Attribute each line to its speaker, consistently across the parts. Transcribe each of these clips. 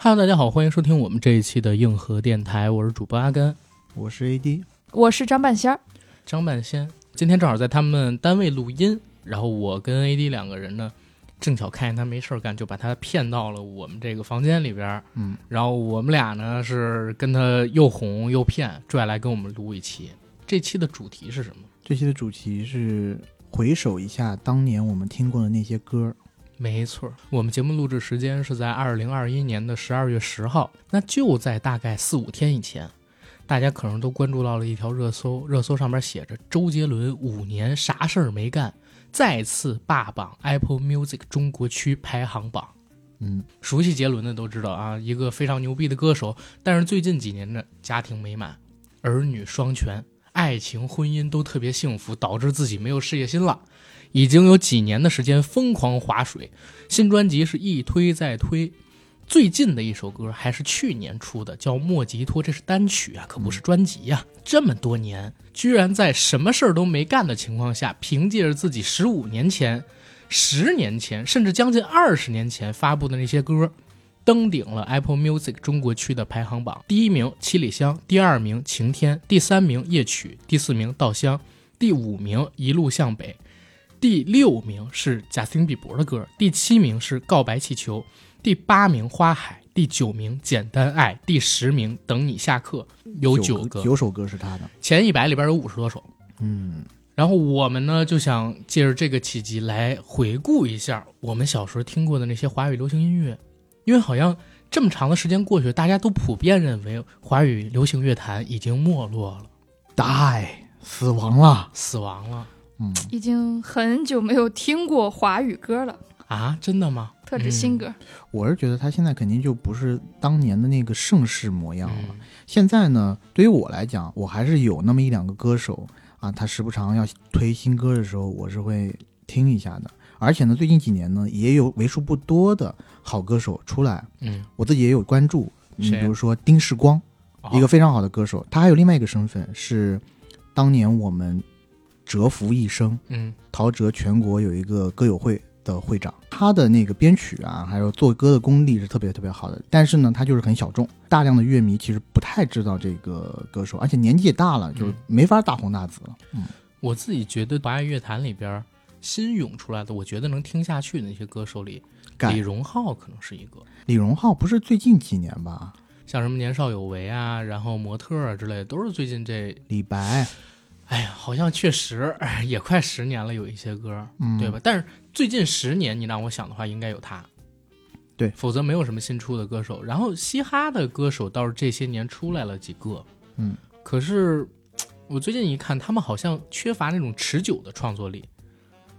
Speaker 1: Hello，大家好，欢迎收听我们这一期的硬核电台，我是主播阿甘，
Speaker 2: 我是 AD，
Speaker 3: 我是张半仙儿，
Speaker 1: 张半仙。今天正好在他们单位录音，然后我跟 AD 两个人呢，正巧看见他没事儿干，就把他骗到了我们这个房间里边儿。
Speaker 2: 嗯，
Speaker 1: 然后我们俩呢是跟他又哄又骗，拽来跟我们录一期。这期的主题是什么？
Speaker 2: 这期的主题是回首一下当年我们听过的那些歌。
Speaker 1: 没错，我们节目录制时间是在二零二一年的十二月十号，那就在大概四五天以前，大家可能都关注到了一条热搜，热搜上面写着周杰伦五年啥事儿没干，再次霸榜 Apple Music 中国区排行榜。
Speaker 2: 嗯，
Speaker 1: 熟悉杰伦的都知道啊，一个非常牛逼的歌手，但是最近几年的家庭美满，儿女双全，爱情婚姻都特别幸福，导致自己没有事业心了，已经有几年的时间疯狂划水，新专辑是一推再推。最近的一首歌还是去年出的，叫《莫吉托》，这是单曲啊，可不是专辑呀、这么多年，居然在什么事儿都没干的情况下，凭借着自己十五年前十年前，甚至将近二十年前发布的那些歌，登顶了 Apple Music 中国区的排行榜。第一名《七里香》，第二名《晴天》，第三名《夜曲》，第四名《稻香》，第五名《一路向北》，第六名是贾斯汀·比伯的歌，第七名是《告白气球》，第八名《花海》，第九名《简单爱》，第十名《等你下课》，有
Speaker 2: 九
Speaker 1: 个，
Speaker 2: 九首歌是他的。
Speaker 1: 前一百里边有五十多首。
Speaker 2: 嗯，
Speaker 1: 然后我们呢就想借着这个契机来回顾一下我们小时候听过的那些华语流行音乐，因为好像这么长的时间过去，大家都普遍认为华语流行乐坛已经没落了，
Speaker 2: Die 死亡了。
Speaker 1: 死亡了
Speaker 2: 嗯，
Speaker 3: 已经很久没有听过华语歌了，
Speaker 1: 啊？真的吗？
Speaker 3: 特指新歌。
Speaker 2: 我是觉得他现在肯定就不是当年的那个盛世模样了。
Speaker 1: 嗯
Speaker 2: 现在呢，对于我来讲，我还是有那么一两个歌手啊，他时不常要推新歌的时候，我是会听一下的。而且呢，最近几年呢，也有为数不多的好歌手出来，
Speaker 1: 嗯，
Speaker 2: 我自己也有关注。你
Speaker 1: 谁啊
Speaker 2: 比如说丁世光。
Speaker 1: 哦
Speaker 2: 一个非常好的歌手，他还有另外一个身份是，当年我们蛰伏一生，
Speaker 1: 嗯
Speaker 2: 陶喆全国有一个歌友会的会长，他的那个编曲啊，还有做歌的功力是特别特别好的。但是呢，他就是很小众，大量的乐迷其实不太知道这个歌手，而且年纪也大了，就是
Speaker 1: 嗯
Speaker 2: 没法大红大紫了。嗯，
Speaker 1: 我自己觉得华语乐坛里边新涌出来的，我觉得能听下去的那些歌手里，
Speaker 2: 改
Speaker 1: 李荣浩可能是一个，
Speaker 2: 李荣浩不是最近几年吧？
Speaker 1: 像什么年少有为啊，然后模特儿啊之类的，都是最近这
Speaker 2: 李白，
Speaker 1: 哎呀，好像确实哎也快十年了，有一些歌，
Speaker 2: 嗯，
Speaker 1: 对吧？？但是最近十年，你让我想的话，应该有他，
Speaker 2: 对
Speaker 1: 否则没有什么新出的歌手。然后嘻哈的歌手倒是这些年出来了几个，
Speaker 2: 嗯，
Speaker 1: 可是嘖我最近一看，他们好像缺乏那种持久的创作力，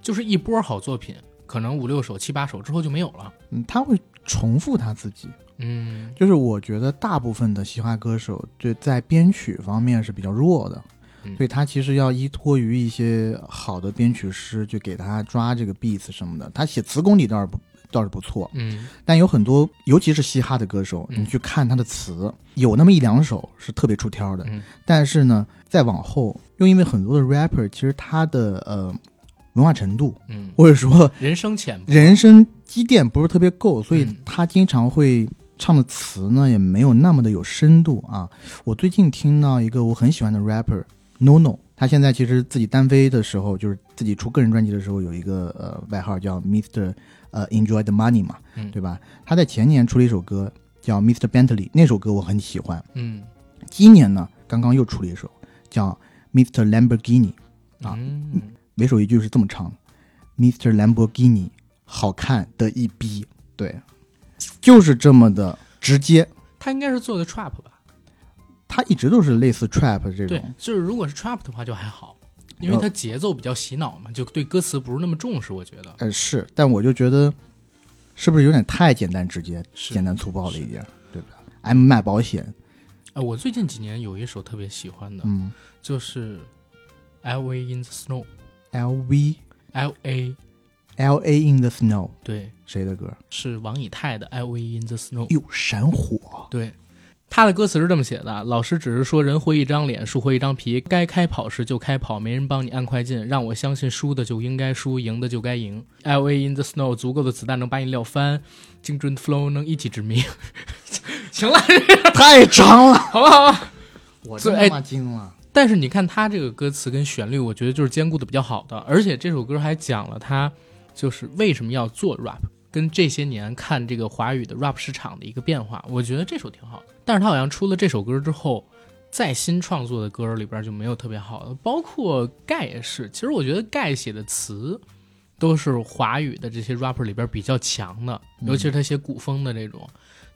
Speaker 1: 就是一波好作品，可能五六首、七八首之后就没有了。
Speaker 2: 嗯，他会重复他自己。
Speaker 1: 嗯，
Speaker 2: 就是我觉得大部分的嘻哈歌手就在编曲方面是比较弱的，
Speaker 1: 嗯
Speaker 2: 所以他其实要依托于一些好的编曲师，就给他抓这个 beats 什么的。他写词功底倒是不倒是不错，
Speaker 1: 嗯，
Speaker 2: 但有很多，尤其是嘻哈的歌手，
Speaker 1: 嗯
Speaker 2: 你去看他的词，有那么一两首是特别出挑的，
Speaker 1: 嗯
Speaker 2: 但是呢，再往后，又因为很多的 rapper 其实他的呃文化程度
Speaker 1: 嗯，
Speaker 2: 或者说
Speaker 1: 人生浅薄，
Speaker 2: 人生积淀不是特别够，所以
Speaker 1: 嗯
Speaker 2: 他经常会唱的词呢也没有那么的有深度啊。我最近听到一个我很喜欢的 rapper NoNo，他现在其实自己单飞的时候，就是自己出个人专辑的时候，有一个呃外号叫 Mr. 呃 Enjoy the Money 嘛
Speaker 1: 嗯，
Speaker 2: 对吧？他在前年出了一首歌叫 Mr. Bentley，那首歌我很喜欢。
Speaker 1: 嗯
Speaker 2: 今年呢，刚刚又出了一首叫 Mr. Lamborghini，啊
Speaker 1: 嗯
Speaker 2: 每首一句是这么唱的：“Mr. Lamborghini，好看的一逼。”对，就是这么的直接。
Speaker 1: 他应该是做的 trap 吧。
Speaker 2: 他一直都是类似 trap 这
Speaker 1: 对
Speaker 2: 种，，
Speaker 1: 就是如果是 trap 的话就还好，因为它节奏比较洗脑嘛，就对歌词不是那么重视，我觉得。
Speaker 2: 呃，是，但我就觉得是不是有点太简单直接、
Speaker 1: 是
Speaker 2: 简单粗暴了一点，对不对？M 卖保险，
Speaker 1: 哎，我最近几年有一首特别喜欢的，
Speaker 2: 嗯
Speaker 1: 就是《L A in the Snow》
Speaker 2: ，L V
Speaker 1: ，L A
Speaker 2: L A in the snow，
Speaker 1: 对，
Speaker 2: 谁的歌？
Speaker 1: 是王以太的《L A in the Snow》。
Speaker 2: 哟，闪火，
Speaker 1: 对，他的歌词是这么写的：老师只是说，人活一张脸，树活一张皮，该开跑时就开跑，没人帮你按快进。让我相信，输的就应该输，赢的就该赢。L A in the snow，足够的子弹能把你撂翻，精准 flow 能一起致命。 行了，
Speaker 2: 太长了，
Speaker 1: 好吧，好吧。哎
Speaker 2: 我
Speaker 1: 这
Speaker 2: 真他妈惊了。
Speaker 1: 但是你看他这个歌词跟旋律，我觉得就是兼顾的比较好的，而且这首歌还讲了他就是为什么要做 rap，跟这些年看这个华语的 rap 市场的一个变化，我觉得这首挺好的。但是他好像出了这首歌之后，在新创作的歌里边就没有特别好的，包括盖也是。其实我觉得盖写的词都是华语的这些 rapper 里边比较强的，
Speaker 2: 嗯
Speaker 1: 尤其是他写古风的这种，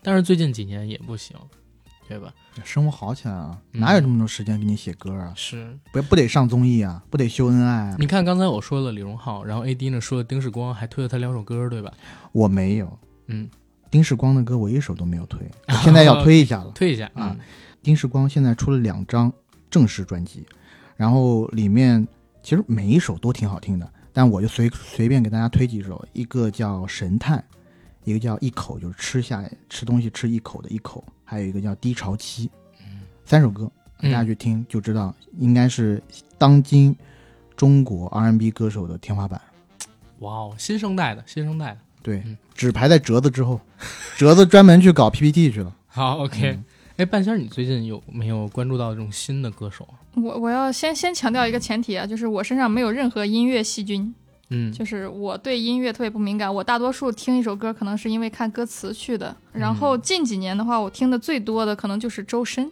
Speaker 1: 但是最近几年也不行，对吧？
Speaker 2: 生活好起来啊，
Speaker 1: 嗯
Speaker 2: 哪有这么多时间给你写歌啊？
Speaker 1: 是，
Speaker 2: 不不得上综艺啊，不得秀恩爱啊？
Speaker 1: 你看，刚才我说了李荣浩，然后 AD 呢说了丁世光，还推了他两首歌，对吧？
Speaker 2: 我没有，
Speaker 1: 嗯，
Speaker 2: 丁世光的歌我一首都没有推，我现在要推一下 了
Speaker 1: 推一下
Speaker 2: 啊。丁世光现在出了两张正式专辑，然后里面其实每一首都挺好听的，但我就随随便给大家推几首，一个叫《神探》，一个叫《一口》，就是吃下吃东西吃一口的一口，还有一个叫《低潮期》，三首歌大
Speaker 1: 嗯
Speaker 2: 家去听就知道，应该是当今中国 R&B 歌手的天花板。
Speaker 1: 哇哦，新生代的，新生代的。
Speaker 2: 对
Speaker 1: 嗯，
Speaker 2: 只排在折子之后， 折子专门去搞 PPT 去了。嗯
Speaker 1: 好，OK。哎、半仙儿，你最近有没有关注到这种新的歌手啊？
Speaker 3: 我我要先先强调一个前提啊，就是我身上没有任何音乐细菌，
Speaker 1: 嗯，
Speaker 3: 就是我对音乐特别不敏感，我大多数听一首歌可能是因为看歌词去的。然后近几年的话，我听的最多的可能就是周深，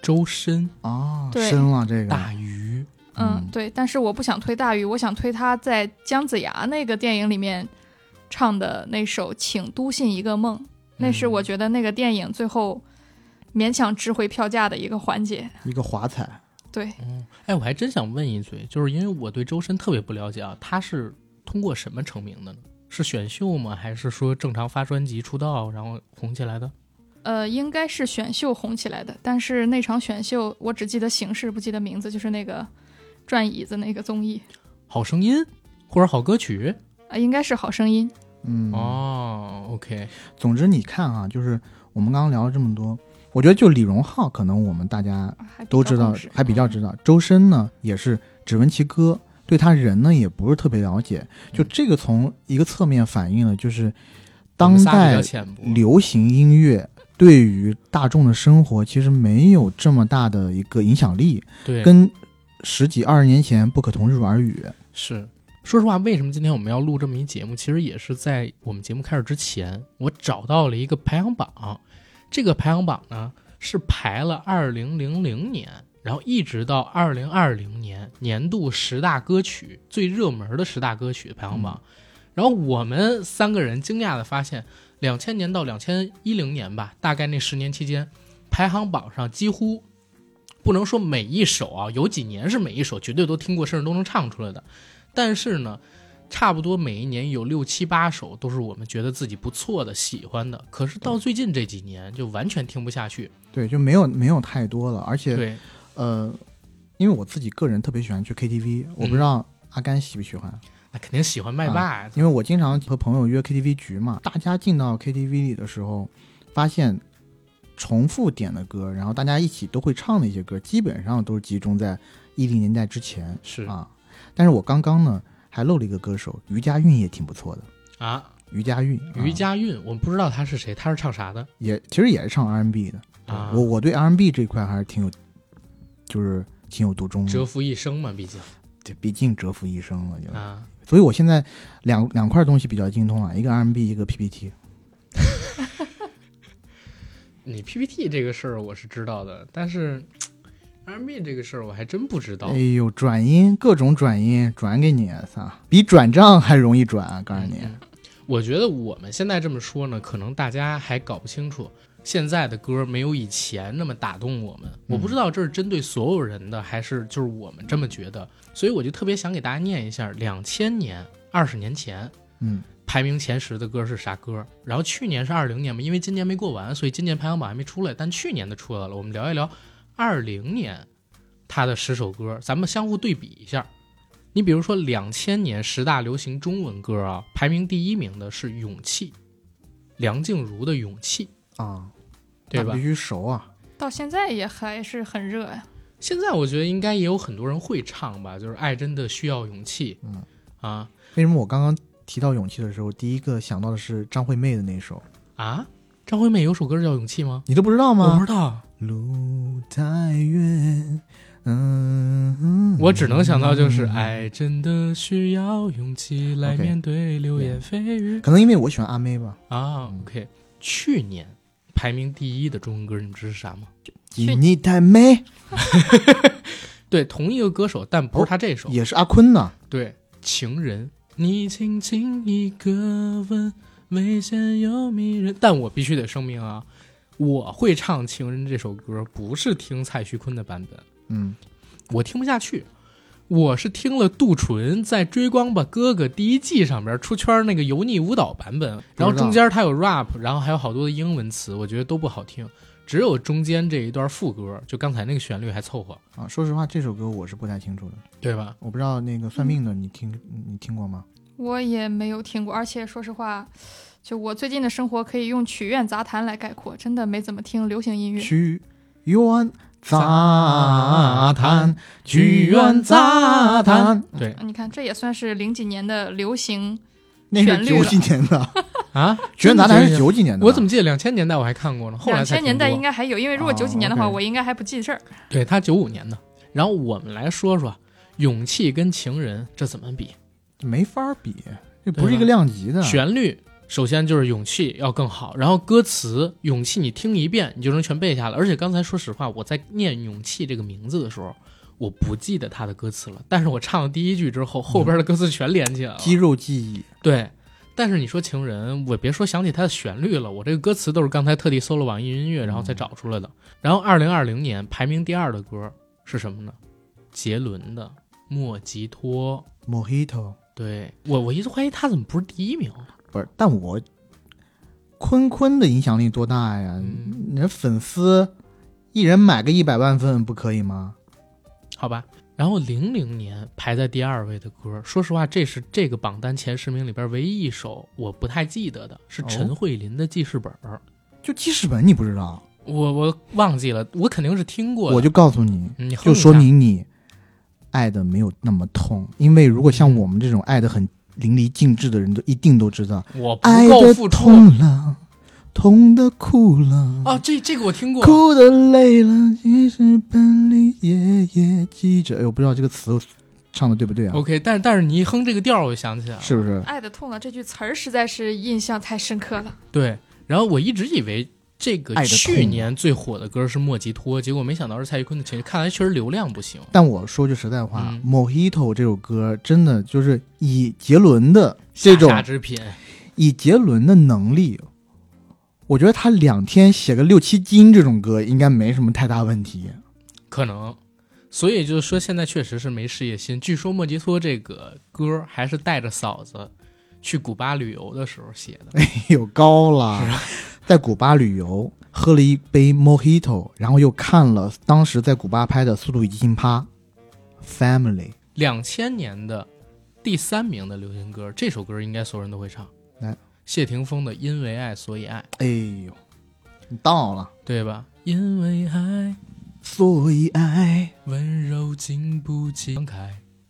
Speaker 1: 周深、
Speaker 2: 啊，
Speaker 3: 对
Speaker 2: 深了这个，
Speaker 1: 大鱼，
Speaker 3: 嗯，
Speaker 2: 嗯
Speaker 3: 对。但是我不想推大鱼，我想推他在姜子牙那个电影里面唱的那首《请都信一个梦》，那是我觉得那个电影最后勉强值回票价的一个环节。
Speaker 2: 一个华彩。
Speaker 3: 对，
Speaker 1: 嗯。哎，我还真想问一嘴，就是因为我对周深特别不了解啊，他是通过什么成名的呢？是选秀吗？还是说正常发专辑出道然后红起来的？
Speaker 3: 呃，应该是选秀红起来的，但是那场选秀我只记得形式，不记得名字，就是那个转椅子那个综艺
Speaker 1: 好声音或者好歌曲？
Speaker 3: 啊、应该是《好声音》。
Speaker 2: 嗯，
Speaker 1: 哦，OK，
Speaker 2: 总之你看啊，就是我们刚刚聊了这么多，我觉得就李荣浩，可能我们大家
Speaker 3: 还比较
Speaker 2: 都知道
Speaker 3: 共识，嗯
Speaker 2: 还比较知道。周深呢，也是只闻其歌，对他人呢也不是特别了解。
Speaker 1: 嗯
Speaker 2: 就这个从一个侧面反映了，就是
Speaker 1: 我们
Speaker 2: 当
Speaker 1: 仨比
Speaker 2: 代
Speaker 1: 较浅薄。
Speaker 2: 流行音乐对于大众的生活其实没有这么大的一个影响力，
Speaker 1: 对，
Speaker 2: 跟十几二十年前不可同日而语。
Speaker 1: 是，说实话，为什么今天我们要录这么一节目？其实也是在我们节目开始之前，我找到了一个排行榜，这个排行榜呢是排了二零零零年，然后一直到二零二零年年度十大歌曲最热门的十大歌曲排行榜。然后我们三个人惊讶的发现，两千年到两千一零年吧，大概那十年期间，排行榜上几乎不能说每一首啊，有几年是每一首绝对都听过，甚至都能唱出来的。但是呢，差不多每一年有六七八首都是我们觉得自己不错的、喜欢的。可是到最近这几年，就完全听不下去。
Speaker 2: 对，就没有没有太多了，而且
Speaker 1: 对，
Speaker 2: 呃，因为我自己个人特别喜欢去 KTV，我
Speaker 1: 嗯
Speaker 2: 不知道阿甘喜不喜欢，
Speaker 1: 那肯定喜欢麦霸啊呀、
Speaker 2: 因为我经常和朋友约 KTV 局嘛，大家进到 KTV 里的时候，发现重复点的歌，然后大家一起都会唱的一些歌，基本上都是集中在一零年代之前
Speaker 1: 是啊
Speaker 2: 啊。但是我刚刚呢还漏了一个歌手，于佳韵也挺不错的，于佳韵，啊
Speaker 1: 于佳韵，我们不知道他是谁，他是唱啥的
Speaker 2: 也其实也是唱 R&B 的，
Speaker 1: 啊？
Speaker 2: 我我对 R&B 这块还是挺有，就是情有独钟的，
Speaker 1: 蛰伏一生嘛，毕竟
Speaker 2: 对，毕竟蛰伏一生了，就、
Speaker 1: 啊，
Speaker 2: 所以我现在两两块东西比较精通啊，一个 R&B，一个 PPT。
Speaker 1: 你 PPT 这个事儿我是知道的，但是 R&B 这个事儿我还真不知道。
Speaker 2: 哎呦，转音各种转音转给你，操，比转账还容易转、啊，告诉你。
Speaker 1: 嗯我觉得我们现在这么说呢，可能大家还搞不清楚，现在的歌没有以前那么打动我
Speaker 2: 嗯
Speaker 1: 们。我不知道这是针对所有人的，还是就是我们这么觉得。所以我就特别想给大家念一下，两千年，二十年前
Speaker 2: 嗯
Speaker 1: 排名前十的歌是啥歌？然后去年是二零年嘛，因为今年没过完，所以今年排行榜还没出来，但去年的出来了。我们聊一聊二零年他的十首歌，咱们相互对比一下。你比如说两千年十大流行中文歌啊，排名第一名的是《勇气》，梁静茹的《勇气》，
Speaker 2: 啊，
Speaker 1: 对吧
Speaker 2: 那必？须熟啊。
Speaker 3: 到现在也还是很热哎呀、
Speaker 1: 现在我觉得应该也有很多人会唱吧，就是《爱真的需要勇气》。嗯啊
Speaker 2: 为什么我刚刚提到勇气的时候，第一个想到的是张惠妹的那首
Speaker 1: 啊，张惠妹有首歌叫《勇气》吗？
Speaker 2: 你都不知道
Speaker 1: 我
Speaker 2: 吗
Speaker 1: 不？知道，
Speaker 2: 路太远，嗯，
Speaker 1: 我只能想到就是，哎爱真的需要勇气来
Speaker 2: OK
Speaker 1: 面对流言蜚语
Speaker 2: 可能因为我喜欢阿妹吧。
Speaker 1: 啊。OK，去年排名第一的中文歌，你们知道是啥吗？
Speaker 3: 去
Speaker 2: 你太美，
Speaker 1: 对，同一个歌手，但不是他这首。
Speaker 2: 哦也是阿坤呢。
Speaker 1: 对，情人，你轻轻一个吻，危险又迷人。但我必须得声明啊，我会唱《情人》这首歌，不是听蔡徐坤的版本，
Speaker 2: 嗯，
Speaker 1: 我听不下去。我是听了杜淳在《追光吧哥哥》第一季上边出圈那个油腻舞蹈版本，然后中间他有 rap，然后还有好多的英文词，我觉得都不好听，只有中间这一段副歌，就刚才那个旋律还凑合，
Speaker 2: 啊，说实话，这首歌我是不太清楚的，
Speaker 1: 对吧？
Speaker 2: 我不知道那个算命的你听你听过吗？
Speaker 3: 我也没有听过，而且说实话，就我最近的生活可以用曲苑杂谈来概括，真的没怎么听流行音
Speaker 1: 嗯
Speaker 3: 乐。
Speaker 2: 曲苑杂谈，
Speaker 1: 曲苑杂谈，
Speaker 2: 嗯
Speaker 1: 对
Speaker 3: 你看，这也算是零几年的流行，
Speaker 2: 那
Speaker 3: 旋
Speaker 2: 是
Speaker 3: 律
Speaker 2: 九
Speaker 3: 了
Speaker 2: 几 年的，
Speaker 1: 啊，
Speaker 2: 曲苑杂谈
Speaker 1: 真的
Speaker 2: 是九几年的吧，
Speaker 1: 我怎么记得两千年代我还看过呢？后来
Speaker 3: 两
Speaker 1: 才
Speaker 3: 千年
Speaker 1: 听过
Speaker 3: 代应该还有，因为如果
Speaker 2: 哦
Speaker 3: 九几年的话，
Speaker 2: ，OK
Speaker 3: 我应该还不记事儿。
Speaker 1: 对他九五年的。然后我们来说说勇气跟情人这怎么比？
Speaker 2: 没法比？这不
Speaker 1: 对吧
Speaker 2: 是一个量级的。
Speaker 1: 旋律首先就是勇气要更好，然后歌词勇气你听一遍你就能全背下了。而且刚才说实话，我在念勇气这个名字的时候，我不记得他的歌词了，但是我唱了第一句之后，后边的歌词全连起来了。
Speaker 2: 肌肉记忆，
Speaker 1: 对。但是你说情人，我别说想起它的旋律了，我这个歌词都是刚才特地搜了网易云音乐，然后才找出来的。然后二零二零年排名第二的歌是什么呢？杰伦的《莫吉托》。
Speaker 2: Mojito
Speaker 1: 对我，我一直怀疑他怎么不是第一名呢？
Speaker 2: 不是，但我坤坤的影响力多大呀？
Speaker 1: 嗯
Speaker 2: 你这粉丝一人买个一百万份不可以吗？
Speaker 1: 好吧。然后零零年排在第二位的歌，说实话，这是这个榜单前十名里边唯一一首我不太记得的，是
Speaker 2: 哦
Speaker 1: 陈慧琳的《记事本》儿。
Speaker 2: 就记事本你不知道，
Speaker 1: 我我忘记了，我肯定是听过的。
Speaker 2: 我就告诉你，
Speaker 1: 嗯你哼
Speaker 2: 就
Speaker 1: 一
Speaker 2: 说
Speaker 1: 下
Speaker 2: 明你爱的没有那么痛。因为如果像
Speaker 1: 嗯
Speaker 2: 我们这种爱的很淋漓尽致的人，都一定都知道，
Speaker 1: 我不
Speaker 2: 爱
Speaker 1: 够
Speaker 2: 的
Speaker 1: 付出
Speaker 2: 痛了，痛的哭了，
Speaker 1: 哦，这这个我听过。
Speaker 2: 哭的累了，其实本里夜夜记着。哎，我不知道这个词唱的对不对啊？
Speaker 1: OK，但但是你一哼这个调儿，我就想起来了。
Speaker 2: 是不是？
Speaker 3: 爱的痛了这句词儿实在是印象太深刻了。
Speaker 1: 对，然后我一直以为这个
Speaker 2: 爱的痛
Speaker 1: 去年最火的歌是莫吉托，结果没想到是蔡徐坤的情绪。看来确实流量不行。
Speaker 2: 但我说句实在话，
Speaker 1: 嗯
Speaker 2: Mojito》这首歌真的就是以杰伦的这种
Speaker 1: 下下之品，
Speaker 2: 以杰伦的能力，我觉得他两天写个六七斤这种歌应该没什么太大问题。
Speaker 1: 可能。所以就是说，现在确实是没事业心。据说莫吉托这个歌还是带着嫂子去古巴旅游的时候写的。
Speaker 2: 有高了，在古巴旅游喝了一杯 Mojito，然后又看了当时在古巴拍的《速度与激情八》，Family。
Speaker 1: 两千年的第三名的流行歌，这首歌应该所有人都会唱。
Speaker 2: 来，
Speaker 1: 谢霆锋的《因为爱所以爱》，
Speaker 2: 哎呦，你到了，
Speaker 1: 对吧？因为爱。
Speaker 2: 所以爱。
Speaker 1: 温柔经不起慷慨。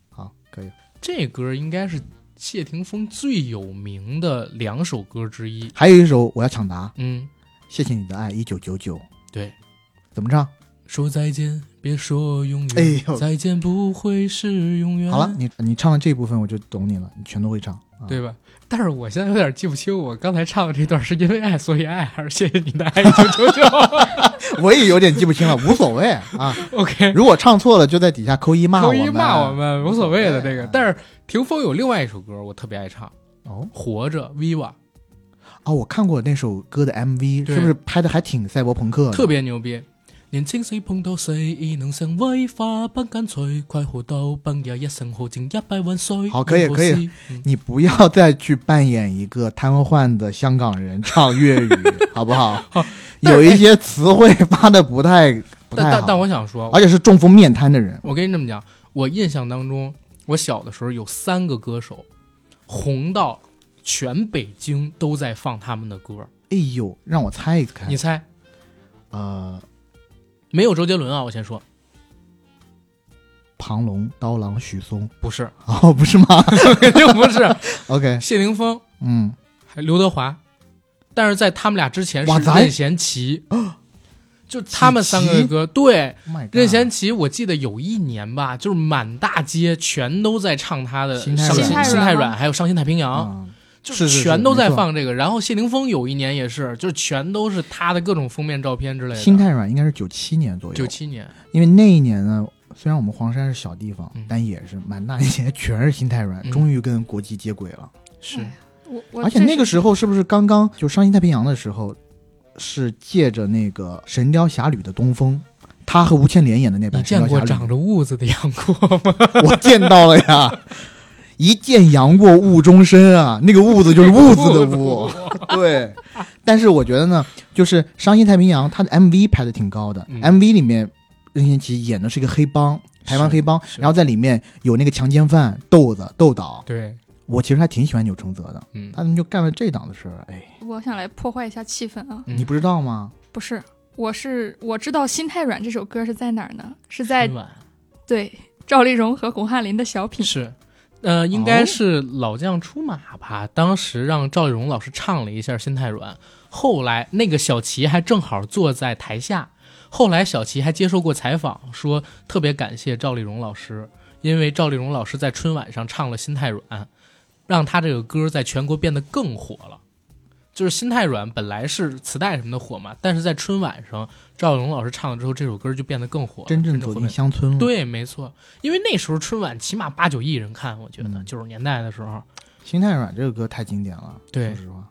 Speaker 2: 好，可以。
Speaker 1: 这歌应该是谢霆锋最有名的两首歌之一。
Speaker 2: 还有一首我要抢答，《
Speaker 1: 嗯，
Speaker 2: 谢谢你的爱》，一九九九，
Speaker 1: 对，
Speaker 2: 怎么唱？
Speaker 1: 说再见，别说永远
Speaker 2: 哎， 呦
Speaker 1: 再见不会是永远。
Speaker 2: 好了，，你你唱了这部分我就懂你了，你全都会唱。啊、
Speaker 1: 对吧？但是我现在有点记不清，我刚才唱的这段是因为爱所以爱，还是谢谢你的爱九九九
Speaker 2: 我也有点记不清了， 无所谓 啊。
Speaker 1: ？OK，
Speaker 2: 如果唱错了，就在底下扣一 骂我
Speaker 1: 扣
Speaker 2: 们。啊
Speaker 1: 一骂我们无所谓的这个。
Speaker 2: 对
Speaker 1: 但是霆锋有另外一首歌我特别爱唱，
Speaker 2: 哦
Speaker 1: 《活着》Viva。
Speaker 2: 哦，我看过那首歌的 MV，
Speaker 1: 对
Speaker 2: 是不是拍的还挺赛博朋克的？
Speaker 1: 特别牛逼。年青時碰到死，異能成威化不乾脆，快活到崩也一生豪情一敗萬歲。
Speaker 2: 好可以
Speaker 1: 永無
Speaker 2: 可以
Speaker 1: 事嗯
Speaker 2: 你不要再去扮演一个瘫痪的香港人唱粤 语，好不好？
Speaker 1: 但是
Speaker 2: 有一些词汇发的不太不
Speaker 1: 但
Speaker 2: 太
Speaker 1: 但但
Speaker 2: 好，
Speaker 1: 我想说，
Speaker 2: 而且是中风面瘫的人。
Speaker 1: 我跟你这么讲，我印象当中，我小的时候有三个歌手红到全北京都在放他们的歌。
Speaker 2: 哎呦，让我猜一猜
Speaker 1: 你，猜？
Speaker 2: 呃，
Speaker 1: 没有周杰伦啊，我先说，
Speaker 2: 庞龙、刀郎、许嵩，
Speaker 1: 不是，
Speaker 2: 哦，不是吗
Speaker 1: 肯定不是。
Speaker 2: ？OK，
Speaker 1: 谢霆锋，
Speaker 2: 嗯，
Speaker 1: 还有刘德华，但是在他们俩之前
Speaker 2: 哇
Speaker 1: 是
Speaker 2: 咱
Speaker 1: 任贤齐， 就他们三
Speaker 2: 齐
Speaker 1: 个歌，对，
Speaker 2: Oh my God
Speaker 1: 任贤齐，我记得有一年吧，就是满大街全都在唱他的《
Speaker 2: 心太
Speaker 1: 伤
Speaker 2: 软
Speaker 1: 心
Speaker 2: 心
Speaker 3: 太
Speaker 1: 太
Speaker 3: 软
Speaker 1: 软》，还有《伤心太平洋》
Speaker 2: 啊，
Speaker 1: 就是
Speaker 2: 是是
Speaker 1: 全都在
Speaker 2: 没错
Speaker 1: 放这个。然后谢霆锋有一年也是，就是全都是他的各种封面照片之类的。
Speaker 3: 哎
Speaker 2: 心太软应该是九七年左右，
Speaker 1: 九七年，
Speaker 2: 因为那一年呢，虽然我们黄山是小地方，
Speaker 1: 嗯
Speaker 2: 但也是满大街 全是心太软，
Speaker 1: 嗯
Speaker 2: 终于跟国际接轨了。
Speaker 1: 是
Speaker 3: 哎我我
Speaker 2: 而且
Speaker 3: 这
Speaker 2: 那个
Speaker 3: 是
Speaker 2: 时候是不是刚刚就上新太平洋的时候，是借着那个《神雕侠侣》的东风，他和吴倩莲演的那版
Speaker 1: 你
Speaker 2: 《神
Speaker 1: 见
Speaker 2: 雕
Speaker 1: 过
Speaker 2: 侠侣
Speaker 1: 长着痦子的杨过吗？》，
Speaker 2: 我见到了呀。一见杨过误终身啊，那个“误”字就是“痦子”的“痦”， 对，但是我觉得呢，就是《伤心太平洋》，它的 MV 拍的挺高的、
Speaker 1: 嗯
Speaker 2: m v 里面任贤齐演的是一个黑帮，台湾黑帮，
Speaker 1: 是
Speaker 2: 然后在里面有那个强奸犯豆子豆导，
Speaker 1: 对，
Speaker 2: 我其实还挺喜欢钮承泽的，
Speaker 1: 嗯，
Speaker 2: 他们就干了这档子事儿，哎，
Speaker 3: 我想来破坏一下气氛啊，
Speaker 1: 嗯
Speaker 2: 你不知道吗？
Speaker 3: 不是，我是我知道《心太软》这首歌是在哪儿呢？是在
Speaker 1: 春晚
Speaker 3: 对赵丽蓉和巩汉林的小品。
Speaker 1: 是，呃，应该
Speaker 2: 哦
Speaker 1: 是老将出马吧。当时让赵丽蓉老师唱了一下《心太软》，后来那个小齐还正好坐在台下。后来小齐还接受过采访，说特别感谢赵丽蓉老师，因为赵丽蓉老师在春晚上唱了《心太软》，让她这个歌在全国变得更火了。就是《心太软》本来是磁带什么的火嘛，但是在春晚上赵丽蓉老师唱了之后，这首歌就变得更火了，
Speaker 2: 真正
Speaker 1: 正火
Speaker 2: 走进乡村了，，
Speaker 1: 对，没错，因为那时候春晚起码八九亿人看，我觉得
Speaker 2: 嗯
Speaker 1: 九十、年代的时候。
Speaker 2: 《心太软》这个歌太经典了，
Speaker 1: 对
Speaker 2: 说实话，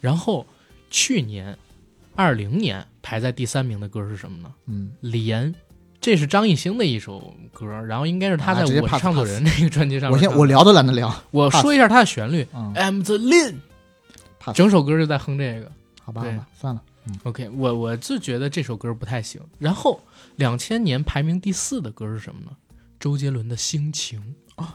Speaker 1: 然后去年二零年排在第三名的歌是什么呢？
Speaker 2: 嗯，
Speaker 1: 《莲》，这是张艺兴的一首歌，然后应该是他
Speaker 2: 啊
Speaker 1: 在
Speaker 2: 直接
Speaker 1: 我
Speaker 2: pass，
Speaker 1: 唱作
Speaker 2: pass
Speaker 1: 人哎这个专辑上
Speaker 2: 我
Speaker 1: 面
Speaker 2: 现
Speaker 1: 唱的。
Speaker 2: 我聊都懒得聊，
Speaker 1: 我
Speaker 2: pass
Speaker 1: 说一下它的旋律
Speaker 2: 嗯，
Speaker 1: ，I'm the Lin，
Speaker 2: pass
Speaker 1: 整首歌就在哼这个。
Speaker 2: 好吧，好
Speaker 1: 对
Speaker 2: 吧，算了，
Speaker 1: OK，我我就觉得这首歌不太行。然后两千年排名第四的歌是什么呢？周杰伦的《心情》
Speaker 2: 哦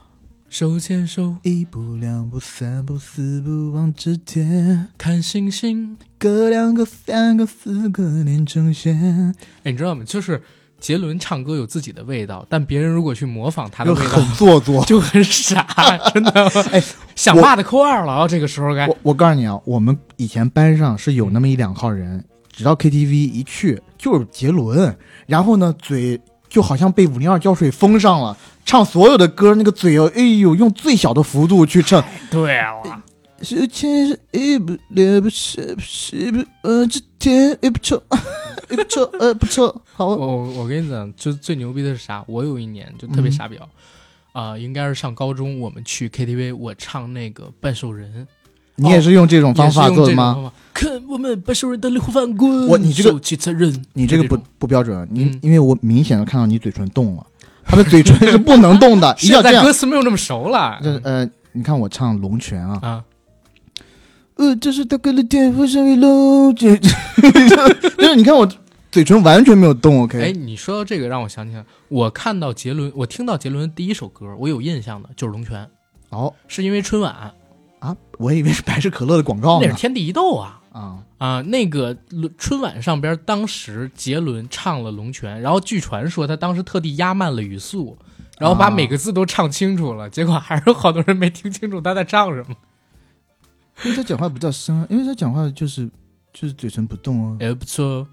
Speaker 1: 手牵手
Speaker 2: 一步两步三步四步往直前，
Speaker 1: 看星星。
Speaker 2: 隔两个三个四个连成线，
Speaker 1: 哎，你知道吗？就是杰伦唱歌有自己的味道，但别人如果去模仿他的
Speaker 2: 就
Speaker 1: 味道，。
Speaker 2: 很做作
Speaker 1: 就很傻， 真的。
Speaker 2: 哎，
Speaker 1: 想骂的扣二了啊！这个时候该
Speaker 2: 我我告诉你啊，我们以前班上是有那么一两号人，只要 KTV 一去就是杰伦，然后呢嘴就好像被五零二胶水封上了，唱所有的歌那个嘴哦，哎呦，用最小的幅度去唱，
Speaker 1: 对啊
Speaker 2: 哎
Speaker 1: 了，
Speaker 2: 是前是一不两不是不是不呃这天也不 错，也不错呃不错，
Speaker 1: 我
Speaker 2: 好，
Speaker 1: 我我跟你讲，就最牛逼的是啥？我有一年就特别傻
Speaker 2: 嗯
Speaker 1: 屌，啊、应该是上高中，我们去 KTV，我唱那个半兽人，
Speaker 2: 你哦也是用这种方法做的吗？？
Speaker 1: 看我们半兽人的流放滚，
Speaker 2: 我你这个
Speaker 1: 手起责任，
Speaker 2: 你这个不
Speaker 1: 就种
Speaker 2: 不标准，你、
Speaker 1: 嗯
Speaker 2: 因为我明显的看到你嘴唇动了，他的嘴唇是不能动 的，一定要
Speaker 1: 现
Speaker 2: 这
Speaker 1: 在
Speaker 2: 样
Speaker 1: 歌。词没有那么熟了，嗯
Speaker 2: 这呃，你看我唱《龙泉》啊，
Speaker 1: 啊，
Speaker 2: 呃，这是大哥的电话声音喽， 这这就是你看我嘴唇完全没有动，OK？
Speaker 1: 哎，你说到这个，让我想起来，我看到杰伦，我听到杰伦的第一首歌，我有印象的就是《龙泉》，
Speaker 2: 哦
Speaker 1: 是因为春晚，
Speaker 2: 啊，我以为是百事可乐的广告
Speaker 1: 那是
Speaker 2: 呢
Speaker 1: 天地一斗啊
Speaker 2: 啊，
Speaker 1: 啊、那个伦春晚上边，当时杰伦唱了《龙泉》，然后据传说他当时特地压慢了语速，然后把
Speaker 2: 啊
Speaker 1: 每个字都唱清楚了，结果还是有好多人没听清楚他在唱什么。
Speaker 2: 因为他讲话比较深啊，因为他讲话就是就是嘴唇不动啊，
Speaker 1: 哎，不错，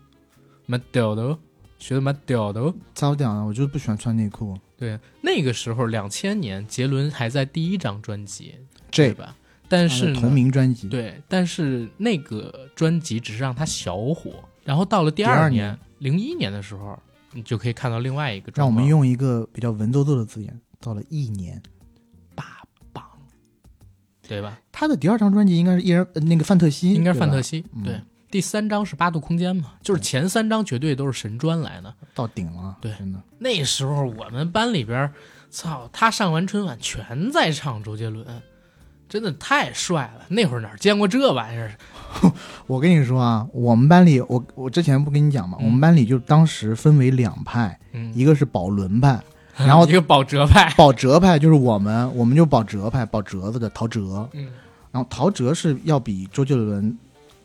Speaker 1: 蛮屌的，哦，学的蛮屌的。哦。
Speaker 2: 糟掉了，我就是不喜欢穿内裤。
Speaker 1: 对，那个时候两千年，杰伦还在第一张专辑，对
Speaker 2: 这
Speaker 1: 吧？但是呢
Speaker 2: 同名专辑，
Speaker 1: 对，但是那个专辑只是让他小火，然后到了第
Speaker 2: 第二
Speaker 1: 二
Speaker 2: 年
Speaker 1: 年，零一年的时候，你就可以看到另外一个
Speaker 2: 让
Speaker 1: 状
Speaker 2: 我
Speaker 1: 况。
Speaker 2: 们用一个比较文绉绉的字眼，到了一年。
Speaker 1: 霸榜，对吧？
Speaker 2: 他的第二张专辑应该是一人、呃那个范特西，
Speaker 1: 应该是范特
Speaker 2: 西
Speaker 1: 西
Speaker 2: 嗯
Speaker 1: 对。第三张是八度空间嘛，就是前三张绝对都是神专来的。
Speaker 2: 到顶了，
Speaker 1: 对
Speaker 2: 真的。
Speaker 1: 那时候我们班里边，操，他上完春晚全在唱周杰伦，真的太帅了。那会儿哪见过这玩意儿？
Speaker 2: 我跟你说啊，我们班里，我我之前不跟你讲嘛，
Speaker 1: 嗯
Speaker 2: 我们班里就当时分为两派，
Speaker 1: 嗯，
Speaker 2: 一个是保 伦派，然后
Speaker 1: 一个保哲派，
Speaker 2: 保哲派就是我们，我们就保哲派，保哲子的陶喆，
Speaker 1: 嗯，
Speaker 2: 然后陶喆是要比周杰伦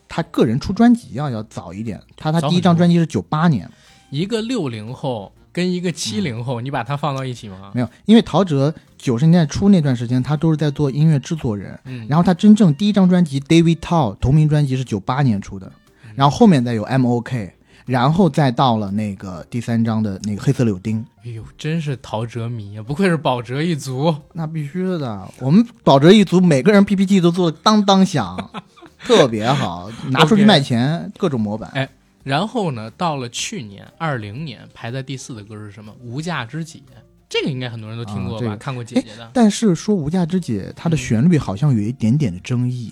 Speaker 2: 他个人出专辑要要早一点，他他
Speaker 1: 早很
Speaker 2: 第一张
Speaker 1: 多
Speaker 2: 专辑是九八年，
Speaker 1: 一个六零后，跟一个七零后，你把他放到一起吗？
Speaker 2: 没有，因为陶喆九十年代初那段时间，他都是在做音乐制作人。
Speaker 1: 嗯，
Speaker 2: 然后他真正第一张专辑《David Tao》同名专辑是九八年出的，然后后面再有 M.O.K，然后再到了那个第三张的那个黑色柳丁，
Speaker 1: 哎呦，真是陶喆迷啊，不愧是保哲一族。
Speaker 2: 那必须的。我们保哲一族每个人 PPT 都做的当当响， 特别好，拿出去卖钱，各种模板。
Speaker 1: 哎然后呢，到了去年二零年，排在第四的歌是什么？《无价之姐》，这个应该很多人都听过吧？
Speaker 2: 啊这个
Speaker 1: 看过姐姐的，
Speaker 2: 但是说《无价之姐》，它的旋律好像有一点点的争议。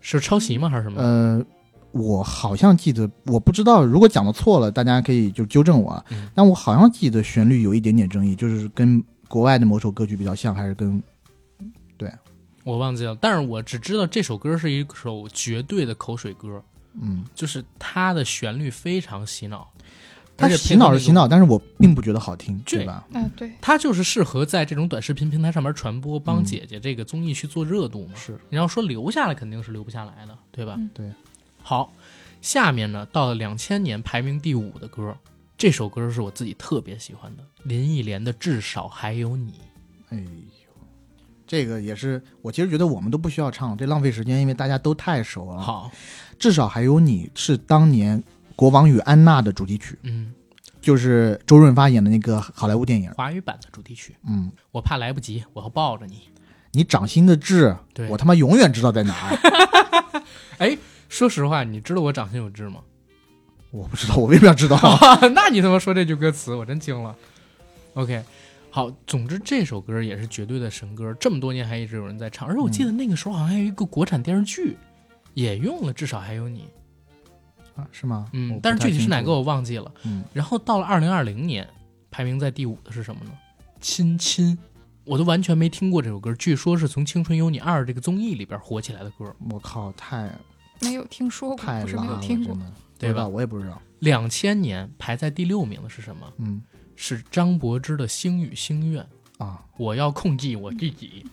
Speaker 1: 是抄袭吗？还是什么？
Speaker 2: 呃，我好像记得，我不知道，如果讲的错了，大家可以就纠正我。啊
Speaker 1: 嗯。
Speaker 2: 但我好像记得旋律有一点点争议，就是跟国外的某首歌曲比较像，还是跟
Speaker 1: 我忘记了，但是我只知道这首歌是一首绝对的口水歌，
Speaker 2: 嗯，
Speaker 1: 就是它的旋律非常洗脑，
Speaker 2: 它
Speaker 1: 而且
Speaker 2: 洗脑是
Speaker 1: 配
Speaker 2: 洗
Speaker 1: 合那种，
Speaker 2: 脑，但是我并不觉得好听，
Speaker 1: 对
Speaker 2: 对吧？
Speaker 3: 啊，对，
Speaker 1: 它就是适合在这种短视频平台上面传播，帮
Speaker 2: 嗯
Speaker 1: 姐姐这个综艺去做热度嘛。
Speaker 2: 是，
Speaker 1: 你要说留下来，肯定是留不下来的，对吧？
Speaker 3: 嗯
Speaker 2: 对。
Speaker 1: 好，下面呢，到了两千年排名第五的歌，这首歌是我自己特别喜欢的，林忆莲的《至少还有你》。
Speaker 2: 哎呦，这个也是，我其实觉得我们都不需要唱，这浪费时间，因为大家都太熟了。，
Speaker 1: 好，
Speaker 2: 至少还有你是当年《国王与安娜》的主题曲，
Speaker 1: 嗯，
Speaker 2: 就是周润发演的那个好莱坞电影。
Speaker 1: 华语版的主题曲，
Speaker 2: 嗯，
Speaker 1: 我怕来不及，我要抱着你。
Speaker 2: 你掌心的痣，
Speaker 1: 对
Speaker 2: 我他妈永远知道在哪儿。
Speaker 1: 说实话，你知道我掌心有痣 吗？
Speaker 2: 我不知道，我为什么要知道？
Speaker 1: 那你他妈说这句歌词，我真惊了。OK，好，总之这首歌也是绝对的神歌，这么多年还一直有人在唱，而且我记
Speaker 2: 嗯
Speaker 1: 得那个时候好像还有一个国产电视剧也用了，至少还有你，
Speaker 2: 啊是吗？我
Speaker 1: 嗯，
Speaker 2: 不
Speaker 1: 但是具体是
Speaker 2: 太
Speaker 1: 哪
Speaker 2: 清
Speaker 1: 个
Speaker 2: 楚？
Speaker 1: 我忘记了。
Speaker 2: 嗯，
Speaker 1: 然后到了二零二零年，排名在第五的是什么呢？亲亲，我都完全没听过这首歌，据说是从《青春有你二》这个综艺里边火起来的歌，
Speaker 2: 我靠，太
Speaker 3: 没有听说过，
Speaker 2: 太
Speaker 3: 不是没
Speaker 2: 拉
Speaker 3: 有
Speaker 2: 了，
Speaker 3: 听过
Speaker 2: 真。的
Speaker 1: 对
Speaker 2: 不知道
Speaker 1: 吧？
Speaker 2: 我也不知道。
Speaker 1: 两千年排在第六名的是什么？
Speaker 2: 嗯
Speaker 1: 是张柏芝的《星语心愿》，
Speaker 2: 啊，
Speaker 1: 我要控制我自己。
Speaker 2: 嗯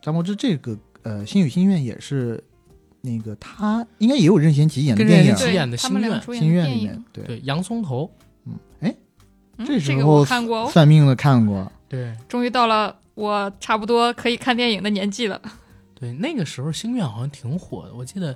Speaker 2: 张柏芝这个呃，《星语心愿》也是那个他应该也有任贤齐演的
Speaker 1: 跟任贤
Speaker 2: 电影
Speaker 1: 齐
Speaker 2: 《
Speaker 1: 对演的
Speaker 3: 他
Speaker 1: 心
Speaker 3: 们俩
Speaker 1: 愿
Speaker 3: 主演
Speaker 2: 心
Speaker 3: 的
Speaker 2: 愿》
Speaker 3: 电
Speaker 2: 里
Speaker 3: 影
Speaker 2: 面，，对，
Speaker 1: 对，洋葱头，
Speaker 2: 嗯，哎，
Speaker 3: 嗯
Speaker 2: 这时
Speaker 3: 这个
Speaker 2: 候
Speaker 3: 我看过哦。
Speaker 2: 算命的看过，
Speaker 1: 对
Speaker 3: 终于到了我差不多可以看电影的年纪了。
Speaker 1: 对，那个时候星愿好像挺火的，我记得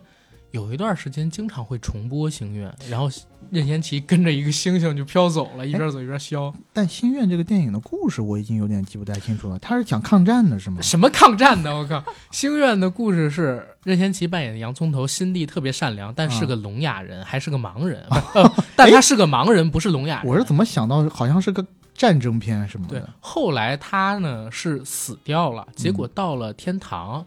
Speaker 1: 有一段时间经常会重播星愿，然后任贤齐跟着一个星星就飘走
Speaker 2: 哎
Speaker 1: 了，一边走一边削。
Speaker 2: 但《心愿》这个电影的故事我已经有点记不太清楚了。他是讲抗战的是吗？
Speaker 1: 什么抗战的？我靠！星愿的故事是任贤齐扮演的洋葱头，心地特别善良，但
Speaker 2: 啊
Speaker 1: 是个聋哑人，还是个盲人。呃 但他是个盲人，不是聋哑人。
Speaker 2: 我是怎么想到好像是个战争片什么
Speaker 1: 对
Speaker 2: 的？，
Speaker 1: 后来他呢是死掉了，结果到了天堂，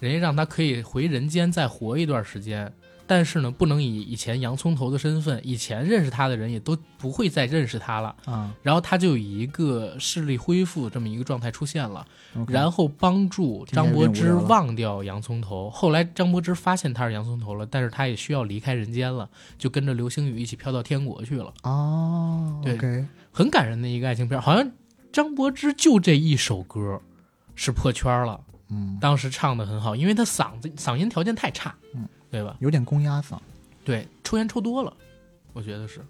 Speaker 1: 人家让他可以回人间再活一段时间，但是呢，不能以以前洋葱头的身份，以前认识他的人也都不会再认识他了。
Speaker 2: 啊
Speaker 1: 然后他就以一个视力恢复这么一个状态出现了，
Speaker 2: ，OK，
Speaker 1: 然后帮助张柏芝忘掉洋葱头。后来张柏芝发现他是洋葱头了，但是他也需要离开人间了，就跟着流星雨一起飘到天国去了。
Speaker 2: 哦
Speaker 1: 对
Speaker 2: ，OK，
Speaker 1: 很感人的一个爱情片，好像张柏芝就这一首歌是破圈了，
Speaker 2: 嗯，
Speaker 1: 当时唱的很好，因为她嗓子嗓音条件太差，
Speaker 2: 嗯，
Speaker 1: 对吧？
Speaker 2: 有点公鸭嗓
Speaker 1: 对，抽烟抽多了，我觉得是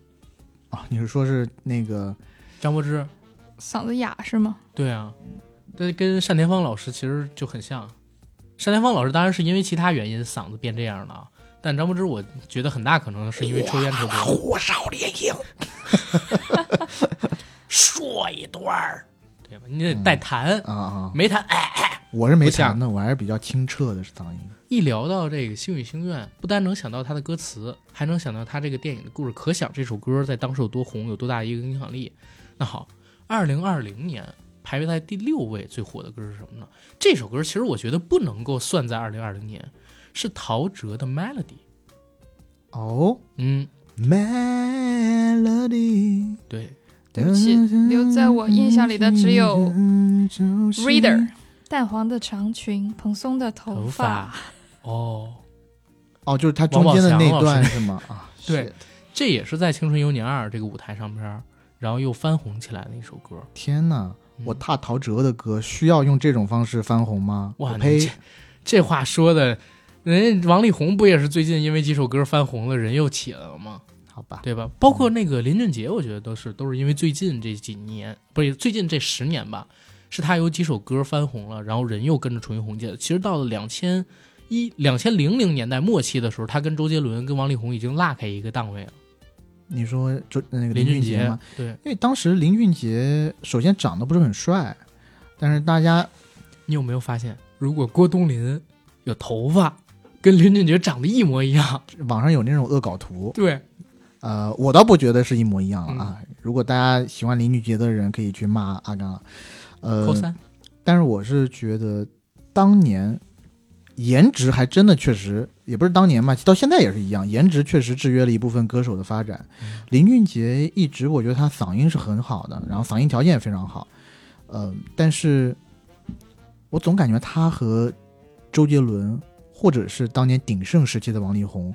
Speaker 2: 啊。你是说是那个
Speaker 1: 张柏芝，
Speaker 3: 嗓子哑是吗？
Speaker 1: 对啊，这跟单田芳老师其实就很像。单田芳老师当然是因为其他原因嗓子变这样的啊，但张柏芝我觉得很大可能是因为抽烟抽多了。火烧连 营，说一段儿，嗯对吧？你得带痰，
Speaker 2: 啊啊？
Speaker 1: 没痰哎。
Speaker 2: 我是没
Speaker 1: 不像
Speaker 2: 弹的，我还是比较清澈的嗓音。
Speaker 1: 一聊到这个《星语星愿》，不单能想到它的歌词，还能想到它这个电影的故事。可想这首歌在当时有多红，有多大的一个影响力。那好，二零二零年排位在第六位最火的歌是什么呢？这首歌其实我觉得不能够算在二零二零年，是陶喆的《Melody》。
Speaker 2: 哦
Speaker 1: 嗯，
Speaker 2: ，Melody，
Speaker 1: 对，
Speaker 3: 对不起留在我印象里的只有 Reader 淡黄的长裙，蓬松的头
Speaker 1: 头发，哦，
Speaker 2: 哦，就是他中间的那
Speaker 1: 王宝强老
Speaker 2: 段
Speaker 1: 师
Speaker 2: 是吗？啊，
Speaker 1: 对
Speaker 2: shit，
Speaker 1: 这也是在《青春有你二》这个舞台上边儿，然后又翻红起来的一首歌。
Speaker 2: 天哪！
Speaker 1: 嗯
Speaker 2: 我踏陶喆的歌需要用这种方式翻红吗？
Speaker 1: 哇，
Speaker 2: 我
Speaker 1: 你
Speaker 2: 呸
Speaker 1: 这！这话说的，人家王力宏不也是最近因为几首歌翻红了，人又起来了吗？
Speaker 2: 好吧，
Speaker 1: 对吧？包括那个林俊杰，我觉得都是都是因为最近这几年，不是最近这十年吧，是他有几首歌翻红了，然后人又跟着重新红起来。其实到了两千一两千零零年代末期的时候，他跟周杰伦、跟王力宏已经落开一个档位了。
Speaker 2: 你说就那个
Speaker 1: 林
Speaker 2: 俊
Speaker 1: 杰
Speaker 2: 嘛，
Speaker 1: 对，
Speaker 2: 因为当时林俊杰首先长得不是很帅，但是大家
Speaker 1: 你有没有发现，如果郭冬临有头发，跟林俊杰长得一模一样？
Speaker 2: 网上有那种恶搞图，
Speaker 1: 对，
Speaker 2: 呃，我倒不觉得是一模一样了
Speaker 1: 嗯
Speaker 2: 啊。如果大家喜欢林俊杰的人，可以去骂阿甘了。
Speaker 1: 扣
Speaker 2: 呃，
Speaker 1: 三。
Speaker 2: 但是我是觉得当年颜值还真的确实也不是当年嘛，到现在也是一样，颜值确实制约了一部分歌手的发展。
Speaker 1: 嗯
Speaker 2: 林俊杰一直我觉得他嗓音是很好的，然后嗓音条件也非常好，呃，但是我总感觉他和周杰伦或者是当年鼎盛时期的王力宏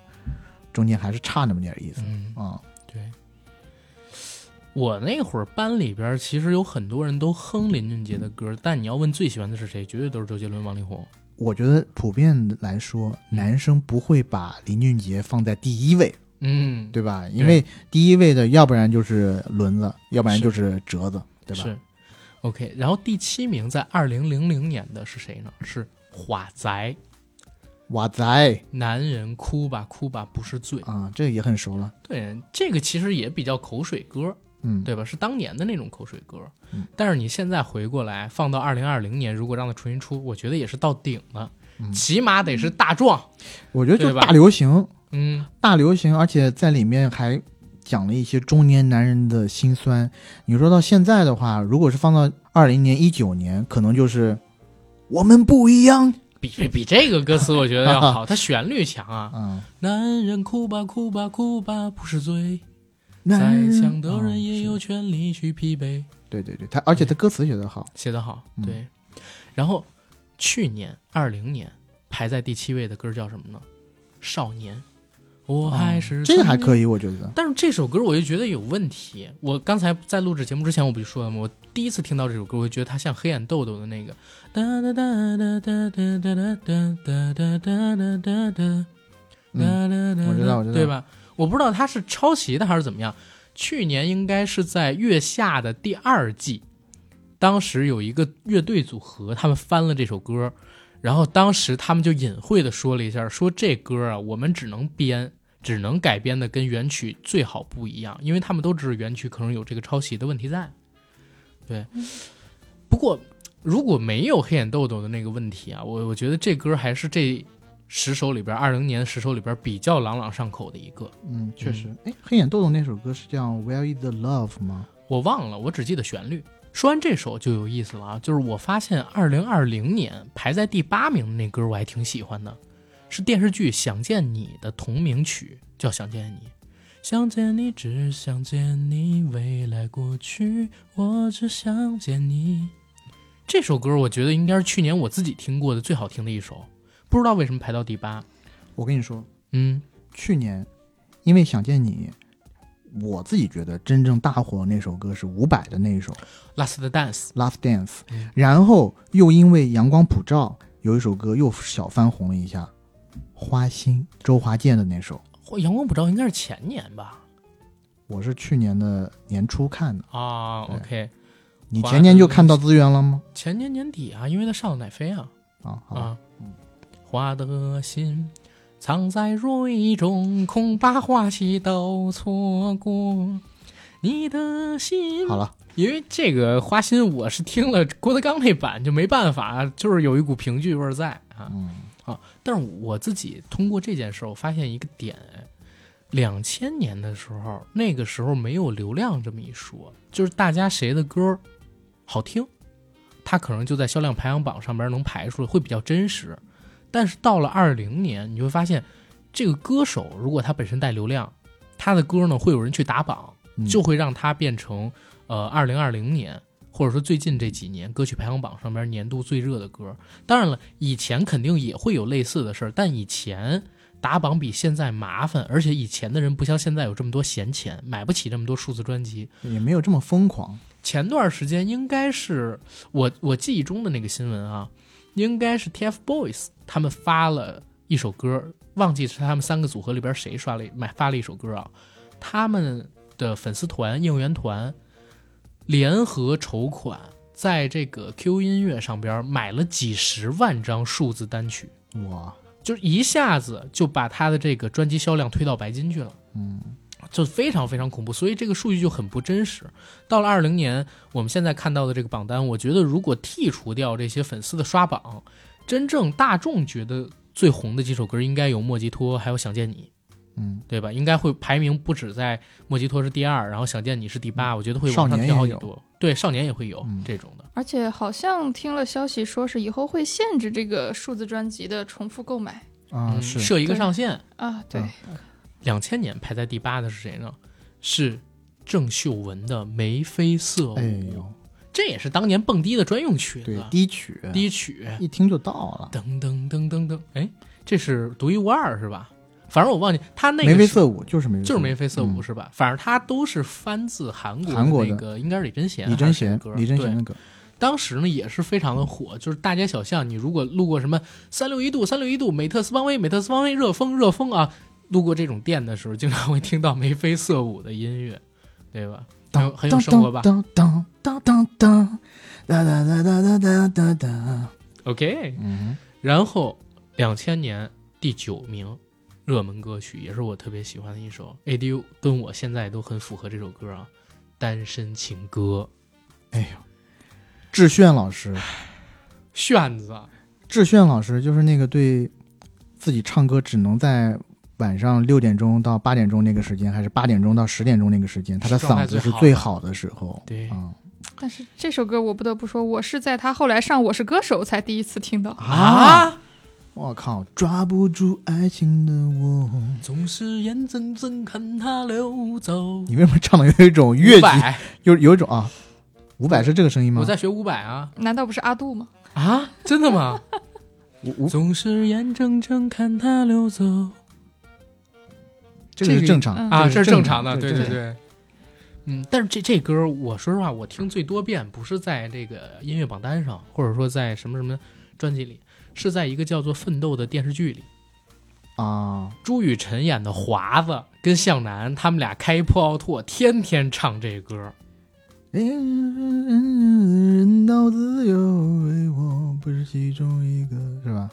Speaker 2: 中间还是差那么点意思
Speaker 1: 嗯，
Speaker 2: 啊、
Speaker 1: 对。我那会儿班里边儿其实有很多人都哼林俊杰的歌，但你要问最喜欢的是谁，绝对都是周杰伦、王力宏。
Speaker 2: 我觉得普遍来说，男生不会把林俊杰放在第一位。
Speaker 1: 嗯，
Speaker 2: 对吧？因为第一位的，要不然就是轮子，要不然就是折子，对吧？
Speaker 1: 是。OK，然后第七名在二零零零年的是谁呢？是华仔，
Speaker 2: 哇塞
Speaker 1: 《男人哭吧哭吧不是罪》。
Speaker 2: 啊，这也很熟了。
Speaker 1: 对，这个其实也比较口水歌，
Speaker 2: 嗯，
Speaker 1: 对吧？是当年的那种口水歌
Speaker 2: 嗯。
Speaker 1: 但是你现在回过来放到二零二零年，如果让它重新出，我觉得也是到顶了，
Speaker 2: 嗯
Speaker 1: 起码得是大壮。
Speaker 2: 我觉得就
Speaker 1: 对
Speaker 2: 是
Speaker 1: 吧
Speaker 2: 大流行，
Speaker 1: 嗯，
Speaker 2: 大流行，而且在里面还讲了一些中年男人的辛酸。你说到现在的话，如果是放到二零年、一九年，可能就是我们不一样
Speaker 1: 比比比这个歌词我觉得要 好，它旋律强啊。
Speaker 2: 啊。
Speaker 1: 男人哭吧哭吧哭吧不是罪，
Speaker 2: 男
Speaker 1: 再
Speaker 2: 人
Speaker 1: 强的人也
Speaker 2: 啊
Speaker 1: 有
Speaker 2: 是
Speaker 1: 权利去疲惫。
Speaker 2: 对对对，他而且他歌词写得好，
Speaker 1: 写得好，
Speaker 2: 嗯
Speaker 1: 对。然后去年二零年排在第七位的歌叫什么呢？少年，我还是、
Speaker 2: 这个还
Speaker 1: 以。
Speaker 2: 可以，我觉得。
Speaker 1: 但是这首歌我就觉得有问题。我刚才在录制节目之前我不就说了吗？我第一次听到这首歌，我就觉得它像黑眼豆豆的那个哒哒哒哒哒哒哒哒哒哒哒哒哒哒。
Speaker 2: 嗯，我知道我知道
Speaker 1: 对吧？我不知道他是抄袭的还是怎么样。去年应该是在《月下》的第二季，当时有一个乐队组合，他们翻了这首歌，然后当时他们就隐晦的说了一下，说这歌啊，我们只能编，只能改编的跟原曲最好不一样，因为他们都知道原曲可能有这个抄袭的问题在。对，不过如果没有黑眼豆豆的那个问题啊，我我觉得这歌还是这十首里边，二零年十首里边比较朗朗上口的一个。
Speaker 2: 嗯，确实。哎，黑眼豆豆那首歌是叫《Where Is the Love》吗？
Speaker 1: 我忘了，我只记得旋律。说完这首就有意思了啊，就是我发现二零二零年排在第八名的那歌我还挺喜欢的，是电视剧《想见你》的同名曲，叫《想见你》。想见你，只想见你，未来过去，我只想见你。这首歌我觉得应该是去年我自己听过的最好听的一首，不知道为什么排到第八。
Speaker 2: 我跟你说，
Speaker 1: 嗯，
Speaker 2: 去年因为想见你，我自己觉得真正大火的那首歌是伍佰的那一首《
Speaker 1: 《Last Dance》。
Speaker 2: Love Dance
Speaker 1: 嗯》，
Speaker 2: 然后又因为阳光普照有一首歌又小翻红了一下，《花心》周华健的那首，
Speaker 1: 嚯阳光普照应该是前年吧？
Speaker 2: 我是去年的年初看的，
Speaker 1: 啊
Speaker 2: 对
Speaker 1: ，OK，
Speaker 2: 你
Speaker 1: 华
Speaker 2: 前年就看到资源了吗？
Speaker 1: 前年年底啊，因为他上了奶飞啊
Speaker 2: 啊，好吧，
Speaker 1: 啊，花的心藏在蕊中，恐怕花期都错过你的心。
Speaker 2: 好了，
Speaker 1: 因为这个花心，我是听了郭德纲那版就没办法，就是有一股评剧味儿在啊。
Speaker 2: 嗯，
Speaker 1: 但是我自己通过这件事儿，我发现一个点，两千年的时候，那个时候没有流量这么一说，就是大家谁的歌儿好听，它可能就在销量排行榜上边能排出来，会比较真实。但是到了二零年，你会发现，这个歌手如果他本身带流量，他的歌呢会有人去打榜，
Speaker 2: 嗯
Speaker 1: 就会让它变成呃二零二零年或者说最近这几年歌曲排行榜上边年度最热的歌。当然了，以前肯定也会有类似的事儿，但以前打榜比现在麻烦，而且以前的人不像现在有这么多闲钱，买不起这么多数字专辑。
Speaker 2: 也没有这么疯狂，
Speaker 1: 前段时间应该是我我记忆中的那个新闻啊，应该是 TFBOYS 他们发了一首歌，忘记是他们三个组合里边谁刷了买发了一首歌啊，他们的粉丝团应援团联合筹款，在这个 Q 音乐上边买了几十万张数字单曲，
Speaker 2: 哇，
Speaker 1: 就是一下子就把他的这个专辑销量推到白金去了。
Speaker 2: 嗯，
Speaker 1: 就非常非常恐怖，所以这个数据就很不真实。到了二零年，我们现在看到的这个榜单，我觉得如果剔除掉这些粉丝的刷榜，真正大众觉得最红的几首歌，应该有《莫吉托》还有《想见你》，
Speaker 2: 嗯，
Speaker 1: 对吧？应该会排名不止在《莫吉托》是第二，然后《想见你》是第八，我觉得会往
Speaker 2: 嗯少
Speaker 1: 上
Speaker 2: 年
Speaker 1: 跳好
Speaker 2: 也
Speaker 1: 几多。对，少年也会有、
Speaker 2: 嗯
Speaker 1: 这种的。
Speaker 3: 而且好像听了消息说是以后会限制这个数字专辑的重复购买
Speaker 2: 啊
Speaker 1: 嗯
Speaker 2: 是，
Speaker 1: 设一个
Speaker 3: 对
Speaker 1: 上限。
Speaker 3: 啊。对，
Speaker 2: 嗯
Speaker 1: 两千年排在第八的是谁呢？是郑秀文的《眉飞色舞》
Speaker 2: 哎呦，
Speaker 1: 这也是当年蹦迪的专用曲
Speaker 2: 对
Speaker 1: 子，，
Speaker 2: 低曲，
Speaker 1: 低曲。
Speaker 2: 一听就到了，
Speaker 1: 噔噔噔噔噔，哎，这是独一无二是吧？反正我忘记他那个
Speaker 2: 眉飞
Speaker 1: 是
Speaker 2: 色舞就是眉飞
Speaker 1: 就是眉飞色舞
Speaker 2: 嗯
Speaker 1: 是吧？反正他都是翻自韩国
Speaker 2: 韩国的
Speaker 1: 那个，应该是李贞贤
Speaker 2: 李
Speaker 1: 还
Speaker 2: 贞
Speaker 1: 是谁的
Speaker 2: 贤
Speaker 1: 歌，
Speaker 2: 李贞贤
Speaker 1: 对
Speaker 2: 的歌，
Speaker 1: 当时呢也是非常的火，就是大街小巷，你如果路过什么三六一度、三六一度、美特斯邦威、美特斯邦威、热风、热风啊，路过这种店的时候，经常会听到眉飞色舞的音乐，对吧？很有很有生活吧
Speaker 2: 当当当当当当当当当当当当。
Speaker 1: ？OK，
Speaker 2: 嗯，
Speaker 1: 然后两千年第九名热门歌曲，也是我特别喜欢的一首，ADU 跟我现在都很符合这首歌啊，《单身情歌
Speaker 2: 哎呦，志炫老师，》
Speaker 1: 炫子啊，
Speaker 2: 志炫老师就是那个对自己唱歌只能在晚上六点钟到八点钟那个时间，还是八点钟到十点钟那个时间，他的
Speaker 1: 状态
Speaker 2: 嗓子
Speaker 1: 最
Speaker 2: 是
Speaker 1: 好
Speaker 2: 最
Speaker 1: 的
Speaker 2: 好的时候。
Speaker 1: 对
Speaker 2: 嗯
Speaker 3: 但是这首歌我不得不说，我是在他后来上《我是歌手》才第一次听到。
Speaker 1: 啊，
Speaker 2: 我靠，抓不住爱情的我，
Speaker 1: 总是眼睁睁看它溜走。
Speaker 2: 你为什么唱的有一种越
Speaker 1: 伍
Speaker 2: 级，
Speaker 1: 佰，
Speaker 2: 有有一种啊？伍佰是这个声音吗
Speaker 1: 我？在学伍佰啊
Speaker 3: 难道不是阿杜吗？
Speaker 1: 啊，真的吗？
Speaker 2: 伍 伍
Speaker 1: 总是眼睁睁看它溜走这
Speaker 2: 这个是
Speaker 1: 个
Speaker 2: 正常
Speaker 3: 嗯
Speaker 1: 啊，
Speaker 2: 这
Speaker 1: 这
Speaker 2: 是
Speaker 1: 是正常的，
Speaker 2: 对
Speaker 1: 对
Speaker 2: 对
Speaker 1: 对对。嗯，但是这这歌，我说实话，我听最多遍不是在这个音乐榜单上，或者说在什么什么专辑里，是在一个叫做《奋斗》的电视剧里，
Speaker 2: 啊。
Speaker 1: 朱雨辰演的华子跟向南他们俩开破奥拓，天天唱这歌。
Speaker 2: 哎人道自由，为我不是其中一个，是吧？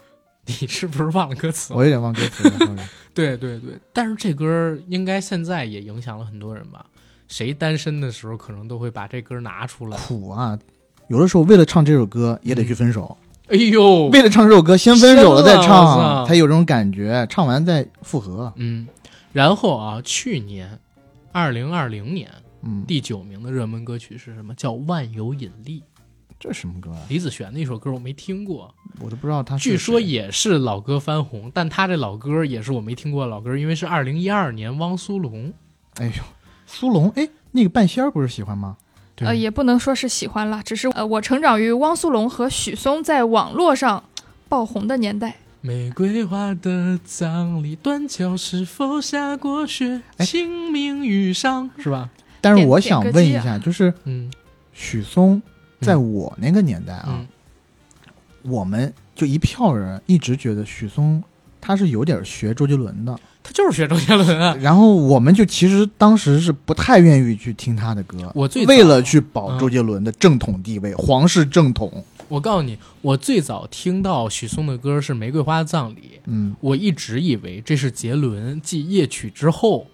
Speaker 1: 你是不是忘了歌词了？
Speaker 2: 我有点忘歌词了。sorry
Speaker 1: 对对对，但是这歌应该现在也影响了很多人吧？谁单身的时候，可能都会把这歌拿出来。
Speaker 2: 苦啊！有的时候为了唱这首歌也得去分手，
Speaker 1: 哎呦，
Speaker 2: 为了唱这首歌先分手了再
Speaker 1: 深了我
Speaker 2: 唱，
Speaker 1: 操
Speaker 2: 才有这种感觉，唱完再复合。
Speaker 1: 嗯，然后啊，去年二零二零年
Speaker 2: 嗯，
Speaker 1: 第九名的热门歌曲是什么？叫《万有引力》，
Speaker 2: 这什么歌啊？
Speaker 1: 李子璇的一首歌，我没听过。
Speaker 2: 我都不知道啊他是谁。
Speaker 1: 据说也是老歌翻红，但他这老歌也是我没听过的老歌，因为是二零一二年汪苏泷。
Speaker 2: 哎呦，苏龙，哎，那个半仙儿不是喜欢吗？
Speaker 1: 对
Speaker 3: 呃，也不能说是喜欢啦，只是呃，我成长于汪苏泷和许嵩在网络上爆红的年代。
Speaker 1: 玫瑰花的葬礼，断桥是否下过雪？
Speaker 2: 哎
Speaker 1: 清明雨上，是吧？
Speaker 2: 但是
Speaker 3: 点
Speaker 2: 我
Speaker 3: 点
Speaker 2: 想
Speaker 3: 歌
Speaker 2: 问
Speaker 3: 姬
Speaker 2: 一
Speaker 3: 啊
Speaker 2: 下，就是
Speaker 1: 嗯
Speaker 2: 许嵩在我那个年代啊，
Speaker 1: 嗯，
Speaker 2: 我们就一票人一直觉得许嵩他是有点学周杰伦的，
Speaker 1: 他就是学周杰伦啊。
Speaker 2: 然后我们就其实当时是不太愿意去听他的歌，
Speaker 1: 我最早
Speaker 2: 为了去保
Speaker 1: 嗯
Speaker 2: 周杰伦的正统地位，皇室正统，
Speaker 1: 我告诉你，我最早听到许嵩的歌是《玫瑰花的葬礼》，
Speaker 2: 嗯，，
Speaker 1: 我一直以为这是杰伦继夜曲之后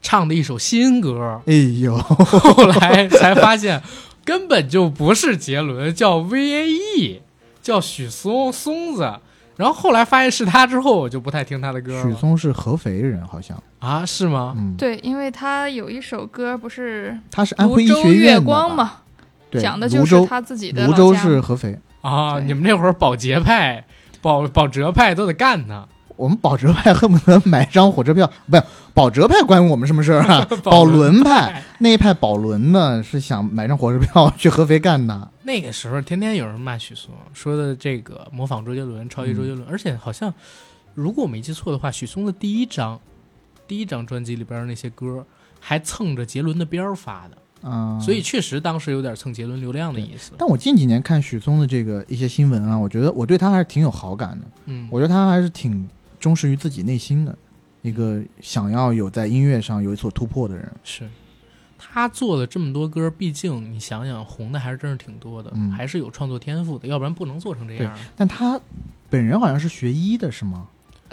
Speaker 1: 唱的一首新歌
Speaker 2: 哎呦，
Speaker 1: 后来才发现根本就不是杰伦，叫 VAE，叫许嵩松子。然后后来发现是他之后，我就不太听他的歌
Speaker 2: 许
Speaker 1: 了
Speaker 2: 嵩是合肥人，好像，
Speaker 1: 啊，是吗？
Speaker 2: 嗯，
Speaker 3: 对，因泸州月光嘛因为他有一首歌不是
Speaker 2: 他是安
Speaker 3: 《
Speaker 2: 徽
Speaker 3: 泸
Speaker 2: 医
Speaker 3: 州
Speaker 2: 学院
Speaker 3: 月
Speaker 2: 的
Speaker 3: 光》
Speaker 2: 吧，
Speaker 3: 嘛，
Speaker 2: 对，
Speaker 3: 讲的就
Speaker 2: 泸
Speaker 3: 是
Speaker 2: 州，
Speaker 3: 他自己的
Speaker 2: 泸
Speaker 3: 老
Speaker 2: 州
Speaker 3: 家
Speaker 2: 是合肥，
Speaker 1: 啊，
Speaker 3: 对
Speaker 1: 你们那会儿保洁派、保保哲派都得干他，
Speaker 2: 我们保哲派恨不得买张火车票， 不是保哲派关我们什么事儿啊？ 保伦派那一派保伦呢是想买张火车票去合肥干的，
Speaker 1: 那个时候天天有人骂许嵩，说的这个模仿周杰伦、抄袭周
Speaker 2: 嗯
Speaker 1: 杰伦，而且好像如果我没记错的话，许嵩的第一张第一张专辑里边的那些歌还蹭着杰伦的边儿发的，
Speaker 2: 嗯，
Speaker 1: 所以确实当时有点蹭杰伦流量的意思。
Speaker 2: 但我近几年看许嵩的这个一些新闻啊，我觉得我对他还是挺有好感的，
Speaker 1: 嗯，
Speaker 2: 我觉得他还是挺忠实于自己内心的。一个想要有在音乐上有所突破的人。
Speaker 1: 是他做了这么多歌，毕竟你想想红的还是真是挺多的，
Speaker 2: 嗯
Speaker 1: 还是有创作天赋的，要不然不能做成这样。
Speaker 2: 但他本人好像是学医的，是吗？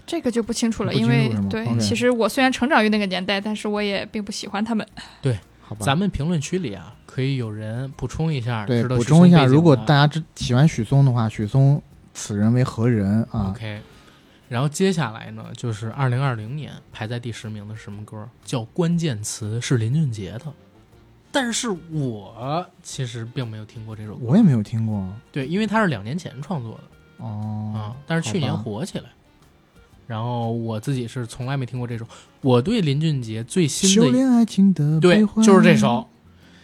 Speaker 3: 这个就不清楚了，
Speaker 2: 不
Speaker 3: 因
Speaker 2: 清楚
Speaker 3: 为
Speaker 2: 是吗
Speaker 3: 对
Speaker 2: OK
Speaker 3: 其实我虽然成长于那个年代，但是我也并不喜欢他们。
Speaker 2: 好吧，
Speaker 1: 咱们评论区里啊，可以有人补充一下，
Speaker 2: 对
Speaker 1: 知道
Speaker 2: 补
Speaker 1: 许嵩
Speaker 2: 充一下，
Speaker 1: 背景啊
Speaker 2: 如果
Speaker 1: 的
Speaker 2: 大家知啊喜欢许嵩的话，许嵩此人为何人啊？
Speaker 1: OK，然后接下来呢，就是二零二零年排在第十名的是什么歌？叫《关键词》，是林俊杰的。但是我其实并没有听过这首歌，
Speaker 2: 我也没有听过
Speaker 1: 对，因为它是两年前创作的
Speaker 2: 哦
Speaker 1: 啊，，但是去年
Speaker 2: 好吧
Speaker 1: 火起来。然后我自己是从来没听过这首，我对林俊杰最新
Speaker 2: 修
Speaker 1: 的一
Speaker 2: 炼爱情的
Speaker 1: 对
Speaker 2: 悲欢
Speaker 1: 就是这首《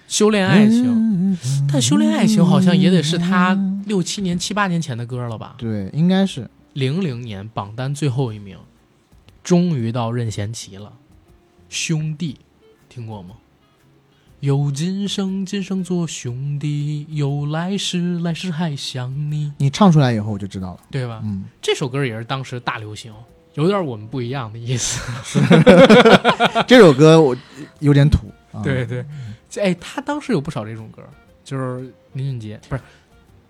Speaker 1: 修炼爱情》，
Speaker 2: 嗯
Speaker 1: 但《修炼爱情》好像也得是他六七年、七八年前的歌了吧？
Speaker 2: 对，应该是
Speaker 1: 零零年榜单最后一名，终于到任贤齐了。兄弟，听过吗？有今生，今生做兄弟；有来世，来世还想你，
Speaker 2: 你唱出来以后我就 知道了。
Speaker 1: 对吧？
Speaker 2: 嗯，
Speaker 1: 这首歌也是当时大流行，有点我们不一样的意思。
Speaker 2: 这首歌我有点土。啊、
Speaker 1: 对，对，这哎，他当时有不少这种歌，就是林俊杰不是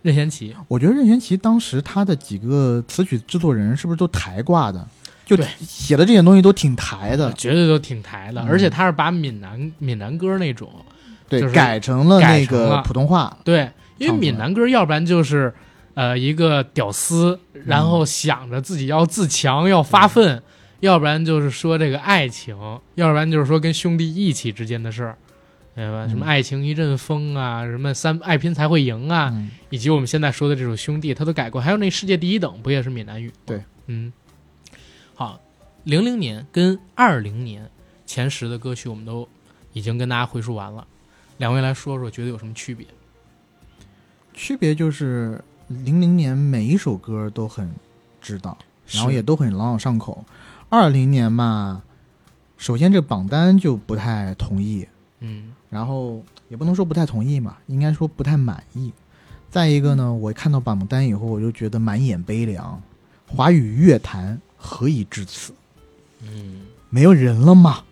Speaker 1: 任贤齐，
Speaker 2: 我觉得任贤齐当时他的几个词曲制作人是不是都台挂的？就
Speaker 1: 对
Speaker 2: 写的这些东西都挺台的，
Speaker 1: 绝对都挺台的，
Speaker 2: 嗯
Speaker 1: 而且他是把闽南闽南歌那种
Speaker 2: 对，
Speaker 1: 就是
Speaker 2: 改成了
Speaker 1: 改
Speaker 2: 那
Speaker 1: 成
Speaker 2: 个
Speaker 1: 了
Speaker 2: 普通话，
Speaker 1: 对，因为
Speaker 2: 唱出来
Speaker 1: 闽南歌要不然就是呃一个屌丝，然后想着自己要自强，要发奋；
Speaker 2: 嗯
Speaker 1: 要不然就是说这个爱情，要不然就是说跟兄弟义气之间的事儿，明白吧？
Speaker 2: 嗯
Speaker 1: 什么爱情一阵风啊，什么三爱拼才会赢啊，
Speaker 2: 嗯，
Speaker 1: 以及我们现在说的这种兄弟，他都改过。还有那世界第一等，不也是闽南语？
Speaker 2: 对，
Speaker 1: 嗯，好，零零年跟二零年前十的歌曲，我们都已经跟大家回述完了。两位来说说，觉得有什么区别？
Speaker 2: 区别就是零零年每一首歌都很知道，然后也都很朗朗上口。二零年嘛，首先这榜单就不太同意，
Speaker 1: 嗯，
Speaker 2: 然后也不能说不太同意嘛，应该说不太满意。再一个呢，我看到榜单以后，我就觉得满眼悲凉。华语乐坛何以至此？
Speaker 1: 嗯，
Speaker 2: 没有人了吗？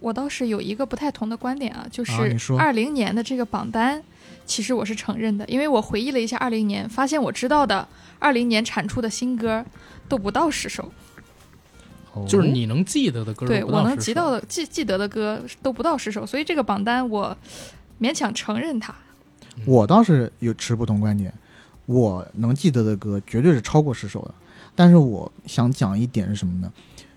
Speaker 3: 我倒是有一个不太同的观点啊，就是
Speaker 2: 啊你说
Speaker 3: 二零年的这个榜单，其实我是承认的，因为我回忆了一下二零年，发现我知道的二零年产出的新歌都不到十首，
Speaker 1: 就是你能记得的歌，
Speaker 3: 哦对我能记到
Speaker 1: 的，
Speaker 3: 的记记得的歌都不到十首，所以这个榜单我勉强承认它。
Speaker 2: 我倒是有持不同观点，我能记得的歌绝对是超过十首的。但是我想讲一点是什么呢？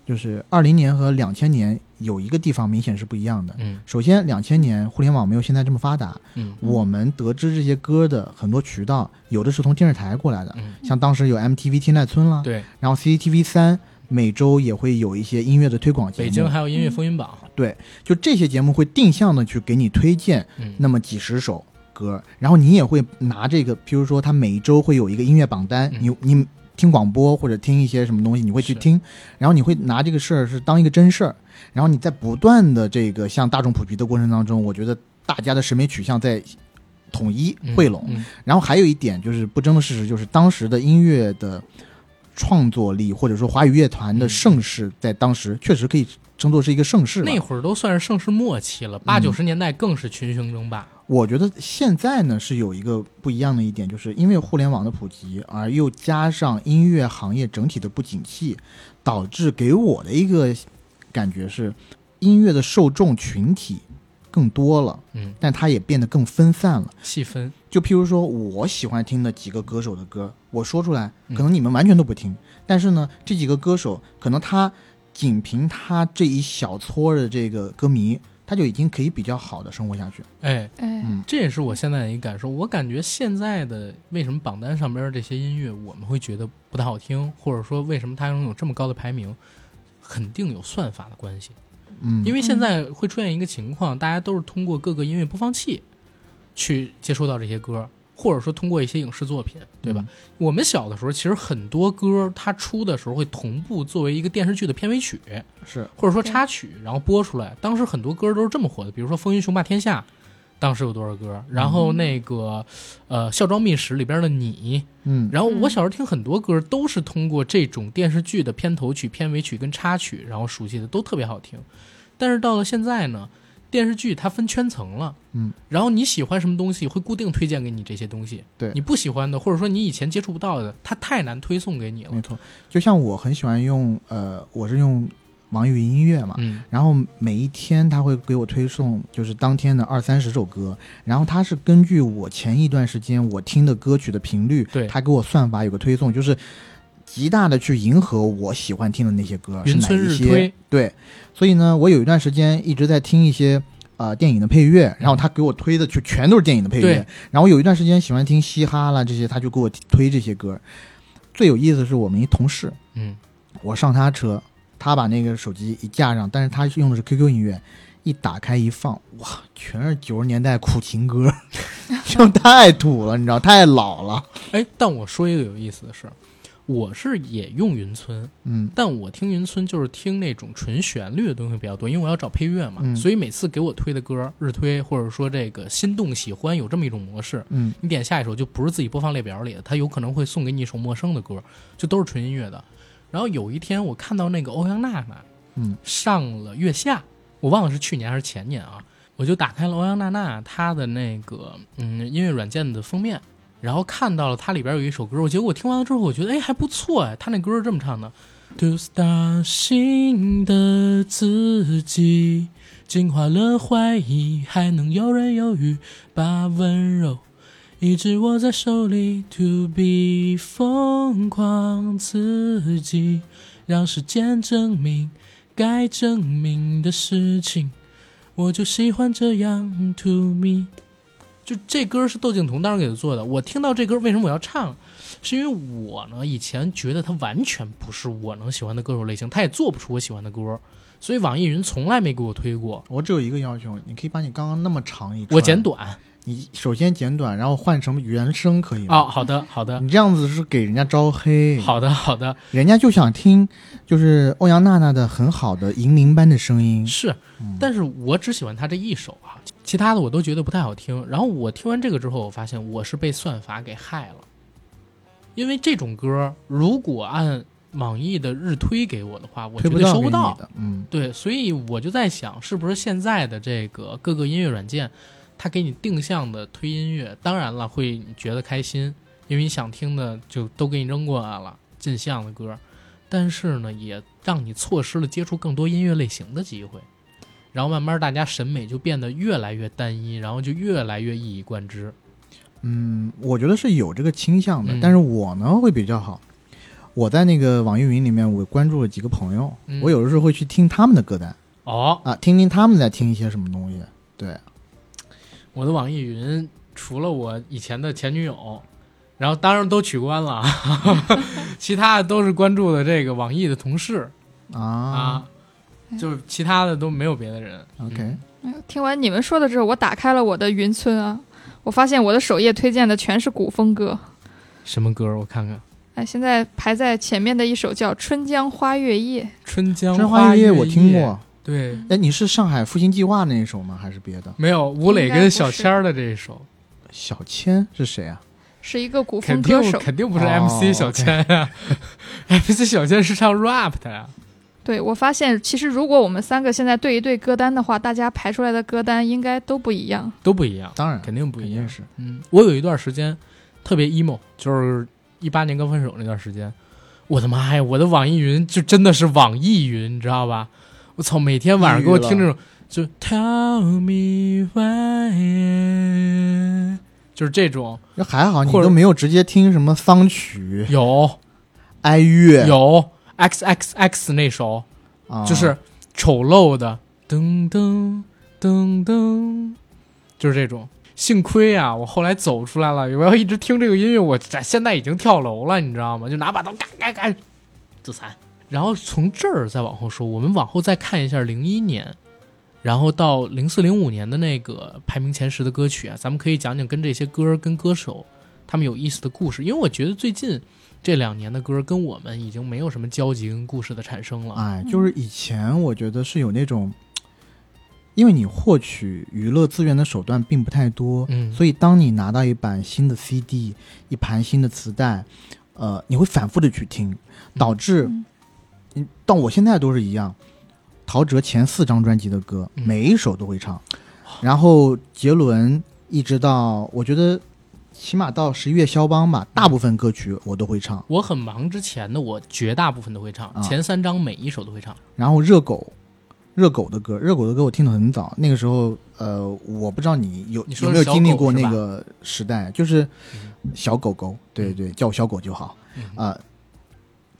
Speaker 2: 就是二零年和两千年有一个地方明显是不一样的。
Speaker 1: 嗯
Speaker 2: 首先，两千年互联网没有现在这么发达，
Speaker 1: 嗯
Speaker 2: 我们得知这些歌的很多渠道，有的是从电视台过来的，
Speaker 1: 嗯，
Speaker 2: 像当时有 MTV 天籁村啦，
Speaker 1: 对，
Speaker 2: 然后 CCTV 三每周也会有一些音乐的推广节目，
Speaker 1: 北京还有音乐风云榜，
Speaker 2: 就这些节目会定向的去给你推荐
Speaker 1: 嗯，
Speaker 2: 那么几十首歌，然后你也会拿这个，比如说他每一周会有一个音乐榜单，
Speaker 1: 嗯
Speaker 2: 你你听广播或者听一些什么东西，你会去
Speaker 1: 是
Speaker 2: 听，然后你会拿这个事儿是当一个真事儿，然后你在不断的这个向大众普及的过程当中，我觉得大家的审美取向在统一
Speaker 1: 嗯
Speaker 2: 汇拢，
Speaker 1: 嗯
Speaker 2: 然后还有一点就是不争的事实，就是当时的音乐的创作力，或者说华语乐团的盛世，在当时确实可以称作是一个盛世吧。嗯
Speaker 1: 那会儿都算是盛世末期了，八九十年代更是群雄争霸，
Speaker 2: 我觉得现在呢是有一个不一样的一点，就是因为互联网的普及，而又加上音乐行业整体的不景气，导致给我的一个感觉是，音乐的受众群体更多了，
Speaker 1: 嗯，
Speaker 2: 但它也变得更分散了。
Speaker 1: 细分，
Speaker 2: 就譬如说，我喜欢听的几个歌手的歌，我说出来，
Speaker 1: 嗯
Speaker 2: 可能你们完全都不听。但是呢，这几个歌手，可能他仅凭他这一小撮的这个歌迷，他就已经可以比较好的生活下去。
Speaker 1: 哎，
Speaker 3: 哎，
Speaker 2: 嗯
Speaker 1: 这也是我现在的一个感受。我感觉现在的为什么榜单上边儿这些音乐我们会觉得不太好听，或者说为什么它能有这么高的排名，肯定有算法的关系。
Speaker 2: 嗯，
Speaker 1: 因为现在会出现一个情况，大家都是通过各个音乐播放器去接收到这些歌，或者说通过一些影视作品，对
Speaker 2: 嗯
Speaker 1: 吧？我们小的时候，其实很多歌它出的时候会同步作为一个电视剧的片尾曲，
Speaker 2: 是
Speaker 1: 或者说插曲，然后播出来。当时很多歌都是这么火的，比如说《风云雄霸天下》，当时有多少歌，然后那个呃《孝庄秘史》里边的你，
Speaker 2: 嗯，
Speaker 1: 然后我
Speaker 3: 嗯
Speaker 1: 小时候听很多歌都是通过这种电视剧的片头曲、片尾曲跟插曲，然后熟悉的都特别好听。但是到了现在呢，电视剧它分圈层了，
Speaker 2: 嗯，
Speaker 1: 然后你喜欢什么东西会固定推荐给你这些东西，
Speaker 2: 对
Speaker 1: 你不喜欢的或者说你以前接触不到的，它太难推送给你了
Speaker 2: 没，错。就像我很喜欢用呃，我是用网易云音乐嘛，
Speaker 1: 嗯
Speaker 2: 然后每一天他会给我推送就是当天的二三十首歌，然后他是根据我前一段时间我听的歌曲的频率，
Speaker 1: 对
Speaker 2: 他给我算法有个推送，就是极大的去迎合我喜欢听的那些歌啊是
Speaker 1: 云
Speaker 2: 哪
Speaker 1: 村
Speaker 2: 一
Speaker 1: 日
Speaker 2: 些。
Speaker 1: 推，
Speaker 2: 对，所以呢，我有一段时间一直在听一些。呃，电影的配乐，然后他给我推的就全都是电影的配乐
Speaker 1: 对。
Speaker 2: 然后有一段时间喜欢听嘻哈啦这些，他就给我推这些歌。最有意思是我们一同事，
Speaker 1: 嗯，
Speaker 2: 我上他车，他把那个手机一架上，但是他用的是 QQ 音乐，一打开一放，哇，全是九十年代苦情歌， 就太土了，你知道，太老了。
Speaker 1: 哎，但我说一个有意思的事儿，我是也用云村，
Speaker 2: 嗯
Speaker 1: 但我听云村就是听那种纯旋律的东西比较多，因为我要找配乐嘛，
Speaker 2: 嗯
Speaker 1: 所以每次给我推的歌，日推或者说这个心动喜欢有这么一种模式，
Speaker 2: 嗯
Speaker 1: 你点下一首就不是自己播放列表里的，它有可能会送给你一首陌生的歌，就都是纯音乐的。然后有一天我看到那个欧阳娜娜
Speaker 2: 嗯
Speaker 1: 上了月下，我忘了是去年还是前年啊，我就打开了欧阳娜娜她的那个嗯音乐软件的封面，然后看到了它里边有一首歌，我结果我听完了之后，我觉得哎还不错哎，它那歌是这么唱的：To star 新的自己，进化了怀疑，还能游刃有余，把温柔。一直握在手里，to be 疯狂自己，让时间证明该证明的事情，我就喜欢这样 to me。就这歌是窦靖童当时给他做的，我听到这歌为什么我要唱，是因为我呢以前觉得他完全不是我能喜欢的歌手类型，他也做不出我喜欢的歌，所以网易云从来没给我推过，
Speaker 2: 我只有一个要求，你可以把你刚刚那么长一串，
Speaker 1: 我剪，短
Speaker 2: 你首先剪短，然后换成原声可以吗？
Speaker 1: 啊、好的好的
Speaker 2: 你这样子是给人家招黑，，
Speaker 1: 好的好的，
Speaker 2: 人家就想听，就是欧阳娜娜的很好的银铃般的声音，
Speaker 1: 是
Speaker 2: 嗯，
Speaker 1: 但是我只喜欢他这一首啊，其他的我都觉得不太好听。然后我听完这个之后，我发现我是被算法给害了，因为这种歌如果按网易的日推给我的话，我绝
Speaker 2: 推不
Speaker 1: 对
Speaker 2: 到
Speaker 1: 收
Speaker 2: 给
Speaker 1: 不
Speaker 2: 你
Speaker 1: 到。
Speaker 2: 的，嗯，
Speaker 1: 对，所以我就在想，是不是现在的这个各个音乐软件，它给你定向的推音乐，当然了，会你觉得开心，因为你想听的就都给你扔过来了，进项的歌。但是呢，也让你错失了接触更多音乐类型的机会，然后慢慢大家审美就变得越来越单一，然后就越来越一以贯之。
Speaker 2: 嗯，我觉得是有这个倾向的，
Speaker 1: 嗯
Speaker 2: 但是我呢会比较好。我在那个网易云里面，我关注了几个朋友，
Speaker 1: 嗯
Speaker 2: 我有的时候会去听他们的歌单
Speaker 1: 哦，
Speaker 2: 啊，听听他们在听一些什么东西。对，
Speaker 1: 我的网易云除了我以前的前女友，然后当然都取关 了，啊，其他的都是关注的这个网易的同事
Speaker 2: 啊
Speaker 1: 啊，
Speaker 3: 嗯
Speaker 1: 就是其他的都没有别的人。
Speaker 2: o k
Speaker 1: 嗯
Speaker 3: 哎呦听完你们说的之后，我打开了我的云村啊，我发现我的首页推荐的全是古风歌。
Speaker 1: 什么歌儿？我看看《
Speaker 3: 哎，现在排在前面的一首叫《春江花月夜》，
Speaker 1: 春江
Speaker 2: 春花
Speaker 1: 月
Speaker 2: 月夜》我听。过，
Speaker 1: 对，
Speaker 2: 哎，你是上海复兴计划那一首吗？还是别的？
Speaker 1: 没有吴磊
Speaker 3: 应该
Speaker 1: 跟
Speaker 3: 不
Speaker 1: 小
Speaker 3: 是
Speaker 1: 千儿的这一首，
Speaker 2: 小千是谁啊？
Speaker 3: 是一个古
Speaker 1: 肯
Speaker 3: 风歌
Speaker 1: 定
Speaker 3: 手。
Speaker 1: 肯定不是
Speaker 2: 哦
Speaker 1: MC 小千啊、m c 小千是唱 rap 的呀。
Speaker 3: 对我发现，其实如果我们三个现在对一对歌单的话，大家排出来的歌单应该都不一样。
Speaker 1: 都不一样，
Speaker 2: 当然
Speaker 1: 肯定不
Speaker 2: 肯
Speaker 1: 一样
Speaker 2: 定。是。
Speaker 1: 嗯，我有一段时间特别 emo，就是一八年刚分手那段时间，我的妈呀，我的网易云就真的是网易云，你知道吧？我操，每天晚上给我听这种，就 Tell me why，就是这种
Speaker 2: 那还好，你
Speaker 1: 或者
Speaker 2: 都没有直接听什么丧曲、
Speaker 1: 有
Speaker 2: 哀乐，
Speaker 1: 有 X X X 那首，
Speaker 2: 啊
Speaker 1: 就是丑陋的噔噔噔噔，就是这种。幸亏啊，我后来走出来了。我要一直听这个音乐，我这现在已经跳楼了，你知道吗？就拿把刀嘎嘎嘎，自残。然后从这儿再往后说，我们往后再看一下零一年，然后到零四零五年的那个排名前十的歌曲啊，咱们可以讲讲跟这些歌儿跟歌手他们有意思的故事，因为我觉得最近这两年的歌儿跟我们已经没有什么交集跟故事的产生了。
Speaker 2: 哎，就是以前我觉得是有那种因为你获取娱乐资源的手段并不太多，
Speaker 1: 嗯，
Speaker 2: 所以当你拿到一版新的 CD、一盘新的磁带，呃，你会反复的去听，导致
Speaker 3: 嗯，
Speaker 2: 嗯，到我现在都是一样。陶喆前四张专辑的歌，
Speaker 1: 嗯哦
Speaker 2: 每一首都会唱，然后杰伦一直到我觉得，起码到十一月肖邦吧，大部分歌曲我都会唱。
Speaker 1: 我很忙之前的我绝大部分都会唱，
Speaker 2: 啊
Speaker 1: 前三张每一首都会唱。
Speaker 2: 然后热狗，热狗的歌，热狗的歌我听得很早，那个时候，呃，我不知道你有
Speaker 1: 你说
Speaker 2: 有
Speaker 1: 的
Speaker 2: 没有经历
Speaker 1: 小狗
Speaker 2: 过
Speaker 1: 是吧
Speaker 2: 那个时代，就是小狗狗，对对，叫我小狗就好
Speaker 1: 嗯
Speaker 2: 啊、呃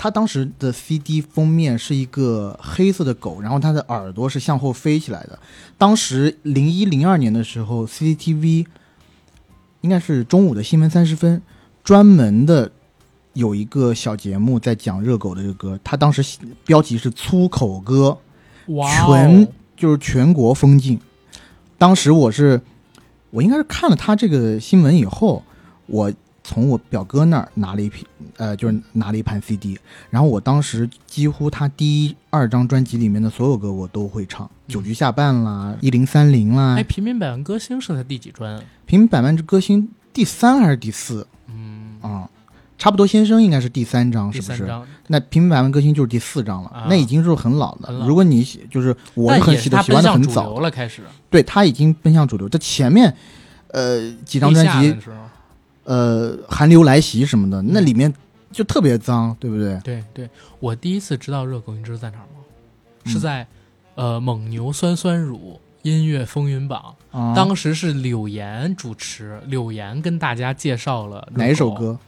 Speaker 2: 他当时的 CD 封面是一个黑色的狗，然后它的耳朵是向后飞起来的。当时零一零二年的时候，CCTV 应该是中午的新闻三十分，专门的有一个小节目在讲热狗的这个歌，它当时标题是“粗口歌”。
Speaker 1: 哇、哦
Speaker 2: 纯，就是全国封禁。当时我是，我应该是看了他这个新闻以后，我从我表哥那儿拿了一批，呃，就是拿了一盘 CD，然后我当时几乎他第一、二张专辑里面的所有歌我都会唱，
Speaker 1: 嗯
Speaker 2: 九局下半啦，一零三零啦
Speaker 1: 哎，，平民百万歌星是他第几专啊？
Speaker 2: 平民百万之歌星第三还是第四
Speaker 1: 嗯，
Speaker 2: 啊、差不多先生应该是第三张，
Speaker 1: 第
Speaker 2: 是不
Speaker 1: 三
Speaker 2: 是？
Speaker 1: 张，
Speaker 2: 那平民百万歌星就是第四张了，
Speaker 1: 啊
Speaker 2: 那已经是很老了。
Speaker 1: 很老
Speaker 2: 如果你喜就是我
Speaker 1: 但
Speaker 2: 是很
Speaker 1: 也
Speaker 2: 喜
Speaker 1: 是
Speaker 2: 的
Speaker 1: 他
Speaker 2: 喜
Speaker 1: 奔
Speaker 2: 欢的
Speaker 1: 向
Speaker 2: 很
Speaker 1: 主
Speaker 2: 早，
Speaker 1: 流了，开始
Speaker 2: 对他已经奔向主流。这前面，呃，几张专
Speaker 1: 地下
Speaker 2: 辑
Speaker 1: 的，时嗯候
Speaker 2: 呃，寒流来袭什么的，那里面就特别脏，对不对？
Speaker 1: 对对，我第一次知道热狗，你知道在哪儿吗？
Speaker 2: 嗯
Speaker 1: 是在呃蒙牛酸酸乳音乐风云榜，
Speaker 2: 啊，
Speaker 1: 当时是柳岩主持，柳岩跟大家介绍了热
Speaker 2: 哪一首
Speaker 1: 狗？
Speaker 2: 歌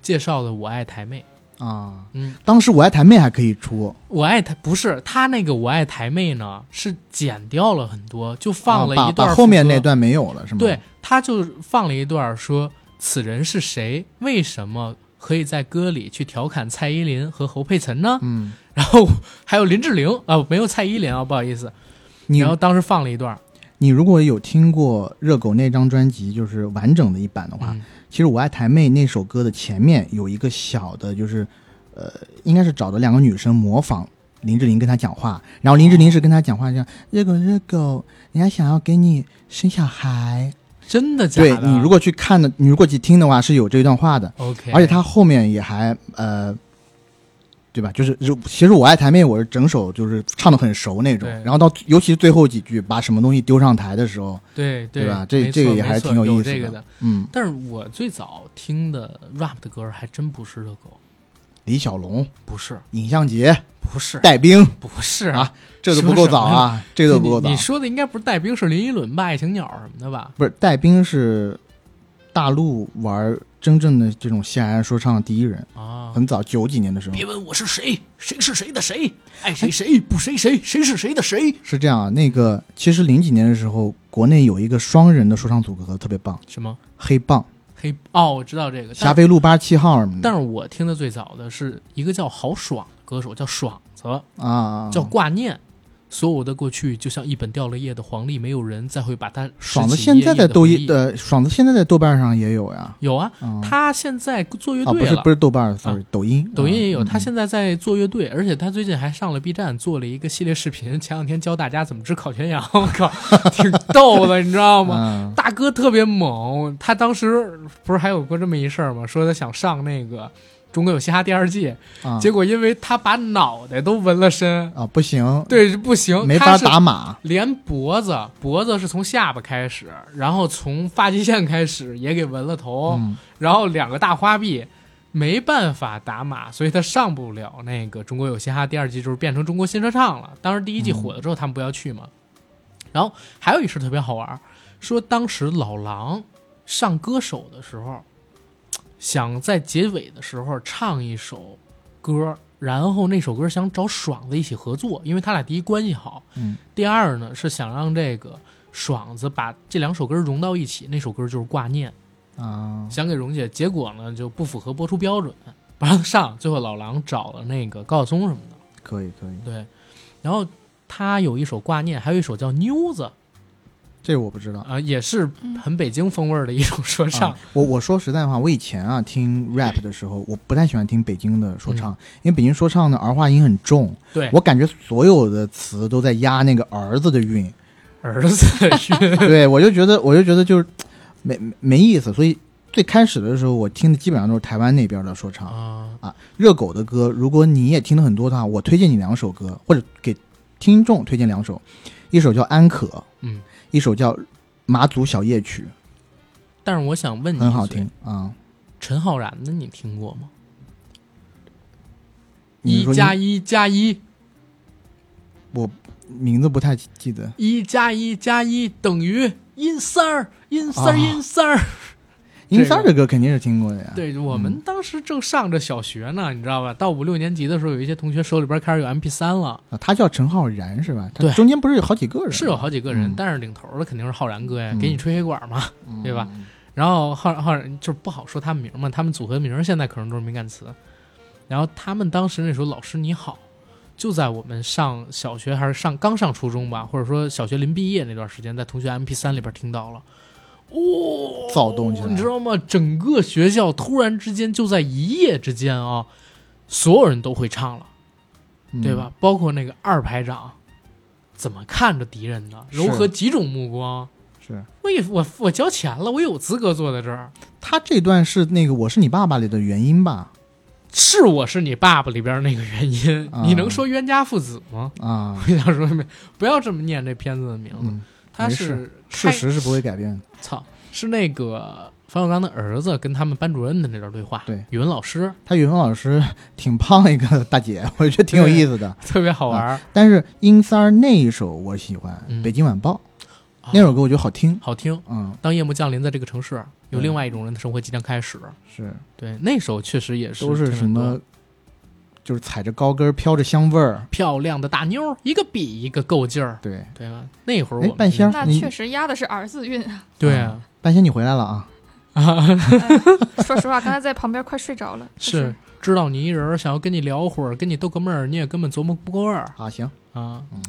Speaker 1: 介绍了《我爱台妹》。
Speaker 2: 啊？
Speaker 1: 嗯，
Speaker 2: 当时我爱台妹还可以出，
Speaker 1: 我爱台不是他那个我爱台妹呢，是剪掉了很多，就放了
Speaker 2: 啊
Speaker 1: 一
Speaker 2: 把
Speaker 1: 段、
Speaker 2: 把后面那。段没有了，是吗？
Speaker 1: 对，，他就放了一段说此人是谁，为什么可以在歌里去调侃蔡依林和侯佩岑呢？
Speaker 2: 嗯，
Speaker 1: 然后还有林志玲啊，没有蔡依林啊，不好意思。
Speaker 2: 你
Speaker 1: 然后当时放了一段，
Speaker 2: 你如果有听过热狗那张专辑，就是完整的一版的话，
Speaker 1: 嗯
Speaker 2: 其实我爱台妹那首歌的前面有一个小的，就是呃，应该是找的两个女生模仿林志玲跟她讲话，然后林志玲是跟她讲话这样，热狗热狗，人家想要给你生小孩。
Speaker 1: 真的假
Speaker 2: 对
Speaker 1: 的？
Speaker 2: 你如果去看的，你如果去听的话，是有这段话的，
Speaker 1: OK，
Speaker 2: 而且她后面也还呃。对吧？就是就其实我爱台妹，我是整首就是唱的很熟那种
Speaker 1: 对，
Speaker 2: 然后到尤其是最后几句，把什么东西丢上台的时候，
Speaker 1: 对对
Speaker 2: 对吧这
Speaker 1: 没
Speaker 2: 这个
Speaker 1: 错
Speaker 2: 也还
Speaker 1: 没
Speaker 2: 是
Speaker 1: 错
Speaker 2: 挺有
Speaker 1: 有
Speaker 2: 意思
Speaker 1: 这个
Speaker 2: 的。嗯，
Speaker 1: 但是我最早听的 rap 的歌还真不是热狗，
Speaker 2: 李小龙、
Speaker 1: 不是
Speaker 2: 尹相杰、
Speaker 1: 不是
Speaker 2: 戴兵，
Speaker 1: 不是
Speaker 2: 啊这都不够早 啊，这都不够早
Speaker 1: 你。你说的应该不是戴兵，是林依轮吧？爱情鸟什么的吧？
Speaker 2: 不是戴兵是大陆玩真正的这种现代说唱的第一人，
Speaker 1: 啊，
Speaker 2: 很早九几年的时候
Speaker 1: 别问我是谁，谁是谁的谁，爱谁谁不谁谁，谁是谁的谁？
Speaker 2: 是这样啊。那个其实零几年的时候，国内有一个双人的说唱组合特别棒，
Speaker 1: 什么
Speaker 2: 黑棒、
Speaker 1: 黑？哦，我知道这个。
Speaker 2: 霞飞路八十七号什么的
Speaker 1: 但是我听的最早的是一个叫郝爽的歌手，叫爽子，
Speaker 2: 啊啊，啊
Speaker 1: 叫挂念。所有的过去就像一本掉了页的黄历，没有人再会把它拾
Speaker 2: 爽子
Speaker 1: 起
Speaker 2: 现
Speaker 1: 页
Speaker 2: 在
Speaker 1: 页
Speaker 2: 在
Speaker 1: 的
Speaker 2: 豆
Speaker 1: 回
Speaker 2: 一
Speaker 1: 忆
Speaker 2: 呃，爽子现在在豆瓣上也有呀。
Speaker 1: 有啊，
Speaker 2: 嗯，
Speaker 1: 他现在做乐
Speaker 2: 啊不
Speaker 1: 队
Speaker 2: 是
Speaker 1: 了
Speaker 2: 不，是豆瓣儿，sorry，抖音
Speaker 1: 抖音也有，
Speaker 2: 嗯
Speaker 1: 他现在在做乐队，而且他最近还上了 B 站做了一个系列视频， 前两天教大家怎么吃烤全羊， 我 靠，挺逗的，你知道吗？
Speaker 2: 嗯
Speaker 1: 大哥特别猛，他当时不是还有过这么一事儿吗？说他想上那个《中国有嘻哈》第二季，
Speaker 2: 啊
Speaker 1: 结果因为他把脑袋都纹了身，
Speaker 2: 啊不行，
Speaker 1: 对，不行，
Speaker 2: 没
Speaker 1: 他
Speaker 2: 法
Speaker 1: 是
Speaker 2: 打码，
Speaker 1: 连脖子，脖子是从下巴开始，然后从发际线开始也给纹了头，
Speaker 2: 嗯
Speaker 1: 然后两个大花臂没办法打码，所以他上不了那个《中国有嘻哈》第二季，就是变成中国新说唱了。当时第一季火了之后，他们不要去嘛。然后还有一事特别好玩，说当时老狼上歌手的时候，想在结尾的时候唱一首歌，然后那首歌想找爽子一起合作，因为他俩第一关系好，
Speaker 2: 嗯
Speaker 1: 第二呢是想让这个爽子把这两首歌融到一起，那首歌就是《挂念》。
Speaker 2: 啊
Speaker 1: 想给蓉姐，结果呢就不符合播出标准， 不让她上。最后老狼找了那个高晓松什么的，
Speaker 2: 可以可以，
Speaker 1: 对。然后他有一首《挂念》，还有一首叫《妞子》，
Speaker 2: 这个我不知道。
Speaker 1: 啊、也是很北京风味儿的一种说唱。
Speaker 2: 啊我我说实在话，我以前啊听 rap 的时候，我不太喜欢听北京的说唱，因为北京说唱的儿化音很重，
Speaker 1: 嗯对，
Speaker 2: 我感觉所有的词都在压那个儿字的韵，
Speaker 1: 儿子 去
Speaker 2: 对我就觉得，我就觉得就是没没意思。所以最开始的时候，我听的基本上都是台湾那边的说唱。
Speaker 1: 啊，
Speaker 2: 热狗的歌，如果你也听的很多的话，我推荐你两首歌，或者给听众推荐两首，一首叫《安可》，
Speaker 1: 嗯，
Speaker 2: 一首叫《马祖小夜曲
Speaker 1: 但嗯是我想问》，你，
Speaker 2: 很好听。啊。
Speaker 1: 陈浩然的你听过吗？
Speaker 2: 你
Speaker 1: 一
Speaker 2: 说
Speaker 1: 加
Speaker 2: 你
Speaker 1: 一加一，
Speaker 2: 名字不太记得，
Speaker 1: 一加一加一等于阴三儿，阴三
Speaker 2: 啊
Speaker 1: 儿，阴三儿。
Speaker 2: 英三的歌肯定是听过的呀。
Speaker 1: 对我们当时正上着小学呢，你知道吧？到五六年级的时候，有一些同学手里边开始有 MP 三了，
Speaker 2: 啊，他叫陈浩然是吧？他
Speaker 1: 对
Speaker 2: 中间不是有好几个人？
Speaker 1: 是啊有好几个人
Speaker 2: 嗯，
Speaker 1: 但是领头的肯定是浩然哥呀，
Speaker 2: 嗯
Speaker 1: 给你吹黑管嘛。
Speaker 2: 嗯
Speaker 1: 对吧？然后浩浩然就是不好说他们名嘛，他们组合名现在可能都是敏感词。然后他们当时那时候老师你好，就在我们上小学还是上刚上初中吧，或者说小学临毕业那段时间，在同学 MP 三里边听到了，哦，
Speaker 2: 躁动起来
Speaker 1: 你知道吗？整个学校突然之间就在一夜之间啊、所有人都会唱了，
Speaker 2: 嗯
Speaker 1: 对吧？？包括那个二排长，怎么看着敌人呢？
Speaker 2: 是
Speaker 1: 柔和几种目光。
Speaker 2: 是
Speaker 1: 我也我我交钱了，我有资格坐在这儿。
Speaker 2: 他这段是那个《我是你爸爸》里的原因吧？
Speaker 1: 是我是你爸爸里边那个原因，
Speaker 2: 啊
Speaker 1: 你能说冤家父子吗？
Speaker 2: 啊，
Speaker 1: 我想说，不要这么念这片子的名字，
Speaker 2: 嗯，
Speaker 1: 他
Speaker 2: 没
Speaker 1: 是
Speaker 2: 事
Speaker 1: 开
Speaker 2: 实是不会改变的。
Speaker 1: 操，是那个冯小刚的儿子跟他们班主任的那段对话，
Speaker 2: 对，
Speaker 1: 语文老师
Speaker 2: 他语文老师挺胖的一个大姐，我觉得挺有意思的。
Speaker 1: 特别好玩儿，
Speaker 2: 但是英三儿那一首我喜欢，
Speaker 1: 嗯
Speaker 2: 北京晚报》
Speaker 1: 啊
Speaker 2: 那首歌我觉得好听。
Speaker 1: 好听。
Speaker 2: 嗯，
Speaker 1: 当夜幕降临，在这个城市，有
Speaker 2: 对
Speaker 1: 另外一种人的生活即将开始。
Speaker 2: 是
Speaker 1: 对，那首确实也是
Speaker 2: 都是
Speaker 1: 听得
Speaker 2: 什
Speaker 1: 多
Speaker 2: 么，就是踩着高跟儿飘着香味儿。
Speaker 1: 漂亮的大妞儿，一个比一个够劲儿，
Speaker 2: 对，
Speaker 1: 对吧？那会儿
Speaker 2: 哎
Speaker 1: 我们
Speaker 2: 半仙儿
Speaker 3: 那
Speaker 2: 你
Speaker 3: 确实押的是儿子韵 啊。
Speaker 1: 对啊，
Speaker 2: 半仙你回来了啊？
Speaker 3: 说实话，刚才在旁边快睡着了。
Speaker 1: 是知道你一人儿，想要跟你聊会儿，跟你逗个闷儿，你也根本琢磨不过味儿
Speaker 2: 啊，行，
Speaker 1: 啊。
Speaker 2: 嗯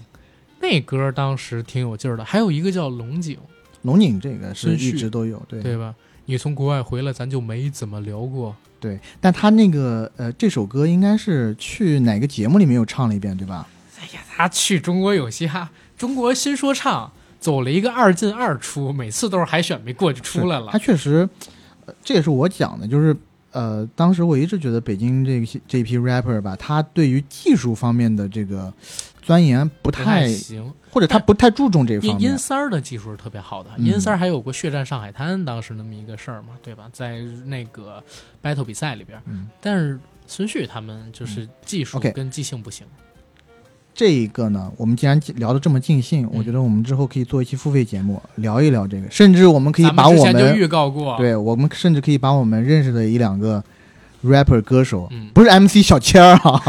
Speaker 1: 那歌儿当时挺有劲儿的，还有一个叫《龙井
Speaker 2: 龙井这个是
Speaker 1: 孙
Speaker 2: 一
Speaker 1: 旭
Speaker 2: 直都有，》，对
Speaker 1: 对吧？你从国外回来，咱就没怎么聊过。
Speaker 2: 对，但他那个呃，这首歌应该是去哪个节目里面又唱了一遍，对吧？
Speaker 1: 哎呀，他去中国有嘻哈，中国新说唱走了一个二进二出，每次都是海选没过就出来了
Speaker 2: 他。确实，呃这也是我讲的，就是呃，当时我一直觉得北京这个这批 rapper 吧，他对于技术方面的这个钻研不
Speaker 1: 不
Speaker 2: 太，
Speaker 1: 行，
Speaker 2: 或者他不太注重这
Speaker 1: 因
Speaker 2: 方面
Speaker 1: 因。三儿的技术是特别好的，
Speaker 2: 嗯
Speaker 1: 因三儿还有过血战上海滩当时那么一个事儿嘛，对吧？在那个 battle 比赛里边，
Speaker 2: 嗯，
Speaker 1: 但是孙旭他们就是技术
Speaker 2: OK
Speaker 1: 跟即兴不行。
Speaker 2: 这一个呢，我们既然聊得这么尽兴，我
Speaker 1: 嗯
Speaker 2: 觉得我们之后可以做一期付费节目，聊一聊这个，甚至我们可以
Speaker 1: 咱
Speaker 2: 把
Speaker 1: 们之
Speaker 2: 我
Speaker 1: 前
Speaker 2: 们
Speaker 1: 就预告过，，
Speaker 2: 对我们甚至可以把我们认识的一两个 rapper 歌手，
Speaker 1: 嗯，
Speaker 2: 不是 MC 小千儿啊，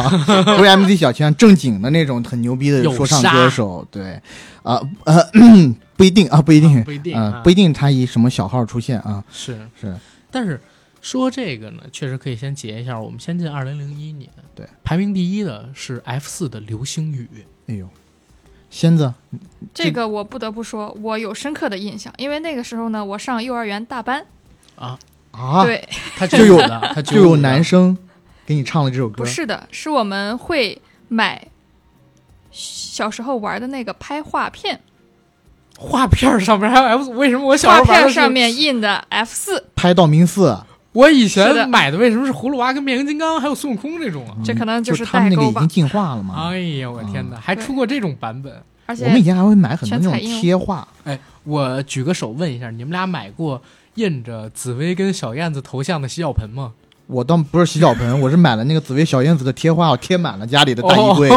Speaker 2: 不是 MC 小千儿，正经的那种很牛逼的
Speaker 1: 有
Speaker 2: 说唱
Speaker 1: 杀
Speaker 2: 歌手，对，啊呃， 不一定啊，不一定，
Speaker 1: 不一定
Speaker 2: 嗯、
Speaker 1: 啊
Speaker 2: 不一定他以什么小号出现啊，
Speaker 1: 是
Speaker 2: 是，
Speaker 1: 但是说这个呢，确实可以先截一下。我们先进二零零一年，
Speaker 2: 对，
Speaker 1: 排名第一的是 F 四的流星雨，
Speaker 2: 哎呦，仙子，
Speaker 3: 这个我不得不说，我有深刻的印象，因为那个时候呢，我上幼儿园大班，
Speaker 2: 啊，
Speaker 3: 对，
Speaker 1: 他
Speaker 2: 就有
Speaker 1: 的，他
Speaker 2: 就有男
Speaker 1: 男生
Speaker 2: 生给你唱了这首歌
Speaker 3: 不，是的，是我们会买小时候玩的那个拍画片，
Speaker 1: 画片上面还有 F 四，为什么我小时
Speaker 3: 画
Speaker 1: 候玩
Speaker 3: 片
Speaker 1: 的是
Speaker 3: 上？面印的 F 四，
Speaker 2: 拍道明寺，啊
Speaker 1: 我以
Speaker 3: 是的
Speaker 1: 前买的为什么是葫芦娃跟变形金刚还有孙悟空这种
Speaker 2: 嗯
Speaker 1: 啊？
Speaker 3: 这可能
Speaker 2: 就
Speaker 3: 就是
Speaker 2: 他们
Speaker 3: 代
Speaker 2: 那个
Speaker 3: 沟
Speaker 2: 已
Speaker 3: 吧
Speaker 2: 经。进化了嘛。
Speaker 1: 哎呀，我天哪，还出过这种版本！
Speaker 3: 而且
Speaker 2: 我们以前还会买很多那种
Speaker 3: 全彩印
Speaker 2: 贴画，
Speaker 1: 我举个手问一下，你们俩买过印着紫薇跟小燕子头像的洗脚盆吗？
Speaker 2: 我倒不是洗脚盆， 我是买了那个紫薇小燕子的贴画，我贴满了家里的大衣柜。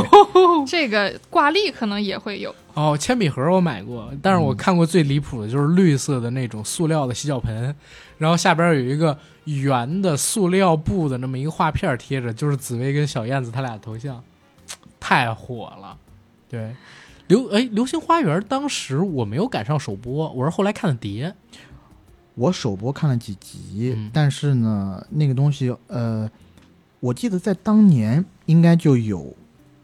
Speaker 3: 这个挂历可能也会有，
Speaker 1: 哦，铅笔盒我买过，但是我看过最离谱的就是绿色的那种塑料的洗脚盆，然后下边有一个圆的塑料布的那么一个画片贴着，就是紫薇跟小燕子他俩头像，太火了。对，流哎，流星花园当时我没有赶上首播，我是后来看的碟。
Speaker 2: 我首播看了几集，
Speaker 1: 嗯
Speaker 2: 但是呢，那个东西，呃，我记得在当年应该就有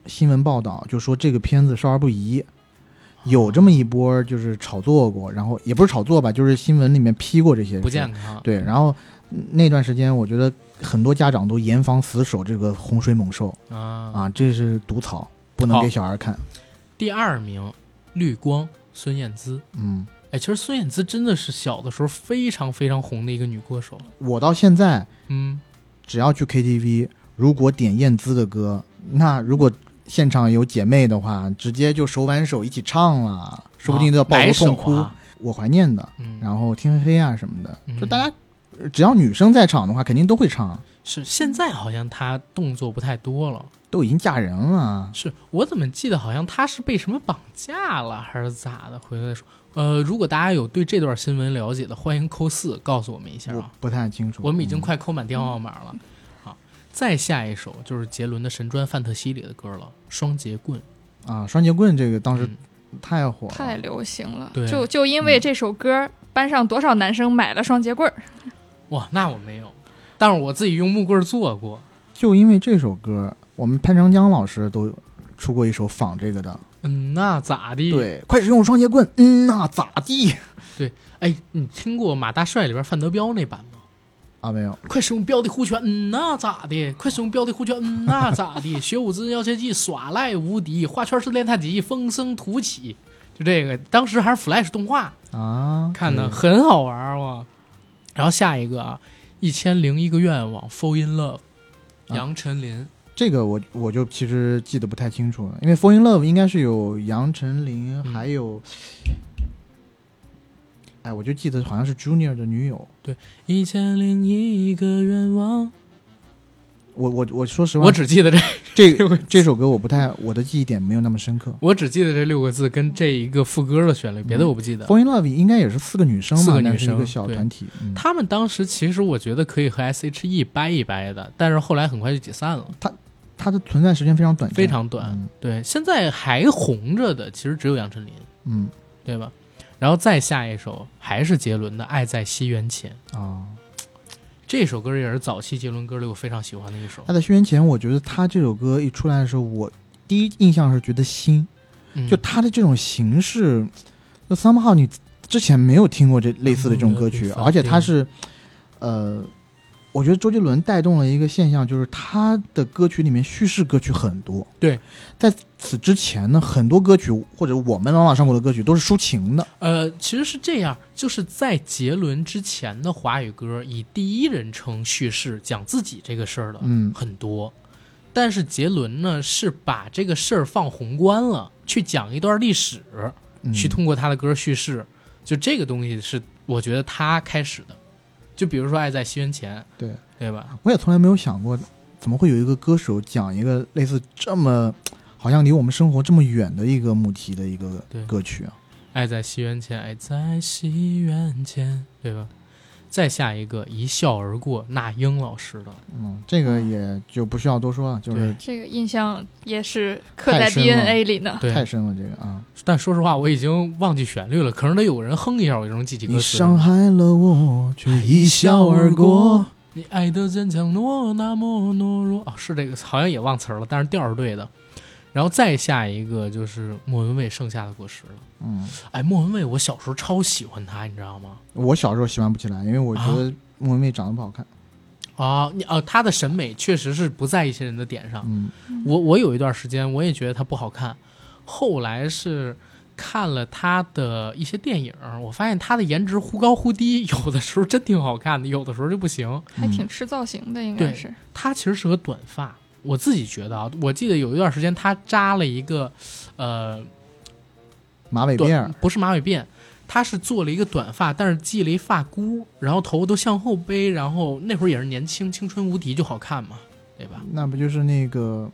Speaker 2: 新闻报道，就说这个片子少儿不宜，有这么一波就是炒作过，然后也不是炒作吧，就是新闻里面批过这些事
Speaker 1: 不健康，
Speaker 2: 对，然后嗯那段时间，我觉得很多家长都严防死守这个洪水猛兽
Speaker 1: 啊
Speaker 2: 啊，这是毒草，不能
Speaker 1: 好
Speaker 2: 给小孩看。
Speaker 1: 第二名，绿光孙燕姿。
Speaker 2: 嗯，
Speaker 1: 哎，其实孙燕姿真的是小的时候非常非常红的一个女歌手。
Speaker 2: 我到现在
Speaker 1: 嗯，
Speaker 2: 只要去 KTV，如果点燕姿的歌，那如果现场有姐妹的话，直接就手挽手一起唱了，说不定都要抱
Speaker 1: 哪
Speaker 2: 头
Speaker 1: 啊首
Speaker 2: 痛哭。
Speaker 1: 啊
Speaker 2: 我怀念的，
Speaker 1: 嗯，
Speaker 2: 然后天黑黑啊什么的，
Speaker 1: 嗯
Speaker 2: 就大家呃只要女生在场的话，肯定都会唱，
Speaker 1: 是现在好像她动作不太多了。
Speaker 2: 都已经嫁人了。
Speaker 1: 是我怎么记得好像她是被什么绑架了还是咋的？回头再说。呃，如果大家有对这段新闻了解的，欢迎扣四告诉我们一下
Speaker 2: 我嗯
Speaker 1: 啊。
Speaker 2: 不太清楚，
Speaker 1: 我们已经
Speaker 2: 嗯
Speaker 1: 快扣满电话号码了。好，再下一首就是杰伦的神专《范特西》里的歌了，《双截棍》。
Speaker 2: 啊，双截棍这个当时
Speaker 1: 嗯
Speaker 2: 太火了，
Speaker 3: 太流行了
Speaker 1: 对，嗯
Speaker 3: 就就因为这首歌，班上多少男生买了双截棍儿，
Speaker 1: 哇，那我没有，但是我自己用木棍儿做过。
Speaker 2: 就因为这首歌，我们潘长江老师都出过一首仿这个的，
Speaker 1: 嗯，那咋地？，
Speaker 2: 对，快使用双截棍，嗯，那咋地
Speaker 1: 哎，你听过《马大帅》里边范德彪那版吗？
Speaker 2: 啊？没有，
Speaker 1: 快使用标的护拳，嗯，那咋的？快使用标的护拳，嗯，那咋的？ 学武之妖切记，耍赖无敌，画圈式练太极，风生土起。就这个，当时还是 Flash 动画，
Speaker 2: 啊，
Speaker 1: 看的
Speaker 2: 呢，
Speaker 1: 很好玩儿哇。然后下一个啊，《一千零一个愿望》，Fall in Love，
Speaker 2: 啊
Speaker 1: 杨丞琳。
Speaker 2: 这个我我就其实记得不太清楚了，因为《Fall in Love》应该是有杨丞琳，
Speaker 1: 嗯
Speaker 2: 还有，哎，我就记得好像是 Junior 的女友。
Speaker 1: 一千零一个愿望，
Speaker 2: 我我我说实话，
Speaker 1: 我只记得这，
Speaker 2: 这 个这首歌我不太我的记忆点没有那么深刻。
Speaker 1: 我只记得这六个字跟这一个副歌的旋律，别
Speaker 2: 嗯
Speaker 1: 的我不记得。
Speaker 2: 《Fall in Love》应该也是四个女生
Speaker 1: 四
Speaker 2: 嘛，
Speaker 1: 个女
Speaker 2: 那是一
Speaker 1: 生
Speaker 2: 个小
Speaker 1: 对
Speaker 2: 团体。嗯
Speaker 1: 他们当时其实我觉得可以和 S.H.E 掰一掰的，但是后来很快就解散了，
Speaker 2: 它的存在时间非常短暂，
Speaker 1: 非常短。
Speaker 2: 嗯
Speaker 1: 对，现在还红着的其实只有杨丞琳，
Speaker 2: 嗯
Speaker 1: 对吧？然后再下一首还是杰伦的《爱在西元前》，
Speaker 2: 啊。
Speaker 1: 这首歌也是早期杰伦歌里我非常喜欢的一首。
Speaker 2: 他在宣前，我觉得他这首歌一出来的时候，我第一印象是觉得新，
Speaker 1: 嗯
Speaker 2: 就他的这种形式，就 somehow 你之前没有听过这类似的这种歌曲，
Speaker 1: 嗯
Speaker 2: 而且他是，呃，我觉得周杰伦带动了一个现象，就是他的歌曲里面叙事歌曲很多。
Speaker 1: 对，
Speaker 2: 在此之前呢，很多歌曲或者我们朗朗上口的歌曲都是抒情的。
Speaker 1: 呃，其实是这样，就是在杰伦之前的华语歌以第一人称叙事讲自己这个事儿的
Speaker 2: 嗯
Speaker 1: 很多，但是杰伦呢是把这个事儿放宏观了，去讲一段历史，
Speaker 2: 嗯，
Speaker 1: 去通过他的歌叙事，就这个东西是我觉得他开始的，就比如说《爱在西元前》，
Speaker 2: 对
Speaker 1: 对吧？
Speaker 2: 我也从来没有想过，怎么会有一个歌手讲一个类似这么好像离我们生活这么远的一个母题的一个
Speaker 1: 对
Speaker 2: 歌曲啊？
Speaker 1: 爱在西元前，爱在西元前，对吧？再下一个一笑而过，那英老师的，
Speaker 2: 嗯，这个也就不需要多说了，就是
Speaker 3: 这个印象也是刻在
Speaker 2: 太深了
Speaker 3: DNA 里呢。
Speaker 1: 对，
Speaker 2: 太深了这个啊！
Speaker 1: 但说实话，我已经忘记旋律了，可能得有人哼一下，我就能记起歌
Speaker 2: 你
Speaker 1: 词。
Speaker 2: 伤害了我，却一笑而过。
Speaker 1: 你爱的坚强诺那么懦弱，哦，是这个，好像也忘词儿了，但是调是对的。然后再下一个就是莫文蔚《盛夏的果实》了。
Speaker 2: 嗯，
Speaker 1: 哎，莫文蔚，我小时候超喜欢她，你知道吗？
Speaker 2: 我小时候喜欢不起来，因为我觉得莫文蔚长得不好看。
Speaker 1: 啊，你哦，她的审美确实是不在一些人的点上。
Speaker 2: 嗯，
Speaker 1: 我我有一段时间我也觉得她不好看，后来是看了她的一些电影，我发现她的颜值忽高忽低，有的时候真挺好看的，有的时候就不行。
Speaker 2: 嗯
Speaker 3: 还挺吃造型的，应该
Speaker 1: 对
Speaker 3: 是。
Speaker 1: 她其实适合短发，我自己觉得啊，我记得有一段时间她扎了一个，呃，
Speaker 2: 马尾辫
Speaker 1: 短
Speaker 2: 儿，
Speaker 1: 不是马尾辫，她是做了一个短发，但是系了一发箍，然后头都向后背，然后那会儿也是年轻，青春无敌就好看嘛，对吧？
Speaker 2: 那不就是那个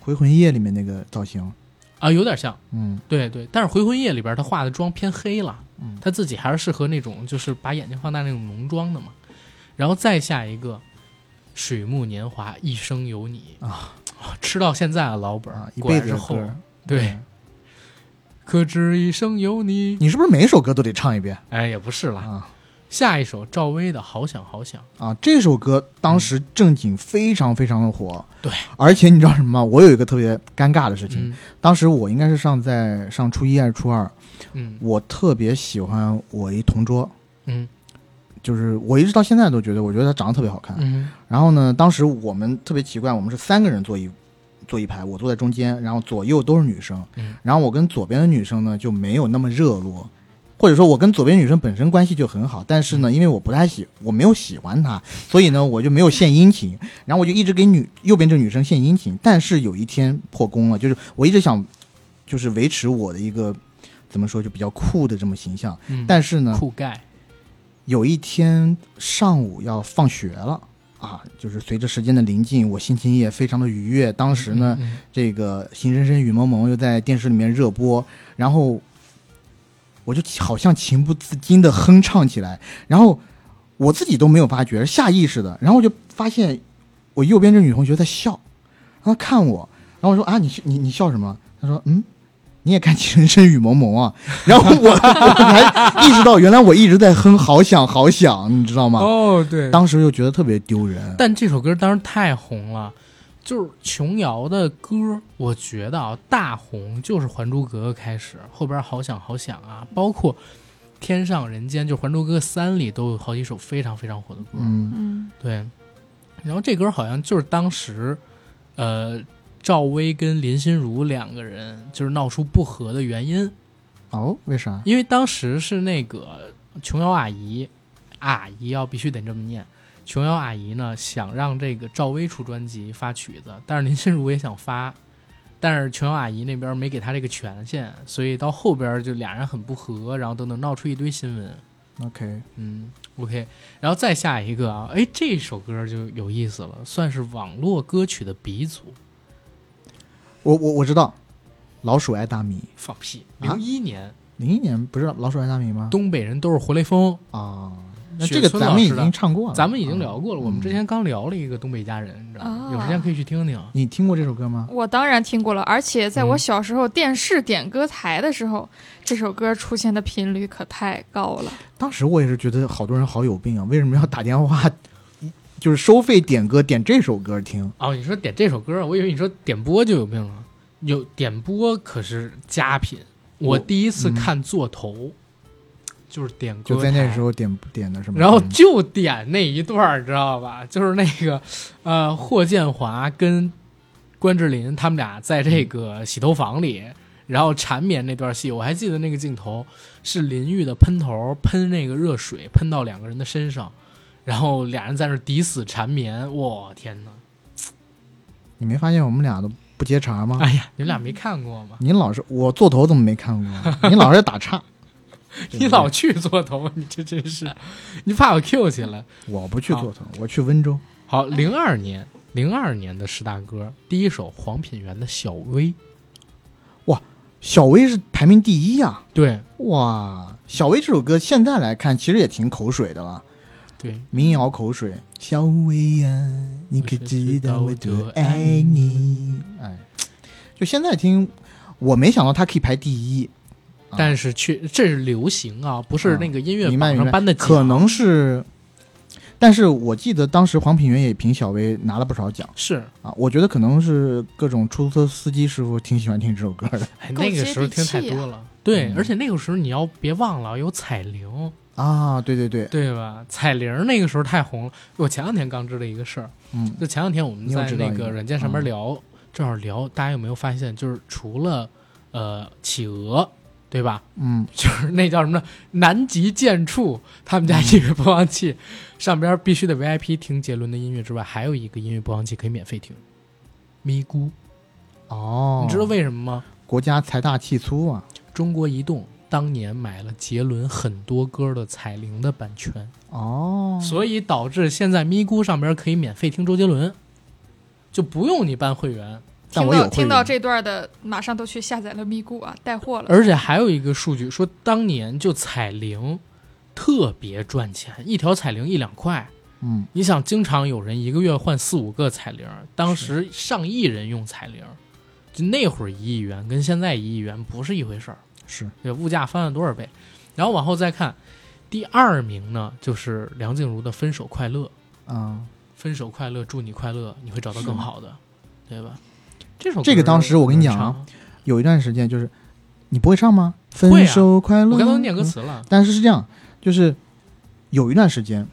Speaker 2: 《回魂夜》里面那个造型？
Speaker 1: 啊，有点像。
Speaker 2: 嗯
Speaker 1: 对对，但是《回魂夜》里边她化的妆偏黑了，
Speaker 2: 嗯
Speaker 1: 她自己还是适合那种就是把眼睛放大那种浓妆的嘛。然后再下一个，《水木年华》，一生有你
Speaker 2: 啊
Speaker 1: 啊吃到现在啊，老本儿、
Speaker 2: 啊，一
Speaker 1: 果
Speaker 2: 辈
Speaker 1: 然
Speaker 2: 子
Speaker 1: 是
Speaker 2: 的
Speaker 1: 厚
Speaker 2: 歌。儿。
Speaker 1: 对，可知一生有你。
Speaker 2: 你是不是每首歌都得唱一遍
Speaker 1: 哎，也不是啦。
Speaker 2: 啊？
Speaker 1: 下一首赵薇的《好想好想》，
Speaker 2: 啊，这首歌当时正经非常非常的火。
Speaker 1: 嗯对，
Speaker 2: 而且你知道什么吗？我有一个特别尴尬的事情，
Speaker 1: 嗯
Speaker 2: 当时我应该是上在上初一还是初二，
Speaker 1: 嗯
Speaker 2: 我特别喜欢我一同桌，
Speaker 1: 嗯
Speaker 2: 就是我一直到现在都觉得，我觉得她长得特别好看。
Speaker 1: 嗯
Speaker 2: 然后呢，当时我们特别奇怪，我们是三个人坐一坐一排，我坐在中间，然后左右都是女生，
Speaker 1: 嗯
Speaker 2: 然后我跟左边的女生呢就没有那么热络，或者说我跟左边女生本身关系就很好，但是呢，
Speaker 1: 嗯
Speaker 2: 因为我不太喜，我没有喜欢她，所以呢我就没有献殷勤，然后我就一直给女右边这个女生献殷勤，但是有一天破功了，就是我一直想就是维持我的一个怎么说就比较酷的这么形象，
Speaker 1: 嗯
Speaker 2: 但是呢
Speaker 1: 酷盖，
Speaker 2: 有一天上午要放学了啊，就是随着时间的临近，我心情也非常的愉悦。当时呢，
Speaker 1: 嗯，
Speaker 2: 这个《情深深雨蒙蒙》又在电视里面热播，然后我就好像情不自禁的哼唱起来，然后我自己都没有发觉，是下意识的，然后我就发现我右边这女同学在笑，然后看我，然后我说啊，你你你笑什么？她说嗯。你也看《情深深雨蒙蒙》啊，然后我我才意识到，原来我一直在哼《好想好想》，你知道吗？
Speaker 1: 哦，对，
Speaker 2: 当时就觉得特别丢人。
Speaker 1: 但这首歌当时太红了，就是琼瑶的歌，我觉得啊，大红就是《还珠格格》开始，后边《好想好想》啊，包括《天上人间》，就《还珠格格三》里都有好几首非常非常火的歌。
Speaker 2: 嗯，
Speaker 3: 嗯，
Speaker 1: 对，然后这歌好像就是当时，呃，赵薇跟林心如两个人就是闹出不和的原因，
Speaker 2: 哦，为啥？
Speaker 1: 因为当时是那个琼瑶阿姨，阿姨要必须得这么念。琼瑶阿姨呢，想让这个赵薇出专辑发曲子，但是林心如也想发，但是琼瑶阿姨那边没给她这个权限，所以到后边就俩人很不和，然后都能闹出一堆新闻。
Speaker 2: OK，
Speaker 1: 嗯，OK，然后再下一个啊，哎，这首歌就有意思了，算是网络歌曲的鼻祖。
Speaker 2: 我我我知道，老鼠爱大米，
Speaker 1: 放屁，
Speaker 2: 啊
Speaker 1: 零一年、
Speaker 2: 零一年不是老鼠爱大米吗？
Speaker 1: 东北人都是活雷锋，
Speaker 2: 啊，那
Speaker 1: 雪
Speaker 2: 这个
Speaker 1: 村
Speaker 2: 咱
Speaker 1: 老
Speaker 2: 们已
Speaker 1: 师的
Speaker 2: 经唱过了，
Speaker 1: 咱们已经
Speaker 2: 啊。
Speaker 1: 聊过了，我们之前刚聊了一个东北一家人，你知道吗？
Speaker 3: 啊
Speaker 1: 有时间可以去听听。
Speaker 2: 你听过这首歌吗？
Speaker 3: 我当然听过了，而且在我
Speaker 1: 嗯
Speaker 3: 小时候电视点歌台的时候，这首歌出现的频率可太高了。
Speaker 2: 当时我也是觉得好多人好有病啊，为什么要打电话，就是收费点歌点这首歌听？
Speaker 1: 哦，你说点这首歌，我以为你说点播就有病了。有点播可是佳品，我
Speaker 2: 我
Speaker 1: 第一次
Speaker 2: 嗯
Speaker 1: 看座头，就是点歌，
Speaker 2: 就在那时。候点点的什么？
Speaker 1: 然后
Speaker 2: 嗯
Speaker 1: 就点那一段儿，知道吧？ 就是那个，呃，霍建华跟关之琳他们俩在这
Speaker 2: 嗯
Speaker 1: 个洗头房里，然后缠绵那段戏，我还记得那个镜头是淋浴的喷头喷那个热水喷到两个人的身上，然后俩人在那儿抵死缠绵，我天哪！
Speaker 2: 你没发现我们俩都不接茬吗？
Speaker 1: 哎呀，你们俩没看过 吗？
Speaker 2: 您老是我做头怎么没看过？您老是 打岔，
Speaker 1: 你
Speaker 2: 对不对
Speaker 1: 老去做头，你这真 是，你把我 Q 起来。
Speaker 2: 我不去做头，我去温州。
Speaker 1: 好，零二年，零二年的十大歌，第一首黄品源的《小薇》，
Speaker 2: 小薇是排名第一啊！
Speaker 1: 对
Speaker 2: 哇，小薇这首歌现在来看其实也挺口水的了。
Speaker 1: 对，
Speaker 2: 民谣口水。小薇呀、你可知道我多爱你？哎，就现在听，我没想到他可以排第一，啊
Speaker 1: 但是却这是流行啊，不是那个音乐
Speaker 2: 明白
Speaker 1: 榜
Speaker 2: 明
Speaker 1: 上
Speaker 2: 白
Speaker 1: 颁的奖。
Speaker 2: 可能是。但是我记得当时黄品源也凭小薇拿了不少奖
Speaker 1: 是，
Speaker 2: 啊，我觉得可能是各种出租车司机师傅挺喜欢听这首歌的
Speaker 1: 哎，
Speaker 3: 够
Speaker 1: 那个
Speaker 3: 接
Speaker 1: 时候
Speaker 3: 地
Speaker 1: 听太
Speaker 3: 气啊
Speaker 1: 多了。对，
Speaker 2: 嗯
Speaker 1: 而且那个时候你要别忘了有彩铃，
Speaker 2: 啊，对对对，
Speaker 1: 对吧？彩铃那个时候太红了。我前两天刚知道一个事儿，
Speaker 2: 嗯，
Speaker 1: 就前两天我们
Speaker 2: 你又
Speaker 1: 在
Speaker 2: 知道
Speaker 1: 那
Speaker 2: 一
Speaker 1: 个
Speaker 2: 个
Speaker 1: 软件上面
Speaker 2: 嗯
Speaker 1: 聊，正好聊，大家有没有发现，就是除了呃企鹅，对吧？
Speaker 2: 嗯，
Speaker 1: 就是那叫什么呢？南极剑触，他们家
Speaker 2: 嗯
Speaker 1: 音乐播放器上边必须得 VIP 听杰伦的音乐之外，还有一个音乐播放器可以免费听，咪咕。
Speaker 2: 哦，
Speaker 1: 你知道为什么吗？
Speaker 2: 国家财大气粗啊，
Speaker 1: 中国移动当年买了杰伦很多歌的彩铃的版权，
Speaker 2: 哦，
Speaker 1: 所以导致现在咪咕上边可以免费听周杰伦，就不用你办会员。
Speaker 2: 但
Speaker 3: 听
Speaker 2: 我有
Speaker 3: 到
Speaker 2: 会
Speaker 3: 听到
Speaker 2: 员
Speaker 3: 这段的，马上都去下载了咪咕啊，带货了。
Speaker 1: 而且还有一个数据说，当年就彩铃特别赚钱，一条彩铃一两块。
Speaker 2: 嗯，
Speaker 1: 你想，经常有人一个月换四五个彩铃儿，当时上亿人用彩铃儿，就那会儿一亿元跟现在一亿元不是一回事儿，
Speaker 2: 是
Speaker 1: 对吧，物价翻了多少倍？然后往后再看，第二名呢就是梁静茹的《分手快乐》，《
Speaker 2: 啊，
Speaker 1: 分手快乐》，祝你快乐，你会找到更好的，对吧？这首歌
Speaker 2: 这个当时我跟你讲啊
Speaker 1: 能唱吗，
Speaker 2: 有一段时间就是，你不会唱吗？
Speaker 1: 会啊
Speaker 2: 分手快乐。
Speaker 1: 我刚才都念歌
Speaker 2: 嗯
Speaker 1: 词了，
Speaker 2: 但是是这样，就是有一段时间，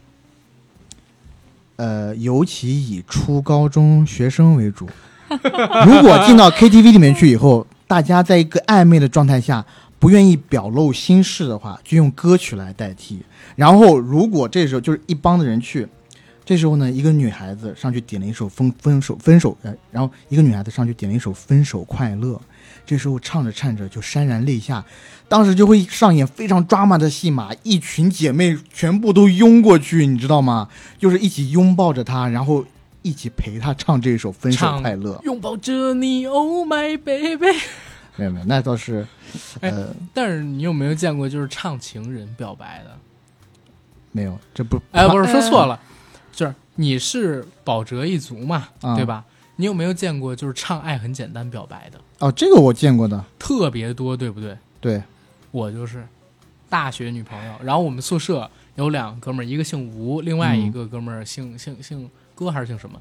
Speaker 2: 呃，尤其以初高中学生为主，如果进到 KTV 里面去以后，大家在一个暧昧的状态下，不愿意表露心事的话，就用歌曲来代替。然后，如果这时候就是一帮的人去，这时候呢，一个女孩子上去点了一首分分手分手，呃，然后一个女孩子上去点了一首《分手快乐》，这时候唱着唱着就潸然泪下，当时就会上演非常 drama 的戏码，一群姐妹全部都拥过去，你知道吗？就是一起拥抱着她，然后一起陪她唱这首《分手
Speaker 1: 唱
Speaker 2: 快乐》。
Speaker 1: 拥抱着你，Oh my baby。
Speaker 2: 没有没有，那倒是，
Speaker 1: 哎
Speaker 2: 呃，
Speaker 1: 但是你有没有见过就是唱情人表白的？
Speaker 2: 没有，这不
Speaker 1: 哎，不
Speaker 2: 是
Speaker 1: 是说错了，就是你是保哲一族嘛，
Speaker 2: 啊
Speaker 1: 对吧？你有没有见过就是唱《爱很简单》表白的
Speaker 2: 哦，这个我见过的，
Speaker 1: 特别多，对不对？
Speaker 2: 对，
Speaker 1: 我就是大学女朋友，然后我们宿舍有两哥们儿，一个姓吴，另外一个哥们儿姓、姓姓哥还是姓什么？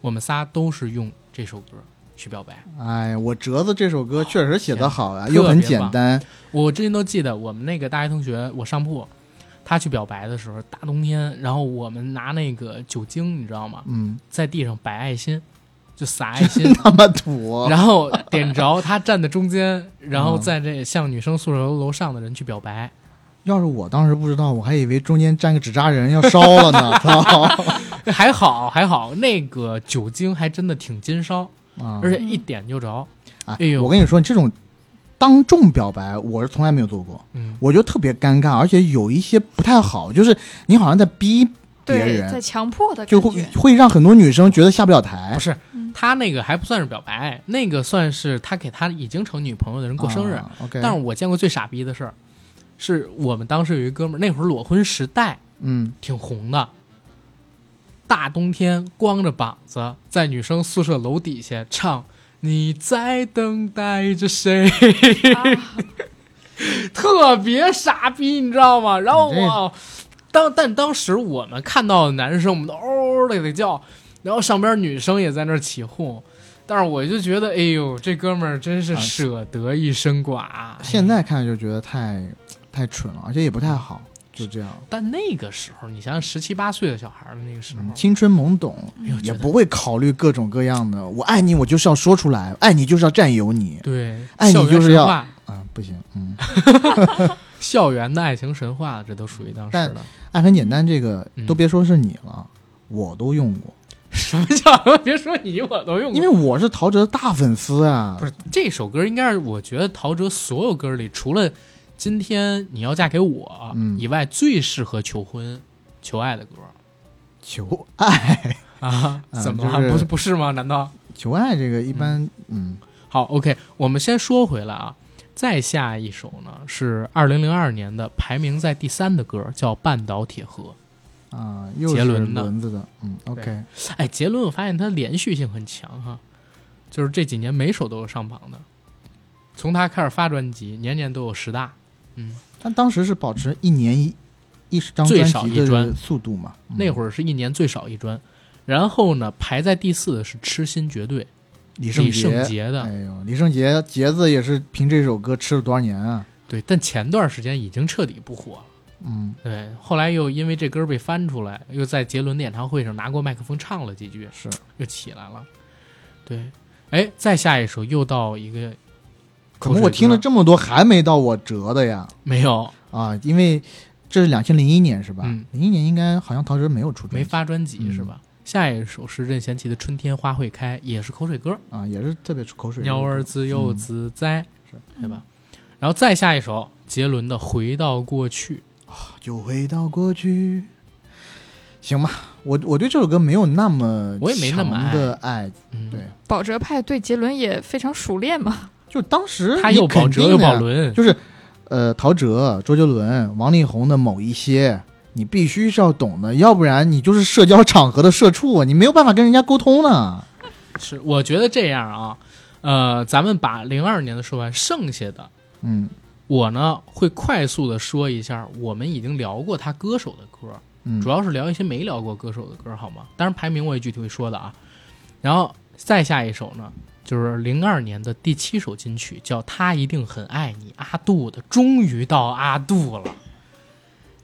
Speaker 1: 我们仨都是用这首歌去表白。
Speaker 2: 哎，我折子这首歌确实写得好啊，
Speaker 1: 天
Speaker 2: 又很
Speaker 1: 特别
Speaker 2: 简
Speaker 1: 棒
Speaker 2: 单，
Speaker 1: 我之前都记得我们那个大学同学，我上铺，他去表白的时候，大冬天，然后我们拿那个酒精，你知道吗，
Speaker 2: 嗯，
Speaker 1: 在地上摆爱心，就撒爱心，
Speaker 2: 他妈土，哦
Speaker 1: 然后点着，他站在中间，然后在这向女生宿舍楼上的人去表白。
Speaker 2: 要是我当时不知道，我还以为中间站个纸扎人要烧了 呢，操！
Speaker 1: 还好 还好，那个酒精还真的挺金烧，
Speaker 2: 啊，
Speaker 1: 而且一点就着。
Speaker 2: 哎
Speaker 1: 哎呦
Speaker 2: 我跟你说，这种当众表白，我是从来没有做过，
Speaker 1: 嗯，
Speaker 2: 我觉得特别尴尬，而且有一些不太好，就是你好像在逼别
Speaker 3: 对，在
Speaker 2: 人，
Speaker 3: 强迫的
Speaker 2: 就
Speaker 3: 感
Speaker 2: 会
Speaker 3: 觉，
Speaker 2: 会让很多女生觉得下不了台
Speaker 1: 不。是
Speaker 3: 嗯，
Speaker 1: 他那个还不算是表白，那个算是他给他已经成女朋友的人过生日。
Speaker 2: 啊，OK，
Speaker 1: 但是我见过最傻逼的事儿，是我们当时有一哥们儿，那会儿裸婚时代
Speaker 2: 嗯，
Speaker 1: 挺红的，大冬天光着膀子在女生宿舍楼底下唱。你在等待着谁？
Speaker 3: 啊
Speaker 1: 特别傻逼，你知道吗？然后
Speaker 2: 你这
Speaker 1: 我当但当时我们看到的男生，我们都嗷嗷的给叫，然后上边女生也在那儿起哄，但是我就觉得，哎呦，这哥们儿真是
Speaker 2: 啊
Speaker 1: 舍得一身剐。啊
Speaker 2: 现在看就觉得太太蠢了，而且也不太
Speaker 1: 嗯
Speaker 2: 好，就这样。
Speaker 1: 但那个时候，你想想十七八岁的小孩儿的那个时候，
Speaker 2: 嗯青春懵懂，
Speaker 1: 哎呦，
Speaker 2: 也
Speaker 1: 觉得
Speaker 2: 不会考虑各种各样的。我爱你，我就是要说出来；爱你就是要占有你。
Speaker 1: 对，
Speaker 2: 哎爱你
Speaker 1: 校园
Speaker 2: 就是
Speaker 1: 神
Speaker 2: 要
Speaker 1: 话
Speaker 2: 啊，不行， 嗯，
Speaker 1: 校园的爱情神话，这都属于当时
Speaker 2: 但
Speaker 1: 的。
Speaker 2: 爱很简单，这个
Speaker 1: 嗯
Speaker 2: 都别说是你了，我都用过，
Speaker 1: 什么叫别说你我都用过？
Speaker 2: 因为我是陶喆的大粉丝啊
Speaker 1: 不。是这首歌，应该是我觉得陶喆所有歌里，除了《今天你要嫁给我》
Speaker 2: 嗯
Speaker 1: 以外，最适合求婚、求爱的歌
Speaker 2: 求爱，
Speaker 1: 啊？
Speaker 2: 嗯
Speaker 1: 怎么
Speaker 2: 就
Speaker 1: 了？
Speaker 2: 是
Speaker 1: 不是不是吗？难道？
Speaker 2: 求爱这个一般，嗯
Speaker 1: 好，OK，我们先说回来啊，再下一首呢是二零零二年的排名在第三的歌，叫《半岛铁盒》。
Speaker 2: 啊，又
Speaker 1: 杰
Speaker 2: 是
Speaker 1: 伦的
Speaker 2: 轮子的，嗯，OK，
Speaker 1: 哎，杰伦，我发现他连续性很强哈，就是这几年每首都有上榜的，从他开始发专辑，年年都有十大。
Speaker 2: 但当时是保持一年一一张
Speaker 1: 最
Speaker 2: 专
Speaker 1: 少
Speaker 2: 辑
Speaker 1: 一专
Speaker 2: 的速度嘛。嗯
Speaker 1: 那
Speaker 2: 儿
Speaker 1: 会儿是一年最少一专，然后呢，排在第四的是痴心绝对，
Speaker 2: 李
Speaker 1: 李
Speaker 2: 圣杰，
Speaker 1: 杰的、
Speaker 2: 哎呦，李圣杰杰子也是凭这首歌吃了多少年啊？
Speaker 1: 对，但前段时间已经彻底不火了。
Speaker 2: 嗯，
Speaker 1: 对，后来又因为这歌被翻出来，又在杰伦的演唱会上拿过麦克风唱了几句，
Speaker 2: 是
Speaker 1: 又起来了。对，哎，再下一首又到一个
Speaker 2: 可
Speaker 1: 口水歌，
Speaker 2: 能我听了这么多还没到我折的呀
Speaker 1: 没有
Speaker 2: 啊，因为这是两千零一年是吧？
Speaker 1: 嗯
Speaker 2: 零一、年应该好像陶喆没有出专
Speaker 1: 没
Speaker 2: 辑
Speaker 1: 发专辑、
Speaker 2: 嗯
Speaker 1: 是吧？下一首是任贤齐的《春天花会开》，也是口水歌，
Speaker 2: 啊，也是特别出口水。
Speaker 1: 鸟儿自幼
Speaker 2: 嗯
Speaker 1: 自在，
Speaker 2: 是
Speaker 1: 对吧？然后再下一首杰伦的《回到过去》，
Speaker 2: 就回到过去。行吧，我我对这首歌没有那么
Speaker 1: 我也没那么
Speaker 2: 强的爱，
Speaker 1: 嗯，
Speaker 2: 对，
Speaker 3: 保哲派对杰伦也非常熟练嘛，
Speaker 2: 就当时
Speaker 1: 他
Speaker 2: 你
Speaker 1: 又保
Speaker 2: 肯
Speaker 1: 哲
Speaker 2: 定
Speaker 1: 又
Speaker 2: 的
Speaker 1: 保
Speaker 2: 呀，
Speaker 1: 伦，
Speaker 2: 就是呃，陶喆、周杰伦、王力宏的某一些，你必须是要懂的，要不然你就是社交场合的社畜，啊，你没有办法跟人家沟通呢。
Speaker 1: 是我觉得这样啊，呃，咱们把零二年的说完，剩下的
Speaker 2: 嗯
Speaker 1: 我呢会快速的说一下，我们已经聊过他歌手的歌，
Speaker 2: 嗯，
Speaker 1: 主要是聊一些没聊过歌手的歌，好吗？当然排名我也具体会说的啊。然后再下一首呢，就是零二年的第七首金曲，叫《他一定很爱你》，阿杜的，终于到阿杜了。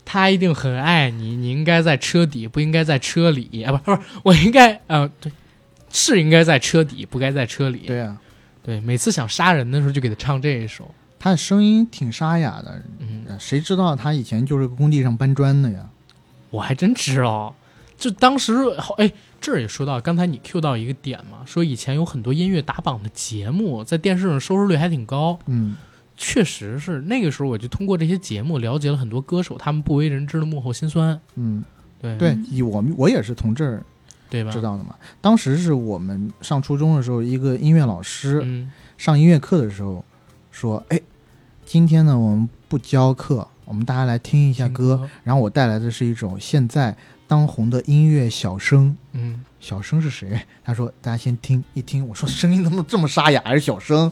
Speaker 1: 他一定很爱你，你应该在车底，不应该在车里啊！不是不是，我应该呃，对，是应该在车底，不该在车里。
Speaker 2: 对啊，
Speaker 1: 对每次想杀人的时候就给他唱这一首。
Speaker 2: 他的声音挺沙哑的，
Speaker 1: 嗯，
Speaker 2: 呃谁知道他以前就是工地上搬砖的呀？
Speaker 1: 我还真知道，就当时好哎，这儿也说到，刚才你 Q 到一个点嘛，说以前有很多音乐打榜的节目在电视上收视率还挺高，
Speaker 2: 嗯，
Speaker 1: 确实是那个时候我就通过这些节目了解了很多歌手他们不为人知的幕后辛酸，
Speaker 2: 嗯，
Speaker 1: 对
Speaker 2: 对
Speaker 3: 嗯，
Speaker 2: 以我们我也是从这儿
Speaker 1: 对吧？
Speaker 2: 知道的嘛。当时是我们上初中的时候，一个音乐老师
Speaker 1: 嗯
Speaker 2: 上音乐课的时候说：“哎，今天呢我们不教课，我们大家来听一下歌。，然后我带来的是一种现在当红的音乐小生。
Speaker 1: 嗯，
Speaker 2: 小生是谁？他说大家先听一听。我说声音怎么这么沙哑，还是小生？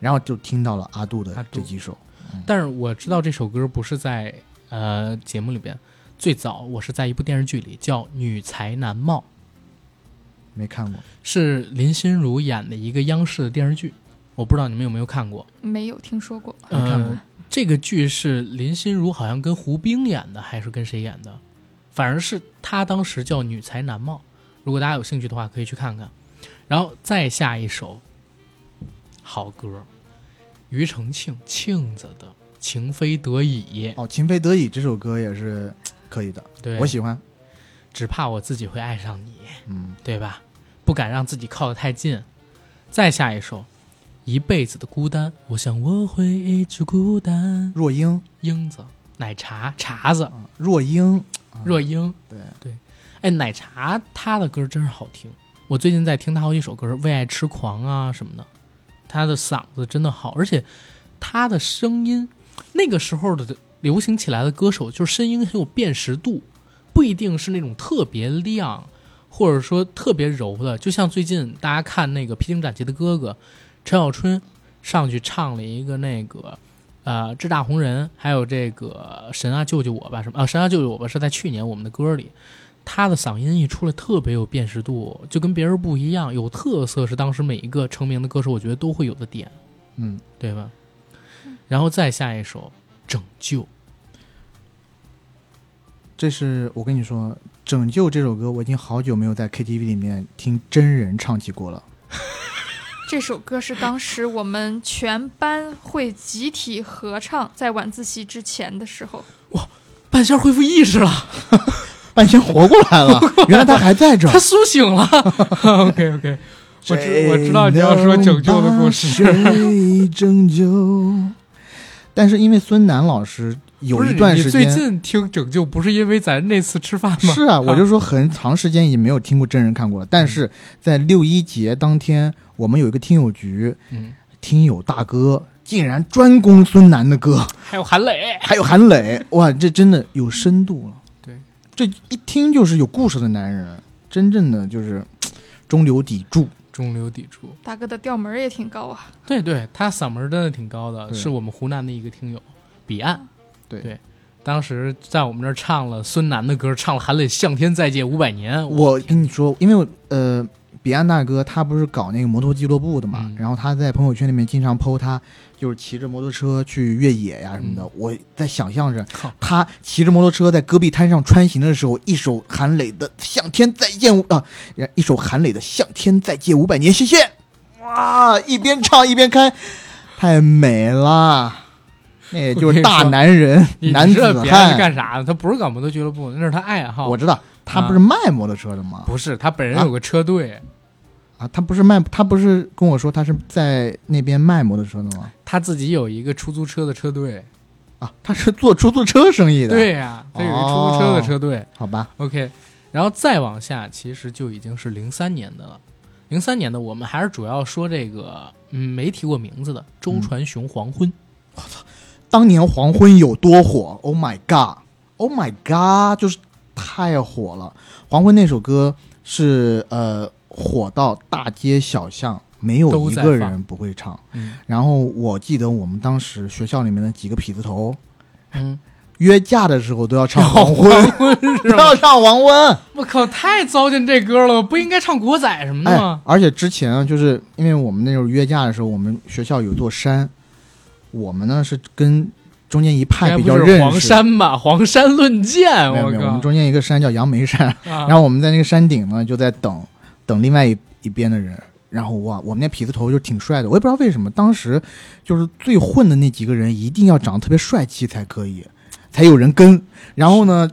Speaker 2: 然后就听到了阿杜
Speaker 1: 阿
Speaker 2: 的
Speaker 1: 杜
Speaker 2: 这几首。
Speaker 1: 但是我知道这首歌不是在呃节目里边，最早我是在一部电视剧里叫《女才男貌》，
Speaker 2: 没看过，
Speaker 1: 是林心如演的一个央视的电视剧，我不知道你们有没有看过。
Speaker 3: 没有听说过。
Speaker 2: 没看过
Speaker 1: 呃，这个剧是林心如好像跟胡兵演的，还是跟谁演的？反正是她当时叫女才男貌。如果大家有兴趣的话，可以去看看。然后再下一首好歌，庾澄庆庆子的《情非得已》，
Speaker 2: 哦，《情非得已》这首歌也是可以的，
Speaker 1: 对，
Speaker 2: 我喜欢。
Speaker 1: 只怕我自己会爱上你，
Speaker 2: 嗯，
Speaker 1: 对吧？不敢让自己靠得太近。再下一首，《一辈子的孤单》，我想我会一直孤单。
Speaker 2: 若英，
Speaker 1: 英子、奶茶、茶子、
Speaker 2: 啊若英，啊
Speaker 1: 若英，
Speaker 2: 对
Speaker 1: 对，哎，奶茶他的歌真是好听，我最近在听他好几首歌，《为爱痴狂》啊什么的，他的嗓子真的好，而且他的声音，那个时候的流行起来的歌手，就是声音很有辨识度，不一定是那种特别亮。或者说特别柔的，就像最近大家看那个《披荆斩棘的哥哥》，陈小春上去唱了一个那个呃《志大红人》，还有这个《神啊救救我吧》什么啊，《神啊救救我吧》是在去年我们的歌里，他的嗓音一出来特别有辨识度，就跟别人不一样，有特色是当时每一个成名的歌手我觉得都会有的点，
Speaker 2: 嗯，
Speaker 1: 对吧？然后再下一首《拯救》，
Speaker 2: 这是我跟你说，《拯救》这首歌我已经好久没有在 KTV 里面听真人唱 起过了。
Speaker 3: 这首歌是当时我们全班会集体合唱，在晚自习之前的时候，
Speaker 1: 半仙恢复意识了，
Speaker 2: 半仙哎活过来了，原来他还在这儿
Speaker 1: 他。苏醒了。OK OK，我知我知道你要说拯救的故事
Speaker 2: 谁能把谁拯救？ 但是因为孙楠老师有
Speaker 1: 不是
Speaker 2: 一段
Speaker 1: 你
Speaker 2: 时
Speaker 1: 最
Speaker 2: 间
Speaker 1: 近听《拯救》不是因为咱那次吃饭吗？嗯
Speaker 2: 是啊，我就说很长时间已经没有听过真人看过了。但是在六一节当天，我们有一个听友局，
Speaker 1: 嗯，
Speaker 2: 听友大哥竟然专攻孙楠的歌，
Speaker 1: 还有韩磊，
Speaker 2: 还有韩磊，哇，这真的有深度了。
Speaker 1: 对，
Speaker 2: 这一听就是有故事的男人，真正的就是嘖中流砥柱。
Speaker 1: 中流砥柱。
Speaker 3: 大哥的调门儿也挺高啊。
Speaker 1: 对对，他嗓门儿真的挺高的，
Speaker 2: 对
Speaker 1: 是我们湖南的一个听友，彼岸。
Speaker 2: 对
Speaker 1: 对，当时在我们这儿唱了孙楠的歌，唱了韩磊《向天再借五百年》。
Speaker 2: 我跟你说，因为我呃，彼岸大哥他不是搞那个摩托俱乐部的嘛，
Speaker 1: 嗯
Speaker 2: 然后他在朋友圈里面经常 PO 他就是骑着摩托车去越野呀、什么的。
Speaker 1: 嗯
Speaker 2: 我在想象着
Speaker 1: 靠，
Speaker 2: 他骑着摩托车在戈壁滩上穿行的时候，一首韩磊的《向天再见》五啊，一首韩磊的《向天再借五百年》，谢谢。哇，一边唱一边开，太美了。那也就是大男人
Speaker 1: 你
Speaker 2: 男子
Speaker 1: 知道彼岸是
Speaker 2: 汉。
Speaker 1: 干啥的？他不是搞摩托俱乐部，那是他爱好。
Speaker 2: 我知道他
Speaker 1: 啊
Speaker 2: 不是卖摩托车的吗？
Speaker 1: 不是他本人有个车队，
Speaker 2: 啊，他不是卖，他不是跟我说他是在那边卖摩托车的吗？
Speaker 1: 他自己有一个出租车的车队。
Speaker 2: 啊，他是做出租车生意的。，哦
Speaker 1: 对呀、他有一个出租车的车队。
Speaker 2: 好吧，
Speaker 1: OK，然后再往下，其实就已经是零三年的了。零三年的我们还是主要说这个，嗯，没提过名字的周
Speaker 2: 嗯
Speaker 1: 传雄《黄昏》
Speaker 2: 当年黄昏有多火？Oh my god！Oh my god！就是太火了。黄昏那首歌是呃火到大街小巷没有
Speaker 1: 都
Speaker 2: 一
Speaker 1: 在
Speaker 2: 个
Speaker 1: 放
Speaker 2: 人不会唱。
Speaker 1: 嗯
Speaker 2: 然后我记得我们当时学校里面的几个痞子头
Speaker 1: 嗯，
Speaker 2: 约架的时候都要唱黄昏，
Speaker 1: 黄昏是
Speaker 2: 都
Speaker 1: 吧？
Speaker 2: 要唱黄昏。
Speaker 1: 我靠，太糟践这歌了，不应该唱国仔什么的
Speaker 2: 哎
Speaker 1: 吗？，
Speaker 2: 而且之前啊，就是因为我们那时候约架的时候，我们学校有座山，我们呢是跟中间一派
Speaker 1: 该
Speaker 2: 比
Speaker 1: 不
Speaker 2: 较
Speaker 1: 是
Speaker 2: 认识。
Speaker 1: 黄山吧？黄山论剑，
Speaker 2: 没有
Speaker 1: 我
Speaker 2: 没有，我们
Speaker 1: 靠！
Speaker 2: 中间一个山叫杨梅山，
Speaker 1: 啊
Speaker 2: 然后我们在那个山顶呢就在等等另外一一边的人。然后哇，我们那痞子头就挺帅的，我也不知道为什么，当时就是最混的那几个人一定要长得特别帅气才可以，才有人跟。然后呢，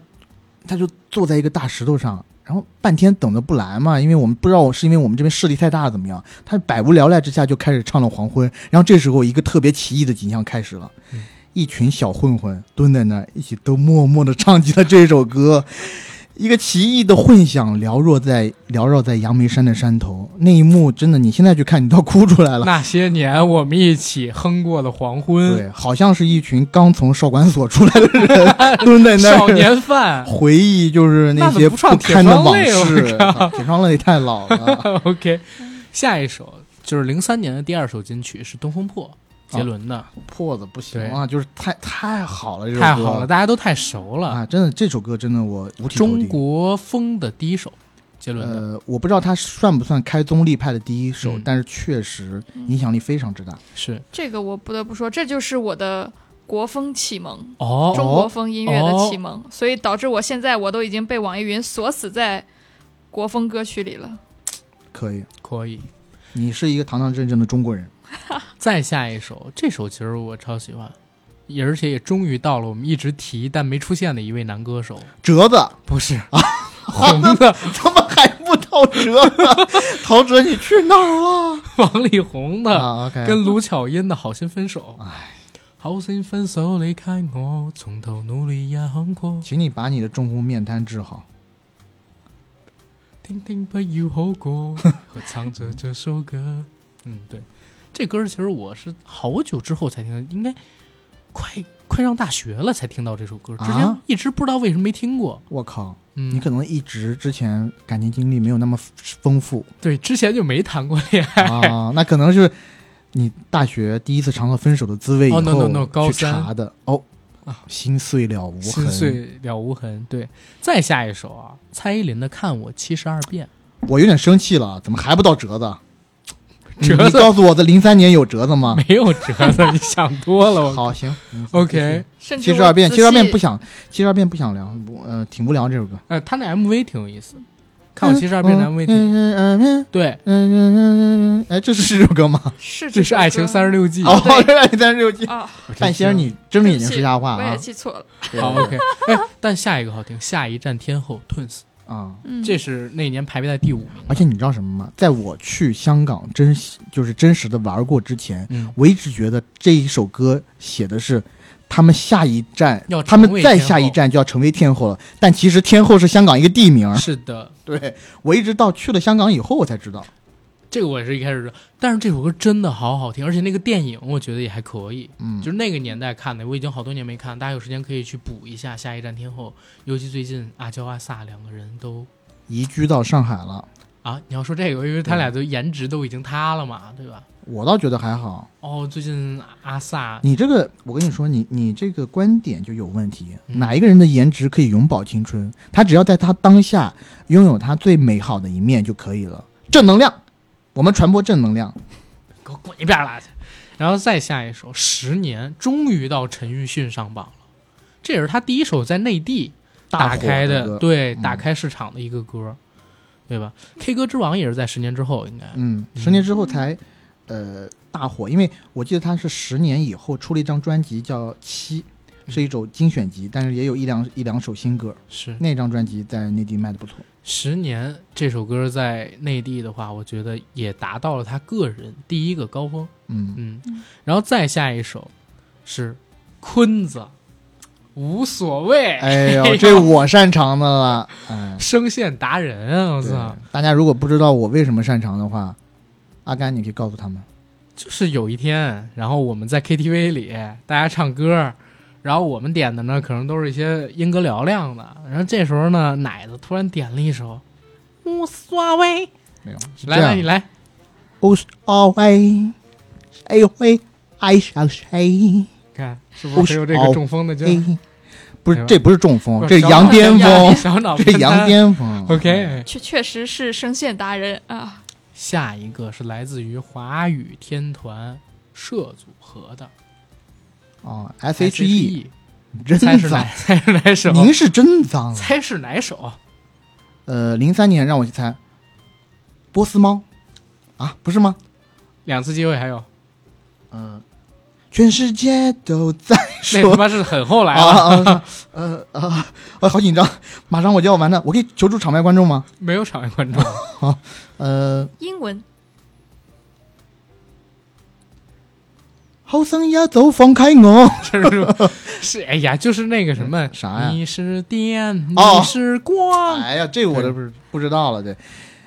Speaker 2: 他就坐在一个大石头上，然后半天等的不来嘛，因为我们不知道是因为我们这边势力太大了怎么样，他百无聊赖之下就开始唱了《黄昏》，然后这时候一个特别奇异的景象开始了。
Speaker 1: 嗯
Speaker 2: 一群小混混蹲在那儿，一起都默默地唱起了这首歌。一个奇异的混响缭绕在缭绕在阳明山的山头，那一幕真的，你现在去看，你都要哭出来了。
Speaker 1: 那些年我们一起哼过的黄昏，
Speaker 2: 对，好像是一群刚从少管所出来的人蹲在那儿，
Speaker 1: 少年犯。
Speaker 2: 回忆就是
Speaker 1: 那怎
Speaker 2: 些
Speaker 1: 么不唱铁
Speaker 2: 堪的
Speaker 1: 窗
Speaker 2: 往
Speaker 1: 泪我
Speaker 2: 事。啊 铁窗泪太老了，
Speaker 1: OK，下一首就是零三年的第二首金曲是《东风破》，
Speaker 2: 哦
Speaker 1: 杰伦的，
Speaker 2: 破子不行啊，就是太太好了，这首歌
Speaker 1: 太好了，大家都太熟了。
Speaker 2: 啊！真的，这首歌真的我五体投地
Speaker 1: 中国风的第一首，杰伦的。
Speaker 2: 呃，我不知道他算不算开宗立派的第一首，
Speaker 1: 嗯
Speaker 2: 但是确实影响力非常之大。
Speaker 1: 是
Speaker 3: 这个我不得不说，这就是我的国风启蒙，
Speaker 1: 哦，
Speaker 3: 中国风音乐
Speaker 1: 哦
Speaker 3: 的启蒙，所以导致我现在我都已经被网易云锁死在国风歌曲里了。
Speaker 2: 可以，
Speaker 1: 可以。
Speaker 2: 你是一个堂堂正正的中国人。
Speaker 1: 再下一首，这首其实我超喜欢，也而且也终于到了我们一直提但没出现的一位男歌手，
Speaker 2: 折子
Speaker 1: 不 是啊，红的
Speaker 2: 怎么还不到 折子？陶喆，你去哪儿
Speaker 1: 王力宏
Speaker 2: 了？
Speaker 1: 的，
Speaker 2: 啊，OK，
Speaker 1: 跟卢巧音的《好心分手》。
Speaker 2: 唉
Speaker 1: 好心分手，离开我，从头努力也很过。
Speaker 2: 请你把你的中风面瘫治好。
Speaker 1: 听听不要好过，和唱着这首歌。嗯，对，这歌儿其实我是好久之后才听的，应该快快上大学了才听到这首歌，之前
Speaker 2: 啊
Speaker 1: 一直不知道为什么没听过。
Speaker 2: 我靠，
Speaker 1: 嗯，
Speaker 2: 你可能一直之前感情经历没有那么丰富
Speaker 1: 对之前就没谈过恋爱。
Speaker 2: 啊，那可能是你大学第一次尝到分手的滋味以后
Speaker 1: 哦，no，no，no，高
Speaker 2: 去查的哦
Speaker 1: 啊，
Speaker 2: 心碎了无痕，
Speaker 1: 心碎了无痕，对。再下一首啊，蔡依林的《看我七十二变
Speaker 2: 我有点生气了，怎么还不到折子？你
Speaker 1: 折子
Speaker 2: 你告诉我，在零三年有折子》，吗？
Speaker 1: 没有折子，你想多了。我
Speaker 2: 啊好，行嗯
Speaker 1: OK，
Speaker 3: 甚至
Speaker 2: 七十二啊变，
Speaker 3: 我
Speaker 2: 七
Speaker 3: 仔细
Speaker 2: 十二变不想，七十二变不想聊，不呃，挺无聊这首歌。
Speaker 1: 呃，他那 MV 挺有意思，《看我七十二变》的 MV 挺
Speaker 2: 嗯嗯嗯
Speaker 1: 对，
Speaker 2: 嗯嗯，哎，这是这首歌吗？
Speaker 3: 是
Speaker 1: 这是《爱情三
Speaker 3: 十
Speaker 1: 十六计》。
Speaker 2: 哦，
Speaker 3: 对
Speaker 2: 原来你在这记。
Speaker 3: 啊，
Speaker 2: 半仙儿，你真是已经是瞎话
Speaker 3: 我也
Speaker 2: 啊！
Speaker 3: 记错了。
Speaker 1: 好 OK，哎，但下一个好听，《下一站天后》Twins，
Speaker 2: 啊！
Speaker 3: 嗯，
Speaker 1: 这是那年排位在第五名。
Speaker 2: 而且你知道什么吗？在我去香港真就是真实的玩过之前，
Speaker 1: 嗯，
Speaker 2: 我一直觉得这一首歌写的是他们下一站
Speaker 1: 要，
Speaker 2: 他
Speaker 1: 成为
Speaker 2: 们再下一站就要成为天后了。但其实天后是香港一个地名儿。
Speaker 1: 是的，
Speaker 2: 对我一直到去了香港以后，我才知道。
Speaker 1: 这个我也是一开始知道，但是这首歌真的好好听，而且那个电影我觉得也还可以，
Speaker 2: 嗯，
Speaker 1: 就是那个年代看的，我已经好多年没看，大家有时间可以去补一下《下一站天后》，尤其最近阿娇阿萨两个人都
Speaker 2: 移居到上海了，
Speaker 1: 啊，你要说这个，因为他俩都颜值都已经塌了嘛，对吧？
Speaker 2: 我倒觉得还好。
Speaker 1: 哦，最近阿萨
Speaker 2: 你这个，我跟你说，你你这个观点就有问题。
Speaker 1: 嗯
Speaker 2: 哪一个人的颜值可以永葆青春？他只要在他当下拥有他最美好的一面就可以了。正能量，我们传播正能量。
Speaker 1: 给我滚一边儿啦去。然后再下一首《十年》，终于到陈奕迅上榜了，这也是他第一首在内地打
Speaker 2: 大火
Speaker 1: 开
Speaker 2: 的歌
Speaker 1: 对，
Speaker 2: 嗯
Speaker 1: 打开市场的一个歌，对吧？K 歌之王也是在十年之后，应该
Speaker 2: 嗯，十年之后才，呃，大火。因为我记得他是十年以后出了一张专辑叫《七》，是一首精选集，但是也有一两一两首新歌。
Speaker 1: 是
Speaker 2: 那张专辑在内地卖的不错。
Speaker 1: 十年这首歌在内地的话，我觉得也达到了他个人第一个高峰。
Speaker 2: 嗯，
Speaker 1: 嗯
Speaker 3: 嗯，
Speaker 1: 然后再下一首是坤子，无所谓，
Speaker 2: 哎呦，这我擅长的了。哎，
Speaker 1: 声线达人啊！我
Speaker 2: 对
Speaker 1: 操，
Speaker 2: 大家如果不知道我为什么擅长的话，阿甘，你可以告诉他们。
Speaker 1: 就是有一天，然后我们在 KTV 里大家唱歌，然后我们点的呢可能都是一些音歌嘹亮的，然后这时候呢奶子突然点了一首无所谓，
Speaker 2: 没有，是
Speaker 1: 来来你来，
Speaker 2: 无所谓，谁会爱上谁？
Speaker 1: 看是不是很有这个中风的劲儿？
Speaker 2: 哦哎不
Speaker 1: 对
Speaker 2: 是，
Speaker 1: 吧
Speaker 2: 这不是中风，这是
Speaker 1: 小
Speaker 2: 羊
Speaker 1: 脑
Speaker 2: 癫疯，
Speaker 1: 小脑
Speaker 2: 这是羊
Speaker 1: 癫。
Speaker 2: 癫疯。
Speaker 1: OK，
Speaker 3: 确确实是声线达人啊，
Speaker 1: 下一个是来自于华语天团社组合的
Speaker 2: 哦，S H E，真
Speaker 1: 猜是哦哪
Speaker 2: 脏，
Speaker 1: 猜是哪首？
Speaker 2: 您是真脏啊。
Speaker 1: 猜是哪首？
Speaker 2: 呃，零三年让我去猜，波斯猫啊，不是吗？
Speaker 1: 两次机会还有，
Speaker 2: 嗯、全世界都在
Speaker 1: 那他
Speaker 2: 说
Speaker 1: 妈是很后来
Speaker 2: 啊
Speaker 1: 了，
Speaker 2: 啊啊，呃啊，我好紧张，马上我就要完了，我可以求助场外观众吗？
Speaker 1: 没有场外观众。
Speaker 2: 呃，
Speaker 3: 英文
Speaker 2: 好想要走，放开我。
Speaker 1: 就是是，哎呀，就是那个什么
Speaker 2: 哎啥呀
Speaker 1: 你是电，
Speaker 2: 哦
Speaker 1: 你是光，
Speaker 2: 哎呀，这个我都不是不知道了。对，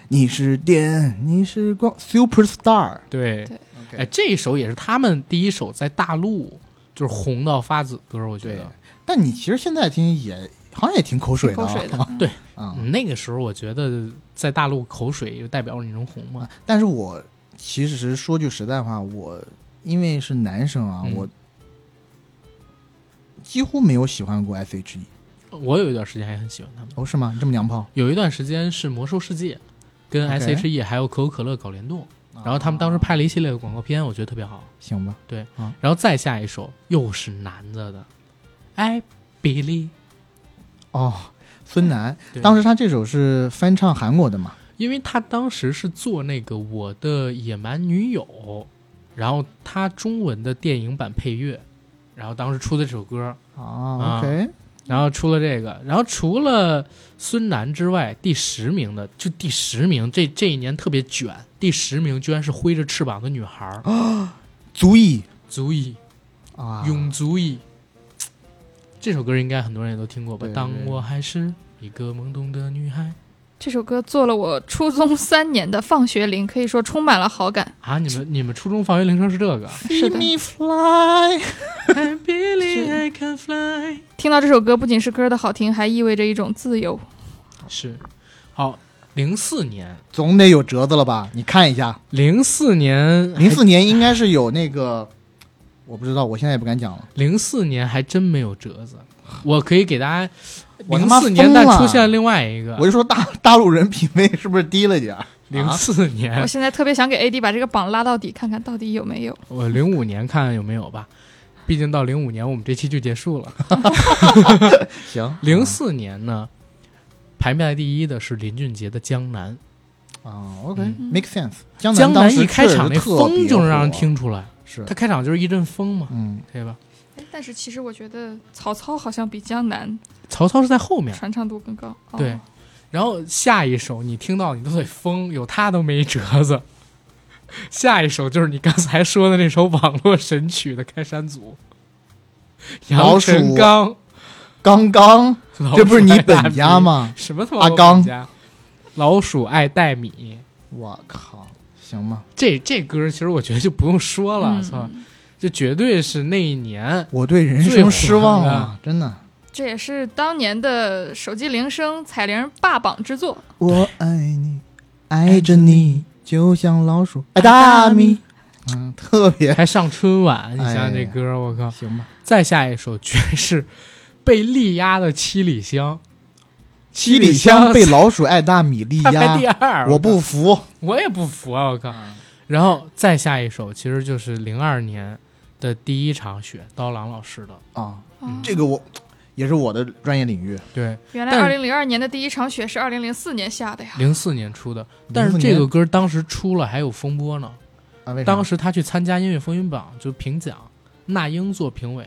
Speaker 2: 你是电，你是光，Super Star。
Speaker 1: 对，
Speaker 2: OK
Speaker 1: 哎，这一首也是他们第一首在大陆就是红到发紫的歌，我觉
Speaker 2: 对
Speaker 1: 得。，
Speaker 2: 但你其实现在听也好像也挺口水的
Speaker 3: 口
Speaker 2: 啊，
Speaker 3: 水 的，嗯
Speaker 1: 对
Speaker 2: 啊、
Speaker 1: 嗯那个时候我觉得在大陆口水就代表你能红嘛
Speaker 2: 啊。但是我其实说句实在话，我因为是男生啊，
Speaker 1: 嗯
Speaker 2: 我几乎没有喜欢过 S.H.E。
Speaker 1: 我有一段时间还很喜欢他们，
Speaker 2: 哦，是吗？你这么娘炮？
Speaker 1: 有一段时间是魔兽世界跟
Speaker 2: OK
Speaker 1: S.H.E 还有可口可乐搞联动，然后他们当时
Speaker 2: 啊
Speaker 1: 拍了一系列的广告片，我觉得特别好。
Speaker 2: 行吧，
Speaker 1: 然后再下一首又是男的的，I Believe，
Speaker 2: 哦，孙楠
Speaker 1: 对
Speaker 2: 当时他这首是翻唱韩国的嘛？
Speaker 1: 因为他当时是做那个《我的野蛮女友》，然后他中文的电影版配乐，然后当时出的这首歌，
Speaker 2: 啊，OK，
Speaker 1: 然后出了这个，然后除了孙楠之外，第十名的就第十名，这这一年特别卷，第十名居然是挥着翅膀的女孩儿，
Speaker 2: 哦足以
Speaker 1: 足以
Speaker 2: 啊，
Speaker 1: 永足以。这首歌应该很多人也都听过吧？
Speaker 2: 对对
Speaker 1: 当
Speaker 2: 对
Speaker 1: 我还是一个懵懂的女孩
Speaker 3: 这首歌做了我初中三年的放学铃，可以说充满了好感。
Speaker 1: 啊！你们你们初中放学铃声是这 个
Speaker 2: See
Speaker 3: 是的
Speaker 2: me fly。
Speaker 1: ？I believe I can fly。
Speaker 3: 听到这首歌，不仅是歌的好听，还意味着一种自由。
Speaker 1: 是，好，零四年，
Speaker 2: 总得有折子了吧？你看一下，
Speaker 1: 零四年，
Speaker 2: 零四年应该是有那个，我不知道，我现在也不敢讲了。
Speaker 1: 零四年还真没有折子，我可以给大家。
Speaker 2: 我他
Speaker 1: 零
Speaker 2: 妈
Speaker 1: 四年代
Speaker 2: 疯了
Speaker 1: 出现另外一个啊
Speaker 2: 我，就说大大陆人品味是不是低了点儿？
Speaker 1: 零四
Speaker 3: 我
Speaker 1: 年，
Speaker 3: 现在特别想给 AD 把这个榜拉到底，看看到底有没有。
Speaker 1: 我零五年看看有没有吧，毕竟到零五年我们这期就结束了。
Speaker 2: 行，
Speaker 1: 零四年呢，排名在第一的是林俊杰的《江南
Speaker 2: 啊，OK
Speaker 1: 嗯
Speaker 2: make sense。江》，
Speaker 1: 江
Speaker 2: 当
Speaker 1: 南
Speaker 2: 时
Speaker 1: 一开场
Speaker 2: 确
Speaker 1: 那
Speaker 2: 实特别
Speaker 1: 风就能让人
Speaker 2: 火，
Speaker 1: 听出来，
Speaker 2: 是
Speaker 1: 他，开场就是一阵风嘛，
Speaker 2: 嗯，
Speaker 1: 对吧？
Speaker 3: 哎但是其实我觉得曹操好像比江南
Speaker 1: 曹操是在后面，
Speaker 3: 传唱度更高。哦
Speaker 1: 对，。然后下一首你听到你都得 疯，有他都没辙子。下一首就是你刚才说的那首网络神曲的开山组，
Speaker 2: 老
Speaker 1: 杨
Speaker 2: 鼠
Speaker 1: 臣刚，
Speaker 2: 刚刚
Speaker 1: 老鼠
Speaker 2: 这不是你
Speaker 1: 爱大
Speaker 2: 本家
Speaker 1: 米？
Speaker 2: 吗？
Speaker 1: 什么他
Speaker 2: 阿
Speaker 1: 妈我
Speaker 2: 刚
Speaker 1: 本家？老鼠爱带米，
Speaker 2: 我靠，行吧，
Speaker 1: 这这歌其实我觉得就不用说了，
Speaker 3: 嗯
Speaker 1: 操、就绝对是那一年
Speaker 2: 我对人
Speaker 1: 最火
Speaker 2: 生失望
Speaker 1: 的啊
Speaker 2: 了，真的。
Speaker 3: 这也是当年的手机铃声彩铃霸榜之作。
Speaker 2: 我爱你，爱着你，就像老鼠爱大米。嗯，特别
Speaker 1: 还上春晚，你想想
Speaker 2: 哎
Speaker 1: 这
Speaker 2: 呀
Speaker 1: 歌，我靠！
Speaker 2: 行吧。
Speaker 1: 再下一首居然是被力压的《七里香》，
Speaker 2: 七里香被老鼠爱大米力
Speaker 1: 他排第
Speaker 2: 压，
Speaker 1: 二，
Speaker 2: 我不服。
Speaker 1: 我也不服啊！我靠！然后再下一首，其实就是零二年的第一场雪，刀郎老师的。
Speaker 2: 啊，
Speaker 3: 哦
Speaker 1: 嗯
Speaker 2: 这个我也是我的专业领域。
Speaker 1: 对，
Speaker 3: 原来
Speaker 1: 但
Speaker 3: 二零零二年的第一场雪是二零零四年下的呀。
Speaker 1: 零四年出的，但是这个歌当时出了还有风波呢。
Speaker 2: 啊，为啥
Speaker 1: 当时他去参加音乐风云榜，就评奖，那英做评委，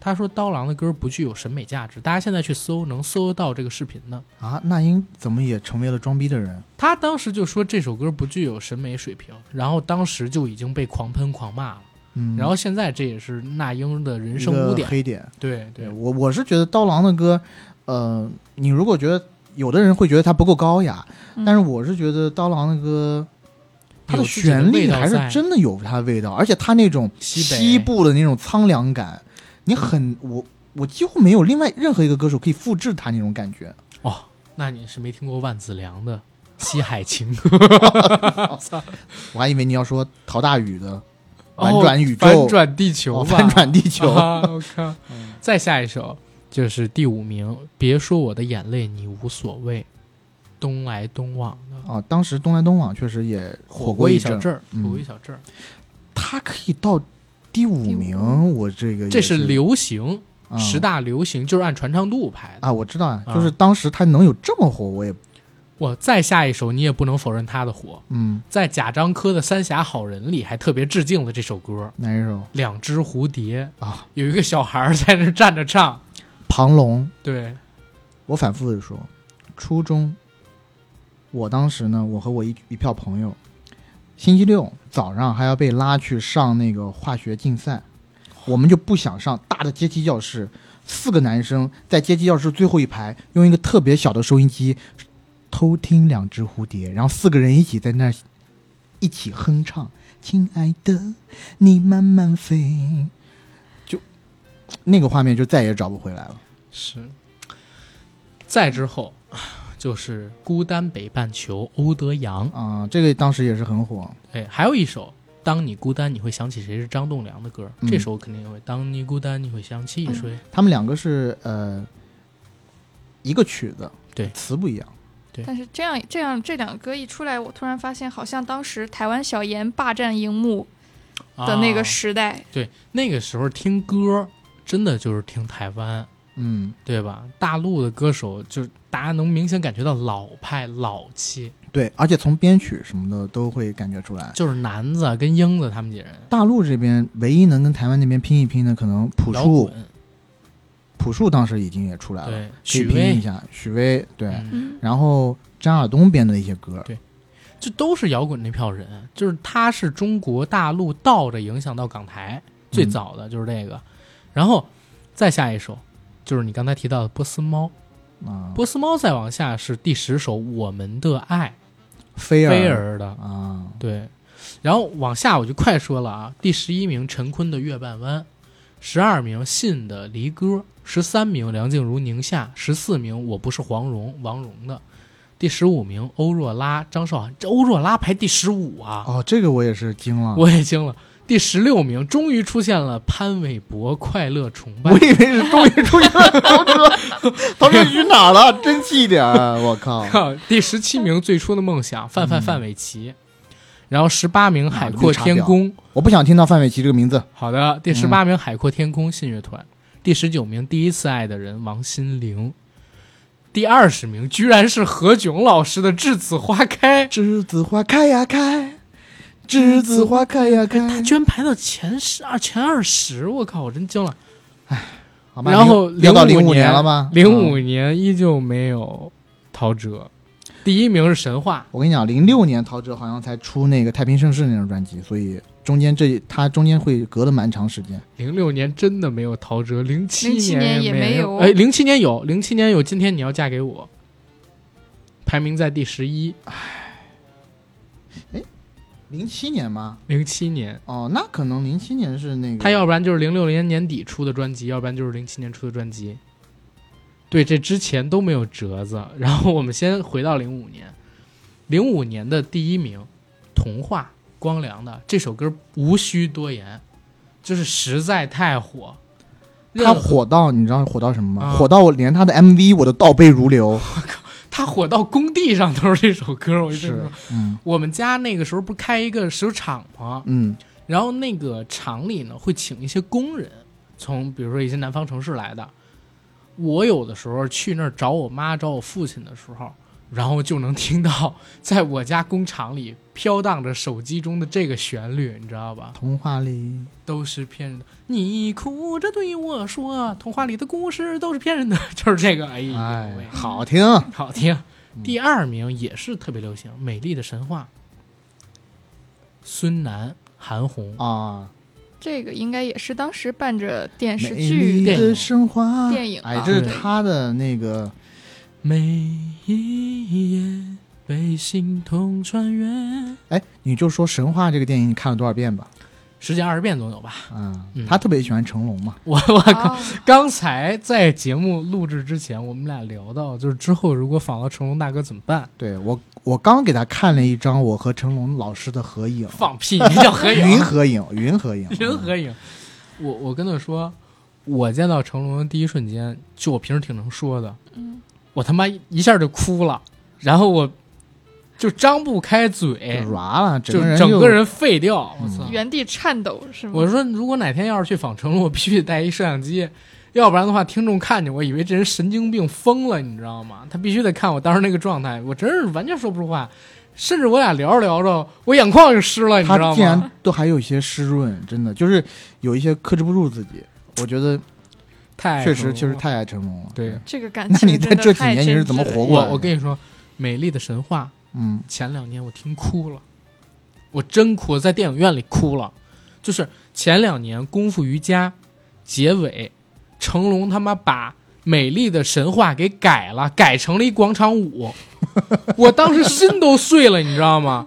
Speaker 1: 他说刀郎的歌不具有审美价值。大家现在去搜，能搜到这个视频的。
Speaker 2: 啊，那英怎么也成为了装逼的人？
Speaker 1: 他当时就说这首歌不具有审美水平，然后当时就已经被狂喷狂骂了。
Speaker 2: 嗯，
Speaker 1: 然后现在这也是那英的人
Speaker 2: 一
Speaker 1: 生
Speaker 2: 个
Speaker 1: 污点。
Speaker 2: 黑点。
Speaker 1: 对对，
Speaker 2: 我我是觉得刀郎的歌，呃，你如果觉得有的人会觉得他不够高雅，
Speaker 3: 嗯
Speaker 2: 但是我是觉得刀郎的歌，它
Speaker 1: 有
Speaker 2: 的
Speaker 1: 自己的
Speaker 2: 旋
Speaker 1: 味
Speaker 2: 律
Speaker 1: 道
Speaker 2: 还是
Speaker 1: 在
Speaker 2: 真的有它的味道，而且它那种
Speaker 1: 西北嗯
Speaker 2: 西部的那种苍凉感，你很我我几乎没有另外任何一个歌手可以复制他那种感觉。
Speaker 1: 哦，那你是没听过万梓良的《西海情歌》
Speaker 2: 我还以为你要说陶大宇的反转宇宙
Speaker 1: 哦反转地球
Speaker 2: 哦
Speaker 1: 吧，
Speaker 2: 反转地球》
Speaker 1: 啊！我靠，再下一首就是第五名，别说我的眼泪你无所谓，东来东往的
Speaker 2: 啊，当时东来东往确实也火
Speaker 1: 过
Speaker 2: 一
Speaker 1: 小
Speaker 2: 阵，
Speaker 1: 阵儿，
Speaker 2: 嗯
Speaker 1: 火过一小阵儿，
Speaker 2: 他可以到第五
Speaker 3: 第五
Speaker 2: 名，我这个也
Speaker 1: 嗯这是流行
Speaker 2: 啊
Speaker 1: 十大流行，就是按传唱度排的。
Speaker 2: 啊，我知道啊，
Speaker 1: 啊
Speaker 2: 就是当时他能有这么火，我也
Speaker 1: 我再下一首，你也不能否认他的火，
Speaker 2: 嗯，
Speaker 1: 在贾樟柯的《三峡好人》里还特别致敬了这首歌，
Speaker 2: 哪一首
Speaker 1: 《两只蝴蝶》
Speaker 2: 啊？
Speaker 1: 有一个小孩儿在那站着唱，
Speaker 2: 庞龙，
Speaker 1: 对，
Speaker 2: 我反复的说，初中，我当时呢，我和我一一票朋友，星期六早上还要被拉去上那个化学竞赛，我们就不想上大的阶梯教室，四个男生在阶梯教室最后一排，用一个特别小的收音机偷听两只蝴蝶，然后四个人一起在那儿一起哼唱。亲爱的，你慢慢飞，就那个画面就再也找不回来了。
Speaker 1: 是。再之后就是《孤单北半球》，欧德阳，
Speaker 2: 啊、这个当时也是很火。
Speaker 1: 哎，还有一首《当你孤单》，你会想起谁是张栋梁的歌，
Speaker 2: 嗯
Speaker 1: 这首肯定也会。当你孤单，你会想起
Speaker 3: 嗯
Speaker 1: 谁？
Speaker 2: 他们两个是呃一个曲子，
Speaker 1: 对
Speaker 2: 词不一样。
Speaker 3: 但是这样这样这两个歌一出来，我突然发现，好像当时台湾小严霸占荧幕的那个
Speaker 1: 啊
Speaker 3: 时代，
Speaker 1: 对，那个时候听歌真的就是听台湾，
Speaker 2: 嗯，
Speaker 1: 对吧？大陆的歌手就是大家能明显感觉到老派老气，
Speaker 2: 对，而且从编曲什么的都会感觉出来。
Speaker 1: 就是南子啊跟英子他们几人
Speaker 2: 大陆这边唯一能跟台湾那边拼一拼的，可能朴
Speaker 1: 摇
Speaker 2: 树，
Speaker 1: 滚，
Speaker 2: 朴树当时已经也出来了，
Speaker 1: 对，
Speaker 2: 啊可以
Speaker 1: 许
Speaker 2: 拼一
Speaker 1: 巍，
Speaker 2: 下。许巍对，
Speaker 1: 嗯，
Speaker 3: 嗯，
Speaker 2: 然后张亚东编的一些歌，
Speaker 1: 这都是摇滚那票人，就是他是中国大陆倒着影响到港台最早的就是这个，然后再下一首就是你刚才提到的波斯猫，
Speaker 2: 啊、
Speaker 1: 波斯猫再往下是第十首《我们的爱》，
Speaker 2: 菲
Speaker 1: 菲儿的，
Speaker 2: 啊，
Speaker 1: 对，然后往下我就快说了啊，第十一名陈坤的《月半弯》，十二名信的《离歌》，十三名梁静茹《宁夏》，十四名我不是黄蓉王蓉的，第十五名欧若拉张韶涵，这欧若拉排第十五啊，
Speaker 2: 哦，这个我也是惊了，
Speaker 1: 我也惊了。第十六名终于出现了潘玮柏《快乐崇拜
Speaker 2: 我》，以为是终于出现了 陶喆，陶喆去哪儿了？争气一点儿，我靠！
Speaker 1: 靠第十七名最初的梦想范范范玮琪，然后十八名海阔天空。
Speaker 2: 我不想听到范玮琪这个名字。
Speaker 1: 好的，第十八名海阔天空信乐团，第十九名第一次爱的人王心凌，第二十名居然是何炅老师的《栀子花开》，
Speaker 2: 栀子花开呀开，栀子花开呀
Speaker 1: 他
Speaker 2: 开。
Speaker 1: 居然排到前十二前二十，我靠，我真惊了。
Speaker 2: 好吧，
Speaker 1: 然后
Speaker 2: 零掉到零
Speaker 1: 五
Speaker 2: 五年了吧？
Speaker 1: 零五
Speaker 2: 嗯，
Speaker 1: 年依旧没有陶喆，第一名是神话，
Speaker 2: 我跟你讲，零六年陶喆好像才出那个《太平盛世》那张专辑，所以中间这他中间会隔了蛮长时间。
Speaker 1: 零六年真的没有陶喆，零七
Speaker 3: 07年也
Speaker 1: 没
Speaker 3: 没有
Speaker 1: 哎，零七年有，零七年有，今天你要嫁给我，排名在第十一，
Speaker 2: 零七年吗？
Speaker 1: 零七年。
Speaker 2: 哦，那可能零七年是那个
Speaker 1: 他要不然就是零六年年底出的专辑，要不然就是零七年出的专辑。对，这之前都没有折子。然后我们先回到零五年，零五年的第一名《童话》，光良的这首歌无需多言，就是实在太火。
Speaker 2: 他
Speaker 1: 任何
Speaker 2: 火到你知道火到什么吗？
Speaker 1: 啊
Speaker 2: 火到我连他的 MV 我都倒背如流。
Speaker 1: 他火到工地上都是这首歌，我就跟你
Speaker 2: 是
Speaker 1: 说，
Speaker 2: 嗯
Speaker 1: 我们家那个时候不是开一个石油厂吗？
Speaker 2: 嗯
Speaker 1: 然后那个厂里呢会请一些工人，从比如说一些南方城市来的。我有的时候去那儿找我妈、找我父亲的时候，然后就能听到在我家工厂里飘荡着手机中的这个旋律，你知道吧？
Speaker 2: 童话里
Speaker 1: 都是骗人的。你哭着对我说，童话里的故事都是骗人的，就是这个。哎呦
Speaker 2: 哎
Speaker 1: 喂，，
Speaker 2: 好听。
Speaker 1: 好听。第二名也是特别流行，《美丽的神话》，孙楠、韩红。
Speaker 2: 啊，
Speaker 3: 这个应该也是当时伴着电视
Speaker 2: 美丽
Speaker 3: 剧啊
Speaker 1: 电影
Speaker 2: 的生活，
Speaker 3: 电影
Speaker 2: 哎
Speaker 3: 啊，
Speaker 2: 这是
Speaker 1: 对
Speaker 2: 他的那个
Speaker 1: 每一夜被心痛穿越，
Speaker 2: 哎，你就说《神话》这个电影，你看了多少遍吧？
Speaker 1: 十几二十遍总有吧。
Speaker 2: 啊、
Speaker 1: 嗯
Speaker 2: 他特别喜欢成龙嘛。
Speaker 1: 我 我
Speaker 3: 啊
Speaker 1: 刚才在节目录制之前，我们俩聊到，就是之后如果访到成龙大哥怎么办？
Speaker 2: 对我，我刚给他看了一张我和成龙老师的合影，
Speaker 1: 放屁，你叫合影，
Speaker 2: 云合影，云合 影，
Speaker 1: 云合影。我我跟他说，我见到成龙的第一瞬间，就我平时挺能说的，
Speaker 3: 嗯
Speaker 1: 我他妈一下就哭了，然后我就张不开嘴
Speaker 2: 嗯，软了，
Speaker 1: 哎就
Speaker 2: 整个人嗯
Speaker 1: 整
Speaker 2: 就
Speaker 1: 个人废掉。我操！
Speaker 3: 原地颤抖是吗？
Speaker 1: 我说，如果哪天要是去仿成龙，我必须得带一摄像机，要不然的话，听众看见我以为这人神经病疯了，你知道吗？他必须得看我当时那个状态，我真是完全说不出话，甚至我俩聊着聊着，我眼眶就湿了，你知
Speaker 2: 他
Speaker 1: 道
Speaker 2: 竟
Speaker 1: 吗？
Speaker 2: 然都还有一些湿润，真的就是有一些克制不住自己。我觉得
Speaker 1: 太
Speaker 2: 确实确实太爱成龙了。
Speaker 1: 对，
Speaker 3: 这个感
Speaker 2: 那
Speaker 3: 情
Speaker 2: 你在
Speaker 3: 真的
Speaker 2: 这几
Speaker 3: 太
Speaker 2: 年你
Speaker 3: 真
Speaker 2: 是怎么
Speaker 3: 挚了
Speaker 2: 活过来
Speaker 1: 我
Speaker 2: 的？
Speaker 1: 我跟你说，《美丽的神话》
Speaker 2: 嗯，
Speaker 1: 前两年我听哭了，我真哭了，在电影院里哭了。就是前两年《功夫瑜伽》结尾，成龙他妈把美丽的神话给改了，改成了一广场舞，我当时心都碎了，你知道吗？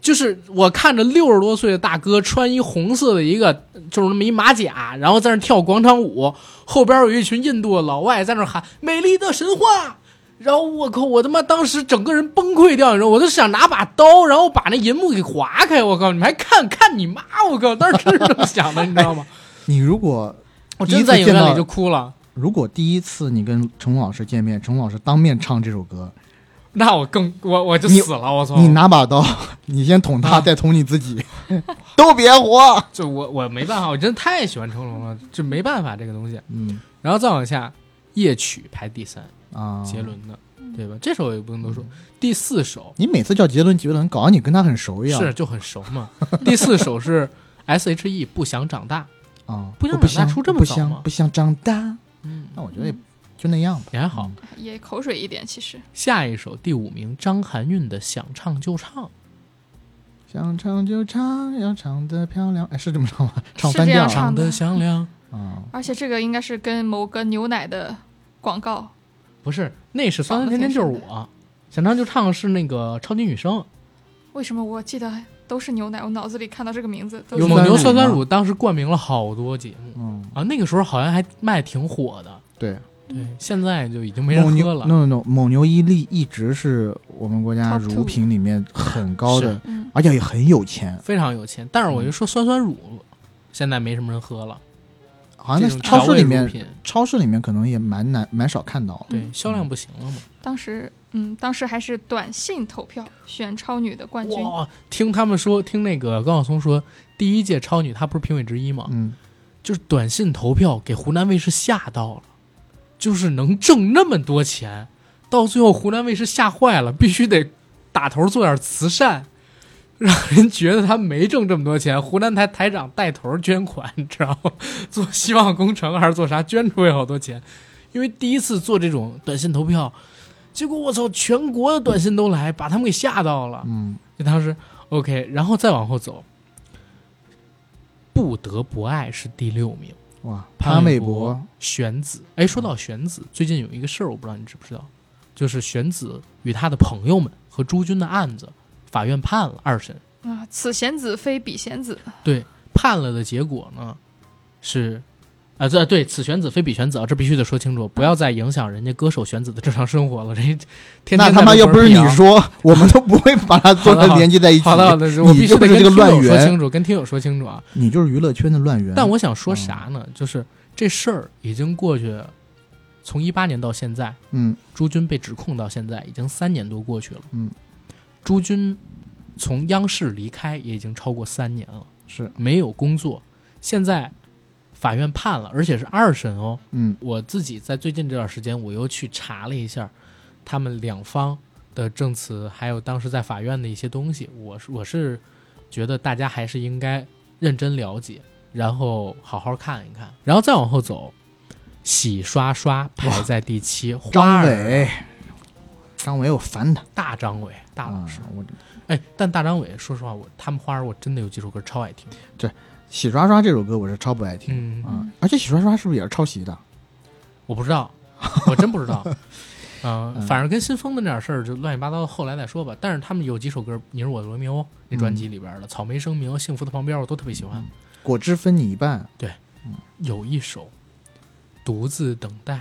Speaker 1: 就是我看着六十多岁的大哥穿一红色的一个，就是那么一马甲，然后在那跳广场舞，后边有一群印度的老外在那喊“美丽的神话”，然后我靠，我他妈当时整个人崩溃掉，你知道，我都想拿把刀，然后把那银幕给划开，我靠，你们还看看你妈，我靠，当时真是这么想的，你知道 吗？
Speaker 2: 你如果
Speaker 1: 我
Speaker 2: 第
Speaker 1: 真
Speaker 2: 一次
Speaker 1: 在影院
Speaker 2: 见
Speaker 1: 里
Speaker 2: 到
Speaker 1: 就哭了，
Speaker 2: 如果第一次你跟成龙老师见面，成龙老师当面唱这首歌，
Speaker 1: 那我更我我就
Speaker 2: 你
Speaker 1: 死了，我操！
Speaker 2: 你拿把刀，你先捅
Speaker 1: 哦
Speaker 2: 他，
Speaker 1: 啊
Speaker 2: 再捅你 自己，都别活。
Speaker 1: 就我我没办法，我真的太喜欢成龙了，这没办法这个东西。
Speaker 2: 嗯
Speaker 1: 然后再往下，夜曲排第三，
Speaker 2: 啊，
Speaker 1: 杰，伦的，对吧？这首也不能多说。第四首
Speaker 2: 你每次叫杰伦，杰伦，搞得你跟他很熟一样。
Speaker 1: 是就很熟嘛。第四首是 S.H.E 不想长大，
Speaker 2: 啊，
Speaker 1: 不想
Speaker 2: 我
Speaker 1: 长大
Speaker 2: 不想
Speaker 1: 出这么
Speaker 2: 不
Speaker 1: 早吗
Speaker 2: 想不想长大。
Speaker 1: 嗯，
Speaker 2: 那我觉得也就那样吧。嗯
Speaker 1: 也还好。
Speaker 3: 也口水一点，其实
Speaker 1: 下一首第五名，张含韵的《想唱就唱》，
Speaker 2: 想唱就唱，要唱得漂亮。哎，是这么唱吗？唱
Speaker 3: 是
Speaker 2: 翻
Speaker 3: 这
Speaker 2: 调
Speaker 3: 样
Speaker 2: 啊
Speaker 3: 唱
Speaker 1: 唱得响亮。
Speaker 2: 啊。
Speaker 3: 而且这个应该是跟某个牛奶的广告，
Speaker 1: 不是，那是酸酸甜甜就是我，想唱就唱是那个超级女声，
Speaker 3: 为什么我记得都是牛奶？我脑子里看到这个名字都
Speaker 2: 有
Speaker 3: 是
Speaker 1: 蒙牛酸
Speaker 2: 酸
Speaker 1: 酸
Speaker 2: 奶吗
Speaker 1: 乳当时冠名了好多节目
Speaker 2: 嗯，
Speaker 1: 啊，那个时候好像还卖挺火的。
Speaker 2: 对，
Speaker 1: 对，现在就已经没
Speaker 2: 蒙
Speaker 1: 人
Speaker 2: 牛
Speaker 1: 喝了。
Speaker 2: No no no，蒙牛伊利一直是我们国家
Speaker 3: Top two
Speaker 2: 乳品里面很高的
Speaker 1: 是，
Speaker 3: 嗯，
Speaker 2: 而且也很有钱，
Speaker 1: 非常有钱。但是我就说酸酸乳，嗯啊现在没什么人喝了，
Speaker 2: 好像
Speaker 1: 这
Speaker 2: 在
Speaker 1: 种
Speaker 2: 超
Speaker 1: 调
Speaker 2: 市
Speaker 1: 味
Speaker 2: 里
Speaker 1: 乳
Speaker 2: 面，
Speaker 1: 品，
Speaker 2: 超市里面可能也蛮难蛮少看到了。
Speaker 1: 对嗯销量不行了嘛。
Speaker 3: 当时嗯，当时还是短信投票选超女的冠军，
Speaker 1: 哇，听他们说，听那个高晓松说，第一届超女她不是评委之一吗？
Speaker 2: 嗯，
Speaker 1: 就是短信投票给湖南卫视吓到了，就是能挣那么多钱，到最后湖南卫视吓坏了，必须得打头做点慈善。让人觉得他没挣这么多钱，湖南台台长带头捐款，你知道吗？ 做希望工程还是做啥，捐出去好多钱。因为第一次做这种短信投票，结果我操，全国的短信都来，把他们给吓到了。
Speaker 2: 嗯，
Speaker 1: 就当时 OK，然后再往后走，不得不爱是第六名，
Speaker 2: 哇，
Speaker 1: 潘
Speaker 2: 潘
Speaker 1: 玮
Speaker 2: 玮
Speaker 1: 柏
Speaker 2: 柏，
Speaker 1: 玄子。哎，说
Speaker 2: 嗯
Speaker 1: 到玄子，最近有一个事儿，我不知道你知不知道，就是玄子与他的朋友们和朱军的案子，法院判了二审，
Speaker 3: 啊，此贤子非彼贤子，
Speaker 1: 判了的结果呢是。啊，对对，此玄子非彼玄子啊，这必须得说清楚，不要再影响人家歌手玄子的正常生活了。人家天天
Speaker 2: 那
Speaker 1: 在
Speaker 2: 他妈
Speaker 1: 这
Speaker 2: 又
Speaker 1: 玩
Speaker 2: 不是
Speaker 1: 辟
Speaker 2: 你
Speaker 1: 谣
Speaker 2: 说，我们都不会把它做
Speaker 1: 啊好的
Speaker 2: 成联系在一起。
Speaker 1: 好的好的，我
Speaker 2: 你
Speaker 1: 必须
Speaker 2: 就
Speaker 1: 得
Speaker 2: 是
Speaker 1: 跟
Speaker 2: 这个
Speaker 1: 听
Speaker 2: 乱
Speaker 1: 友说
Speaker 2: 源
Speaker 1: 清楚，跟听友说清楚啊。
Speaker 2: 你就是娱乐圈的乱源。
Speaker 1: 但我想说啥呢？就是这事儿已经过去，从一八年到现在，
Speaker 2: 嗯
Speaker 1: 朱军被指控到现在已经三年多过去了。
Speaker 2: 嗯，
Speaker 1: 朱军从央视离开也已经超过三年了，
Speaker 2: 是
Speaker 1: 没有工作，现在法院判了，而且是二审哦。
Speaker 2: 嗯
Speaker 1: 我自己在最近这段时间，我又去查了一下他们两方的证词，还有当时在法院的一些东西。我是我是觉得大家还是应该认真了解，然后好好看一看，然后再往后走。洗刷刷排在第七，花
Speaker 2: 张
Speaker 1: 儿
Speaker 2: 伟，张伟我烦他
Speaker 1: 大张伟大老
Speaker 2: 啊
Speaker 1: 师，！
Speaker 2: 我
Speaker 1: 哎，但大张伟说实话，我他们花儿我真的有几首歌超爱听，
Speaker 2: 洗刷刷这首歌我是超不爱听
Speaker 1: 嗯，
Speaker 2: 啊，而且洗刷刷是不是也是抄袭的？
Speaker 1: 我不知道， 我真不 知道。嗯、
Speaker 2: 嗯
Speaker 1: 反正跟新风的那点事儿就乱七八糟，后来再说吧。但是他们有几首歌，《你是我的罗密欧》那专辑里边的《草莓声明》《幸福的旁边》，我都特别喜欢。
Speaker 2: 嗯果汁分你一半，
Speaker 1: 有一首《独自等待》，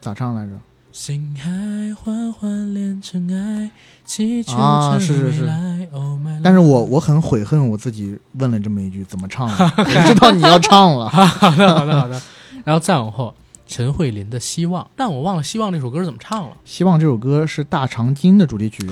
Speaker 2: 咋唱来
Speaker 1: 嗯
Speaker 2: 着？
Speaker 1: 星海缓缓恋尘埃，祈求
Speaker 2: 啊
Speaker 1: 着
Speaker 2: 是是是
Speaker 1: 未来。Oh my love
Speaker 2: 但是我我很悔恨我自己问了这么一句怎么唱的， 我知道你要唱了。
Speaker 1: 好的 好的好的，然后再往后，陈慧琳的《希望》，但我忘了《希望》这首歌怎么唱了。
Speaker 2: 希望这首歌是《大长今》的主题曲。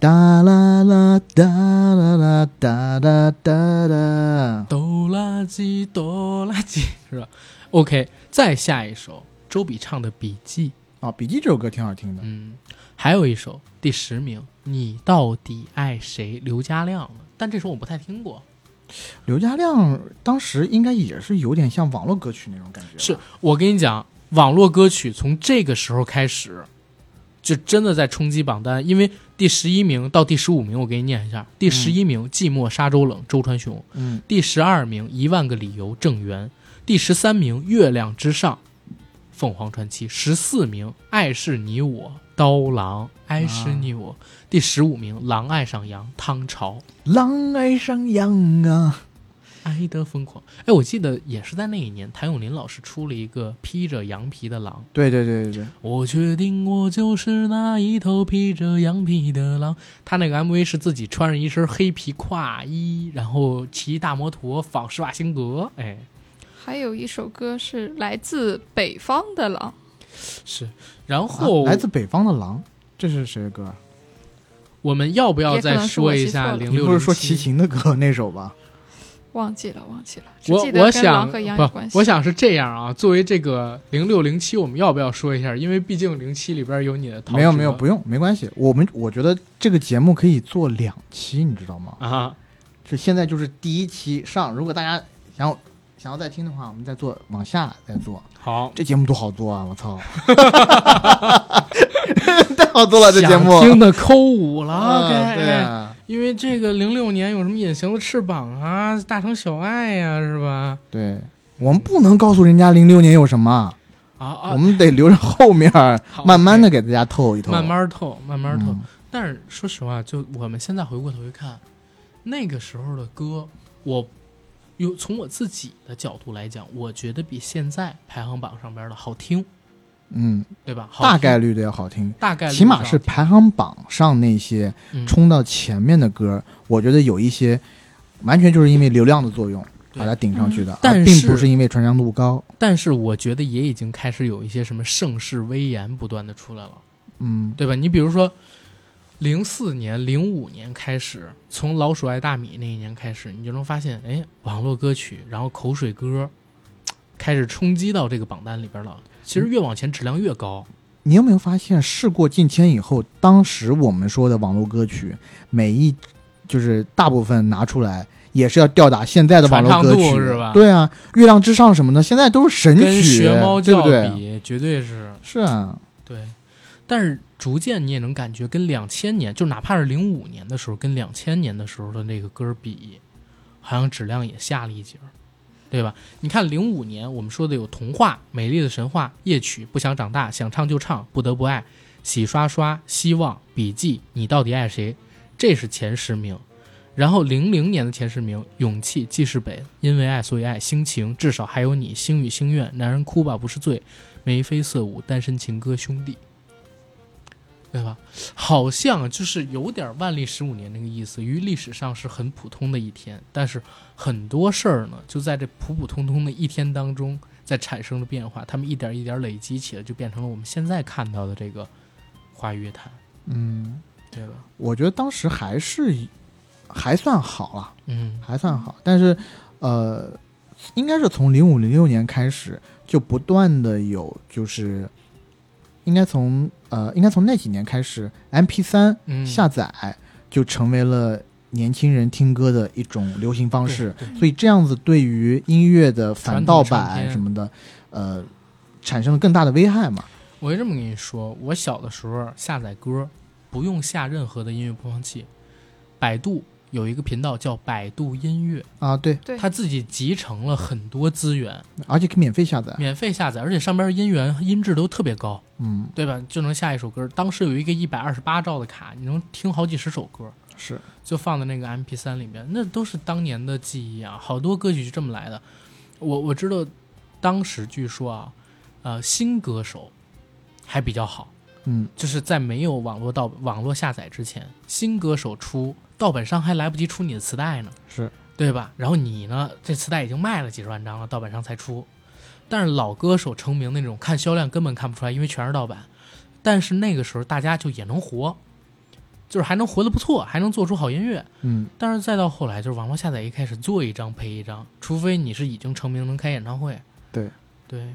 Speaker 2: 哒啦啦哒啦啦哒哒哒哒，
Speaker 1: 哆啦叽哆啦叽是吧？ OK，再下一首周笔畅的《笔记》，
Speaker 2: 啊，《笔记》这首歌挺好听的，
Speaker 1: 嗯，还有一首第十名《你到底爱谁》，刘家亮的，但这首我不太听过。
Speaker 2: 刘家亮当时应该也是有点像网络歌曲那种感觉吧，
Speaker 1: 是我跟你讲，网络歌曲从这个时候开始，就真的在冲击榜单，因为第十一名到第十五名，我给你念一下：第十一名《寂寞沙洲冷》，周传雄；
Speaker 2: 嗯，
Speaker 1: 第十二名《一万个理由》，郑源；第十三名《月亮之上》，凤凰传奇；十四名《爱是你我》，刀郎；爱是你我；第十五名《狼爱上羊》，汤潮。
Speaker 2: 狼爱上羊啊，
Speaker 1: 爱的疯狂，哎，我记得也是在那一年，谭咏麟老师出了一个披着羊皮的狼，
Speaker 2: 对对对对对，
Speaker 1: 我确定我就是那一头披着羊皮的狼。他那个 MV 是自己穿着一身黑皮跨衣，然后骑大摩托仿施瓦辛格。哎，
Speaker 3: 还有一首歌是来自北方的狼，
Speaker 1: 是。然
Speaker 2: 啊
Speaker 1: 后、
Speaker 2: 来自北方的狼，这是谁的歌？
Speaker 1: 我们要不要再说一下
Speaker 3: 也
Speaker 1: 零
Speaker 2: 你
Speaker 1: 六？
Speaker 2: 不是说齐秦的歌那首吧？
Speaker 3: 忘记了，忘记了，只
Speaker 1: 我
Speaker 3: 记
Speaker 1: 我
Speaker 3: 得跟
Speaker 1: 想
Speaker 3: 狼和羊有关系。
Speaker 1: 不，我想是这样啊。作为这个零六零七，我们要不要说一下？因为毕竟零七里边有你的陶喆，
Speaker 2: 没有没有，不用，没关系。我们我觉得这个节目可以做两期，你知道吗？
Speaker 1: 啊，
Speaker 2: 是现在就是第一期上，如果大家想要想要再听的话，我们再做往下再做。
Speaker 1: 好，
Speaker 2: 这节目多好做啊！我 操，太好做了这节目。
Speaker 1: 想听的扣五了，
Speaker 2: 啊，
Speaker 1: 该
Speaker 2: 对啊，
Speaker 1: 因为这个零六年有什么隐形的翅膀啊，大城小爱呀、是吧？
Speaker 2: 对，我们不能告诉人家零六年有什么，
Speaker 1: 啊
Speaker 2: 我
Speaker 1: 啊，
Speaker 2: 们得留着后面儿
Speaker 1: 好
Speaker 2: 慢慢的给大家透一透。
Speaker 1: 慢慢透，慢慢透。
Speaker 2: 嗯
Speaker 1: 但是说实话，就我们现在回过头一看，那个时候的歌，我有从我自己的角度来讲，我觉得比现在排行榜上边的好听，
Speaker 2: 嗯，
Speaker 1: 对吧？好听
Speaker 2: 大概率的要好听，
Speaker 1: 大概率
Speaker 2: 起码是
Speaker 1: 上
Speaker 2: 排行榜上那些
Speaker 1: 嗯
Speaker 2: 冲到前面的歌，我觉得有一些完全就是因为流量的作用
Speaker 1: 对
Speaker 2: 把它顶上去的，
Speaker 1: 嗯但
Speaker 2: 而并不
Speaker 1: 是
Speaker 2: 是因为传唱度高。
Speaker 1: 但是我觉得也已经开始有一些什么盛世威严不断的出来了。
Speaker 2: 嗯，
Speaker 1: 对吧？你比如说，零四年、零五年开始，从《老鼠爱大米》那一年开始，你就能发现，哎，网络歌曲，然后口水歌，开始冲击到这个榜单里边了。其实
Speaker 2: 嗯
Speaker 1: 越往前质量越高，
Speaker 2: 你有没有发现，事过境迁以后，当时我们说的网络歌曲，每一就是大部分拿出来，也是要吊打现在的网络
Speaker 1: 传
Speaker 2: 歌
Speaker 1: 唱
Speaker 2: 曲，
Speaker 1: 度是吧
Speaker 2: 对啊，《月亮之上》什么的，现在都是神
Speaker 1: 跟
Speaker 2: 曲，
Speaker 1: 学猫
Speaker 2: 对
Speaker 1: 叫
Speaker 2: 不
Speaker 1: 比，
Speaker 2: 对？啊
Speaker 1: 绝对是
Speaker 2: 是啊，
Speaker 1: 对。但是逐渐你也能感觉，跟两千年，就哪怕是零五年的时候，跟两千年的时候的那个歌比，好像质量也下了一截儿，对吧？你看零五年我们说的有《童话》《美丽的神话》《夜曲》《不想长大》《想唱就唱》《不得不爱》《洗刷刷》《希望》《笔记》《你到底爱谁》，这是前十名。然后零零年的前十名，《勇气》《记事本》《因为爱所以爱》《心情》《至少还有你》《星语心愿》《男人哭吧不是罪》《眉飞色舞》《单身情歌》《兄弟》，对吧？好像就是有点万历十五年那个意思，于历史上是很普通的一天，但是很多事儿呢，就在这普普通通的一天当中，在产生了变化，他们一点一点累积起来，就变成了我们现在看到的这个华语乐坛，
Speaker 2: 嗯，
Speaker 1: 对吧？
Speaker 2: 我觉得当时还是还算好啊了，
Speaker 1: 嗯，
Speaker 2: 还算好，但是呃，应该是从零五零六年开始，就不断的有就是。应该从呃，应该从那几年开始，M P 三
Speaker 1: 嗯
Speaker 2: 下载就成为了年轻人听歌的一种流行方式，所以这样子对于音乐的反盗
Speaker 1: 传统唱
Speaker 2: 版
Speaker 1: 片
Speaker 2: 什么的，呃，产生了更大的危害嘛。
Speaker 1: 我就这么跟你说，我小的时候下载歌，不用下任何的音乐播放器，百度有一个频道叫百度音乐，
Speaker 2: 啊，对，
Speaker 3: 对
Speaker 1: 它自己集成了很多资源，
Speaker 2: 而且可以免费下载，
Speaker 1: 免费下载，而且上边音源音质都特别高，
Speaker 2: 嗯，
Speaker 1: 对吧？就能下一首歌。当时有一个一百二十八兆的卡，你能听好几十首歌，
Speaker 2: 是，
Speaker 1: 就放在那个 MP 三里面，那都是当年的记忆啊，好多歌曲就这么来的。我我知道，当时据说啊，呃，新歌手还比较好，
Speaker 2: 嗯，
Speaker 1: 就是在没有网络盗网络下载之前，新歌手出盗版商还来不及出你的磁带呢，
Speaker 2: 是，
Speaker 1: 对吧？然后你呢，这磁带已经卖了几十万张了，盗版商才出。但是老歌手成名那种，看销量根本看不出来，因为全是盗版。但是那个时候大家就也能活，就是还能活得不错，还能做出好音乐。
Speaker 2: 嗯，
Speaker 1: 但是再到后来，就是网络下载一开始做一张赔一张，除非你是已经成名能开演唱会，
Speaker 2: 对，
Speaker 1: 对，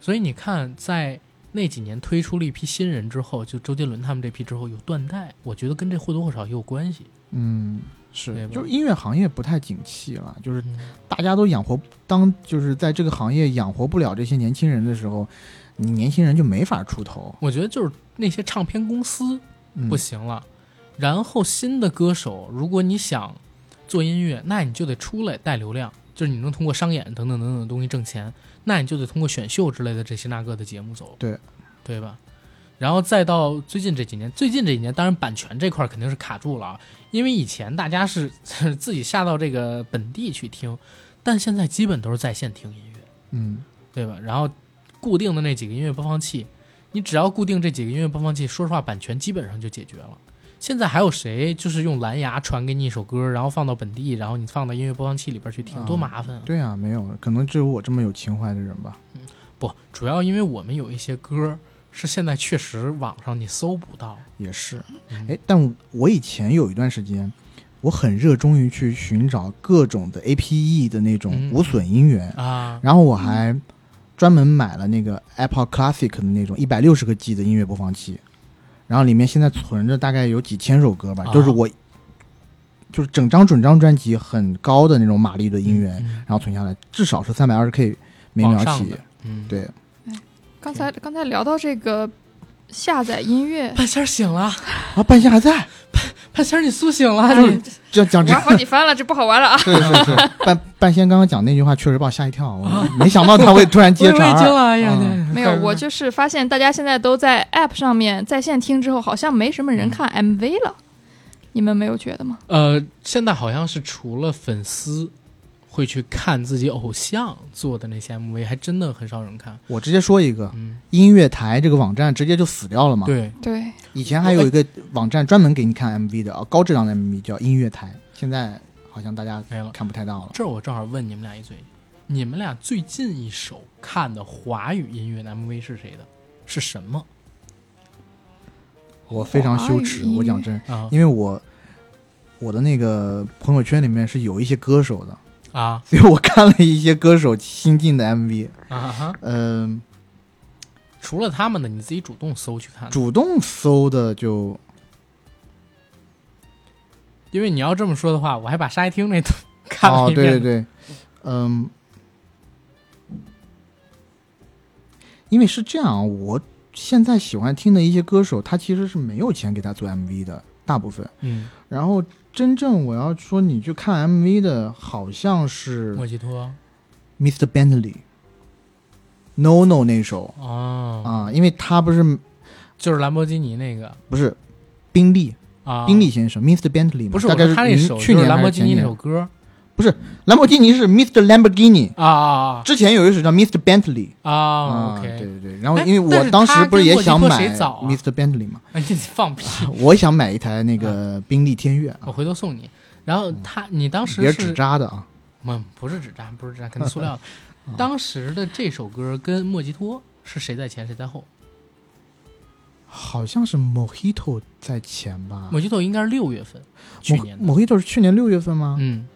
Speaker 1: 所以你看，在那几年推出了一批新人之后，就周杰伦他们这批之后有断代，我觉得跟这或多或少也有关系。
Speaker 2: 嗯，
Speaker 1: 对
Speaker 2: 是，
Speaker 1: 吧
Speaker 2: 就是音乐行业不太景气了，就是
Speaker 1: 嗯，
Speaker 2: 大家都养活当就是在这个行业养活不了这些年轻人的时候，你年轻人就没法出头，
Speaker 1: 我觉得就是那些唱片公司
Speaker 2: 嗯、
Speaker 1: 不行了，然后新的歌手，如果你想做音乐，那你就得出来带流量，就是你能通过商演等等等等的东西挣钱，那你就得通过选秀之类的这些那个的节目走，
Speaker 2: 对
Speaker 1: 对吧？然后再到最近这几年，最近这几年，当然版权这块儿肯定是卡住了啊，因为以前大家是 自己下到这个本地去听，但现在基本都是在线听音乐。
Speaker 2: 嗯，
Speaker 1: 对吧？然后固定的那几个音乐播放器，你只要固定这几个音乐播放器，说实话，版权基本上就解决了。现在还有谁就是用蓝牙传给你一首歌，然后放到本地，然后你放到音乐播放器里边去听，
Speaker 2: 啊
Speaker 1: 多麻烦啊！
Speaker 2: 对啊，没有，可能只有我这么有情怀的人吧。
Speaker 1: 不，主要因为我们有一些歌是现在确实网上你搜不到。
Speaker 2: 也是，
Speaker 1: 嗯
Speaker 2: 哎，但我以前有一段时间，我很热衷于去寻找各种的 APE 的那种
Speaker 1: 嗯
Speaker 2: 无损音源，
Speaker 1: 啊，
Speaker 2: 然后我还专门买了那个 Apple Classic 的那种一百六十个 G 的音乐播放器，然后里面现在存着大概有几千首歌吧，
Speaker 1: 啊
Speaker 2: 就是我就是整张整张专辑很高的那种马力的音源，
Speaker 1: 嗯
Speaker 2: 然后存下来，至少是三百二十 K 每
Speaker 1: 往
Speaker 2: 秒
Speaker 1: 上
Speaker 2: 起
Speaker 1: 的。嗯，
Speaker 2: 对
Speaker 3: 刚才刚才聊到这个下载 音乐，
Speaker 1: 半仙儿醒了，
Speaker 2: 啊，半仙还在，
Speaker 1: 半仙儿你苏醒了，
Speaker 3: 哎
Speaker 1: 你
Speaker 2: 这讲真
Speaker 3: 玩好几番了，这不好 玩了啊！
Speaker 2: 是是是， 半半仙刚刚讲那句话确实把我吓一跳，
Speaker 1: 啊
Speaker 2: 我没想到他会突然接
Speaker 1: 微微惊
Speaker 2: 茬。
Speaker 1: 了，哎呀，
Speaker 2: 嗯
Speaker 1: 对
Speaker 3: 没有，我
Speaker 1: 对
Speaker 3: 就是发现大家现在都在 App 上面在线听之后，好像没什么人
Speaker 1: 嗯
Speaker 3: 看 MV 了，你们没有觉得吗？
Speaker 1: 呃，现在好像是除了粉丝会去看自己偶像做的那些 MV，还真的很少人看。
Speaker 2: 我直接说一个，
Speaker 1: 嗯，
Speaker 2: 音乐台这个网站直接就死掉了嘛。，
Speaker 1: 对，
Speaker 3: 对，
Speaker 2: 以前还有一个网站专门给你看 MV 的，啊，高质量的 MV 叫音乐台，现在好像大家
Speaker 1: 没了。
Speaker 2: 看不太到了。
Speaker 1: 这儿我正好问你们俩一嘴，你们俩最近一首看的华语音乐的 MV 是谁的？是什么
Speaker 2: 我非常羞
Speaker 3: 华
Speaker 2: 耻，
Speaker 3: 语音乐
Speaker 2: 我讲真，
Speaker 1: 啊
Speaker 2: 因为我我的那个朋友圈里面是有一些歌手的，
Speaker 1: 啊
Speaker 2: 所以我看了一些歌手新进的 MV，
Speaker 1: 啊哈！
Speaker 2: 嗯、
Speaker 1: 除了他们的，你自己主动搜去看的，
Speaker 2: 主动搜的就
Speaker 1: 因为你要这么说的话，我还把沙耶汀那段看了
Speaker 2: 哦，
Speaker 1: 一
Speaker 2: 对
Speaker 1: 遍。
Speaker 2: 对对，嗯，因为是这样，啊我现在喜欢听的一些歌手，他其实是没有钱给他做 MV 的，大部分。
Speaker 1: 嗯，
Speaker 2: 然后真正我要说你去看 MV 的，好像是
Speaker 1: 莫吉托
Speaker 2: Mr. Bentley、No No 那首
Speaker 1: 哦，
Speaker 2: 啊，因为他不是
Speaker 1: 就是兰博基尼那个
Speaker 2: 不是宾利
Speaker 1: 啊，
Speaker 2: 宾利先生 Mr. Bentley 嘛
Speaker 1: 不是，
Speaker 2: 大
Speaker 1: 我
Speaker 2: 概
Speaker 1: 说他那
Speaker 2: 零
Speaker 1: 首
Speaker 2: 去
Speaker 1: 就是
Speaker 2: 年
Speaker 1: 兰
Speaker 2: 还
Speaker 1: 博
Speaker 2: 是
Speaker 1: 基
Speaker 2: 前
Speaker 1: 尼那
Speaker 2: 年
Speaker 1: 首歌
Speaker 2: 兰博基尼是 Mr. Lamborghini，
Speaker 1: 啊啊啊
Speaker 2: 之前有一首叫 Mr. Bentley。
Speaker 1: 啊
Speaker 2: 啊，
Speaker 1: ，OK，
Speaker 2: 对对对，然后
Speaker 1: 哎
Speaker 2: 因为
Speaker 1: 但
Speaker 2: 我
Speaker 1: 是
Speaker 2: 当时
Speaker 1: 他
Speaker 2: 不是
Speaker 1: 跟
Speaker 2: 也
Speaker 1: 莫吉
Speaker 2: 想
Speaker 1: 托
Speaker 2: 买
Speaker 1: 谁早啊
Speaker 2: Mr. Bentley 嘛，
Speaker 1: 哎，你放屁！
Speaker 2: 我想买一台那个宾利天越
Speaker 1: 我
Speaker 2: 啊，
Speaker 1: 回头送你。然后他，你当时
Speaker 2: 也是纸
Speaker 1: 是，
Speaker 2: 扎的啊，
Speaker 1: 嗯，不是纸扎，不是纸扎，肯定塑料的。当时的这首歌跟莫吉托是谁在前谁在后？
Speaker 2: 好像是 Mojito 在前吧？
Speaker 1: 莫吉托应该是六月份，去年的。
Speaker 2: Mo- Mojito 是去年六月份吗？
Speaker 1: 嗯，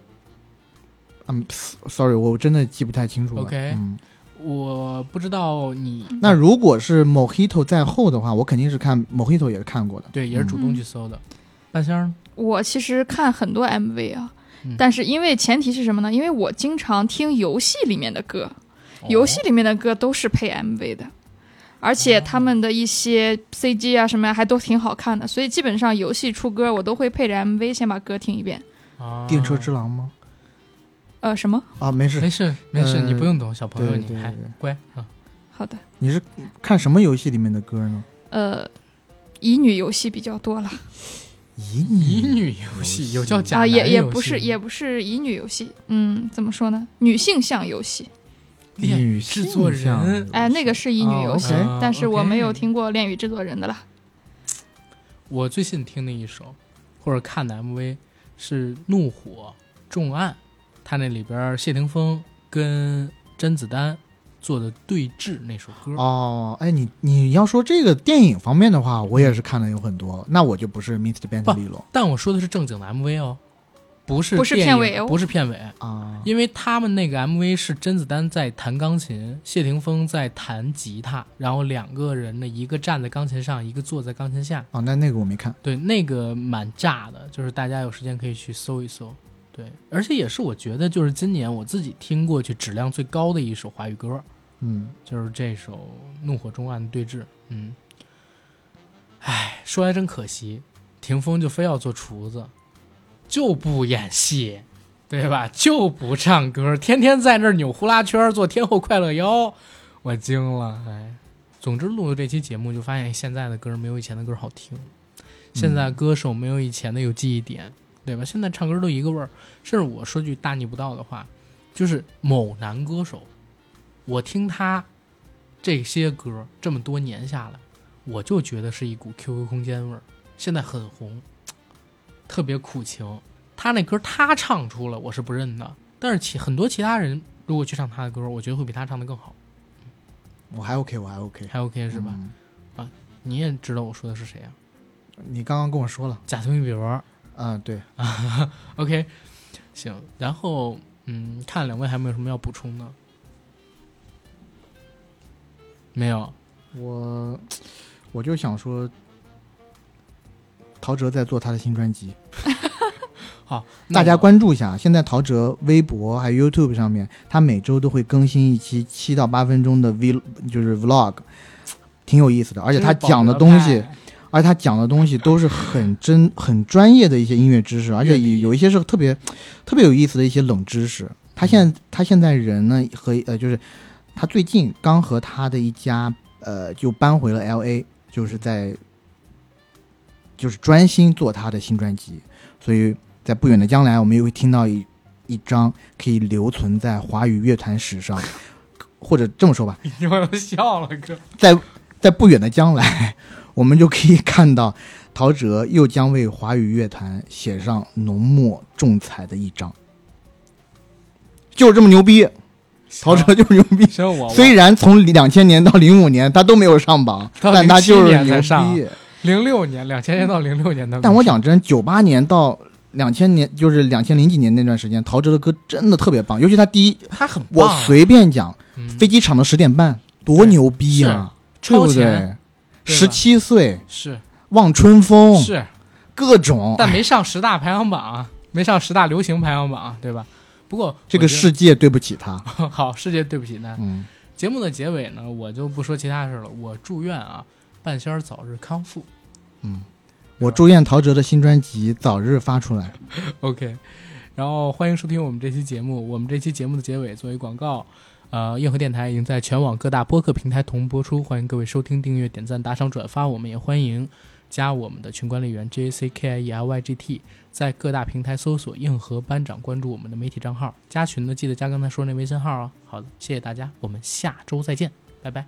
Speaker 2: 嗯，sorry，我真的记不太清楚了。
Speaker 1: OK
Speaker 2: 嗯，
Speaker 1: 我不知道你
Speaker 2: 那如果是 Mojito 在后的话，我肯定是看 Mojito 也是看过的。
Speaker 1: 对也是主动去搜的。半仙儿呢
Speaker 3: 我其实看很多 MV 啊，
Speaker 1: 嗯
Speaker 3: 但是因为前提是什么呢？因为我经常听游戏里面的歌，
Speaker 1: 哦
Speaker 3: 游戏里面的歌都是配 MV 的，而且他们的一些 CG 啊什么呀还都挺好看的，所以基本上游戏出歌我都会配着 MV 先把歌听一遍。
Speaker 1: 啊
Speaker 2: 电车之狼吗？
Speaker 3: 呃，什么？
Speaker 2: 啊，没
Speaker 1: 没
Speaker 2: 事。
Speaker 1: 事没事，
Speaker 2: 呃
Speaker 1: 你不用懂，小朋友
Speaker 2: 对
Speaker 1: 你
Speaker 2: 对
Speaker 1: 还
Speaker 2: 对
Speaker 1: 乖啊。
Speaker 3: 好的，
Speaker 2: 你是看什么游戏里面的歌呢？
Speaker 3: 呃，乙女游戏比较多了
Speaker 2: 乙
Speaker 1: 乙
Speaker 2: 女
Speaker 1: 女游戏有叫 假
Speaker 3: 啊，
Speaker 1: 男
Speaker 3: 也也
Speaker 1: 游戏
Speaker 3: 不是也不是乙女游戏，嗯，怎么说呢？女性向游戏，
Speaker 1: 恋与
Speaker 2: 女
Speaker 1: 制作
Speaker 2: 性向
Speaker 1: 人
Speaker 3: 哎，那个是乙女游戏，
Speaker 2: 哦，OK
Speaker 1: 啊
Speaker 3: 但是我
Speaker 1: OK
Speaker 3: 没有听过《恋与制作人》的啦。
Speaker 1: 我最近听的一首或者看的 MV 是《怒火重案》，它那里边儿谢霆锋跟甄子丹做的对峙那首歌。
Speaker 2: 哦，哎，你你要说这个电影方面的话，我也是看了有很多，那我就不是 Mr. Bentley 了。
Speaker 1: 但我说的是正经的 MV 哦，不是
Speaker 3: 不是
Speaker 1: 电
Speaker 3: 片
Speaker 1: 影
Speaker 3: 尾哦
Speaker 1: 不是片尾，
Speaker 2: 啊，
Speaker 1: 因为他们那个 MV 是甄子丹在弹钢琴，谢霆锋在弹吉他，然后两个人呢，一个站在钢琴上，一个坐在钢琴下。
Speaker 2: 哦，那那个我没看，
Speaker 1: 对，那个蛮炸的，就是大家有时间可以去搜一搜。对，而且也是我觉得就是今年我自己听过去质量最高的一首华语歌，
Speaker 2: 嗯，
Speaker 1: 就是这首《怒火中案对峙》。嗯，唉，说来真可惜，霆锋就非要做厨子，就不演戏，对吧？就不唱歌，天天在那儿扭呼啦圈儿做天后快乐腰，我惊了。哎，总之录了这期节目，就发现现在的歌没有以前的歌好听，现在歌手没有以前的有记忆点，对吧？现在唱歌都一个味儿，甚至我说句大逆不道的话，就是某男歌手，我听他这些歌这么多年下来，我就觉得是一股 QQ 空间味儿。现在很红，特别苦情。他那歌他唱出了，我是不认的。但是其很多其他人如果去唱他的歌，我觉得会比他唱的更好，
Speaker 2: 我还 OK，我还 OK，
Speaker 1: 还 OK 是吧？
Speaker 2: 嗯
Speaker 1: 你也知道我说的是谁啊？
Speaker 2: 你刚刚跟我说了，
Speaker 1: 贾斯汀比伯。
Speaker 2: 啊，对，
Speaker 1: OK，行。然后嗯，看两位还有没有什么要补充的？没有。
Speaker 2: 我我就想说，陶喆在做他的新专辑，
Speaker 1: 好，那
Speaker 2: 大家
Speaker 1: 我
Speaker 2: 关注一下。啊现在陶喆微博还有 YouTube 上面，他每周都会更新一期七到八分钟的 V，就是 Vlog，挺有意思的。而且他讲的东西，，而且他讲的东西都是很真、很专业的一些音乐知识，而且
Speaker 1: 乐理
Speaker 2: 有有一些是特别、特别有意思的一些冷知识。他现在他现在人呢和呃就是他最近刚和他的一家呃就搬回了 L A，就是在就是专心做他的新专辑，所以在不远的将来，我们又会听到一一张可以留存在华语乐坛史上，或者这么说吧，
Speaker 1: 你我都笑了，哥。
Speaker 2: 在在不远的将来，我们就可以看到陶喆又将为华语乐坛写上浓墨重彩的一章。就是这么牛逼，陶
Speaker 1: 啊
Speaker 2: 喆就是牛逼。
Speaker 1: 行，我
Speaker 2: 虽然从两千年到零五年他都没有上榜，
Speaker 1: 到
Speaker 2: 但他就
Speaker 1: 07
Speaker 2: 是
Speaker 1: 年
Speaker 2: 牛
Speaker 1: 才上
Speaker 2: 逼。
Speaker 1: 零六年，两千年到零六年的，
Speaker 2: 但我讲真，九八年到两千年，就是两千零几年那段时间，陶喆的歌真的特别棒，尤其他第一，
Speaker 1: 他很棒
Speaker 2: 我
Speaker 1: 啊，
Speaker 2: 随便讲，
Speaker 1: 嗯
Speaker 2: 飞机场的十点半多
Speaker 1: 对
Speaker 2: 牛逼啊，对
Speaker 1: 超
Speaker 2: 不
Speaker 1: 前
Speaker 2: 对？
Speaker 1: 对吧
Speaker 2: 十七岁，
Speaker 1: 是
Speaker 2: 望春风，
Speaker 1: 是，
Speaker 2: 各种，
Speaker 1: 但没上十大排行榜啊，没上十大流行排行榜啊，对吧？不过
Speaker 2: 这个
Speaker 1: 我觉
Speaker 2: 世界对不起他。
Speaker 1: 得 好世界，对不起那
Speaker 2: 嗯，
Speaker 1: 节目的结尾呢，我就不说其他事了，我祝愿啊，半仙儿早日康复。
Speaker 2: 我祝愿陶喆的新专辑早日发出来。
Speaker 1: OK，然后欢迎收听我们这期节目。我们这期节目的结尾作为广告，呃，硬核电台已经在全网各大播客平台同步播出，欢迎各位收听、订阅、点赞、打赏、转发。我们也欢迎加我们的群管理员 J A C K I E L Y G T，在各大平台搜索“硬核班长”，关注我们的媒体哦账号。加群呢，记得加刚才说那微信号啊。好的，谢谢大家，我们下周再见，拜拜。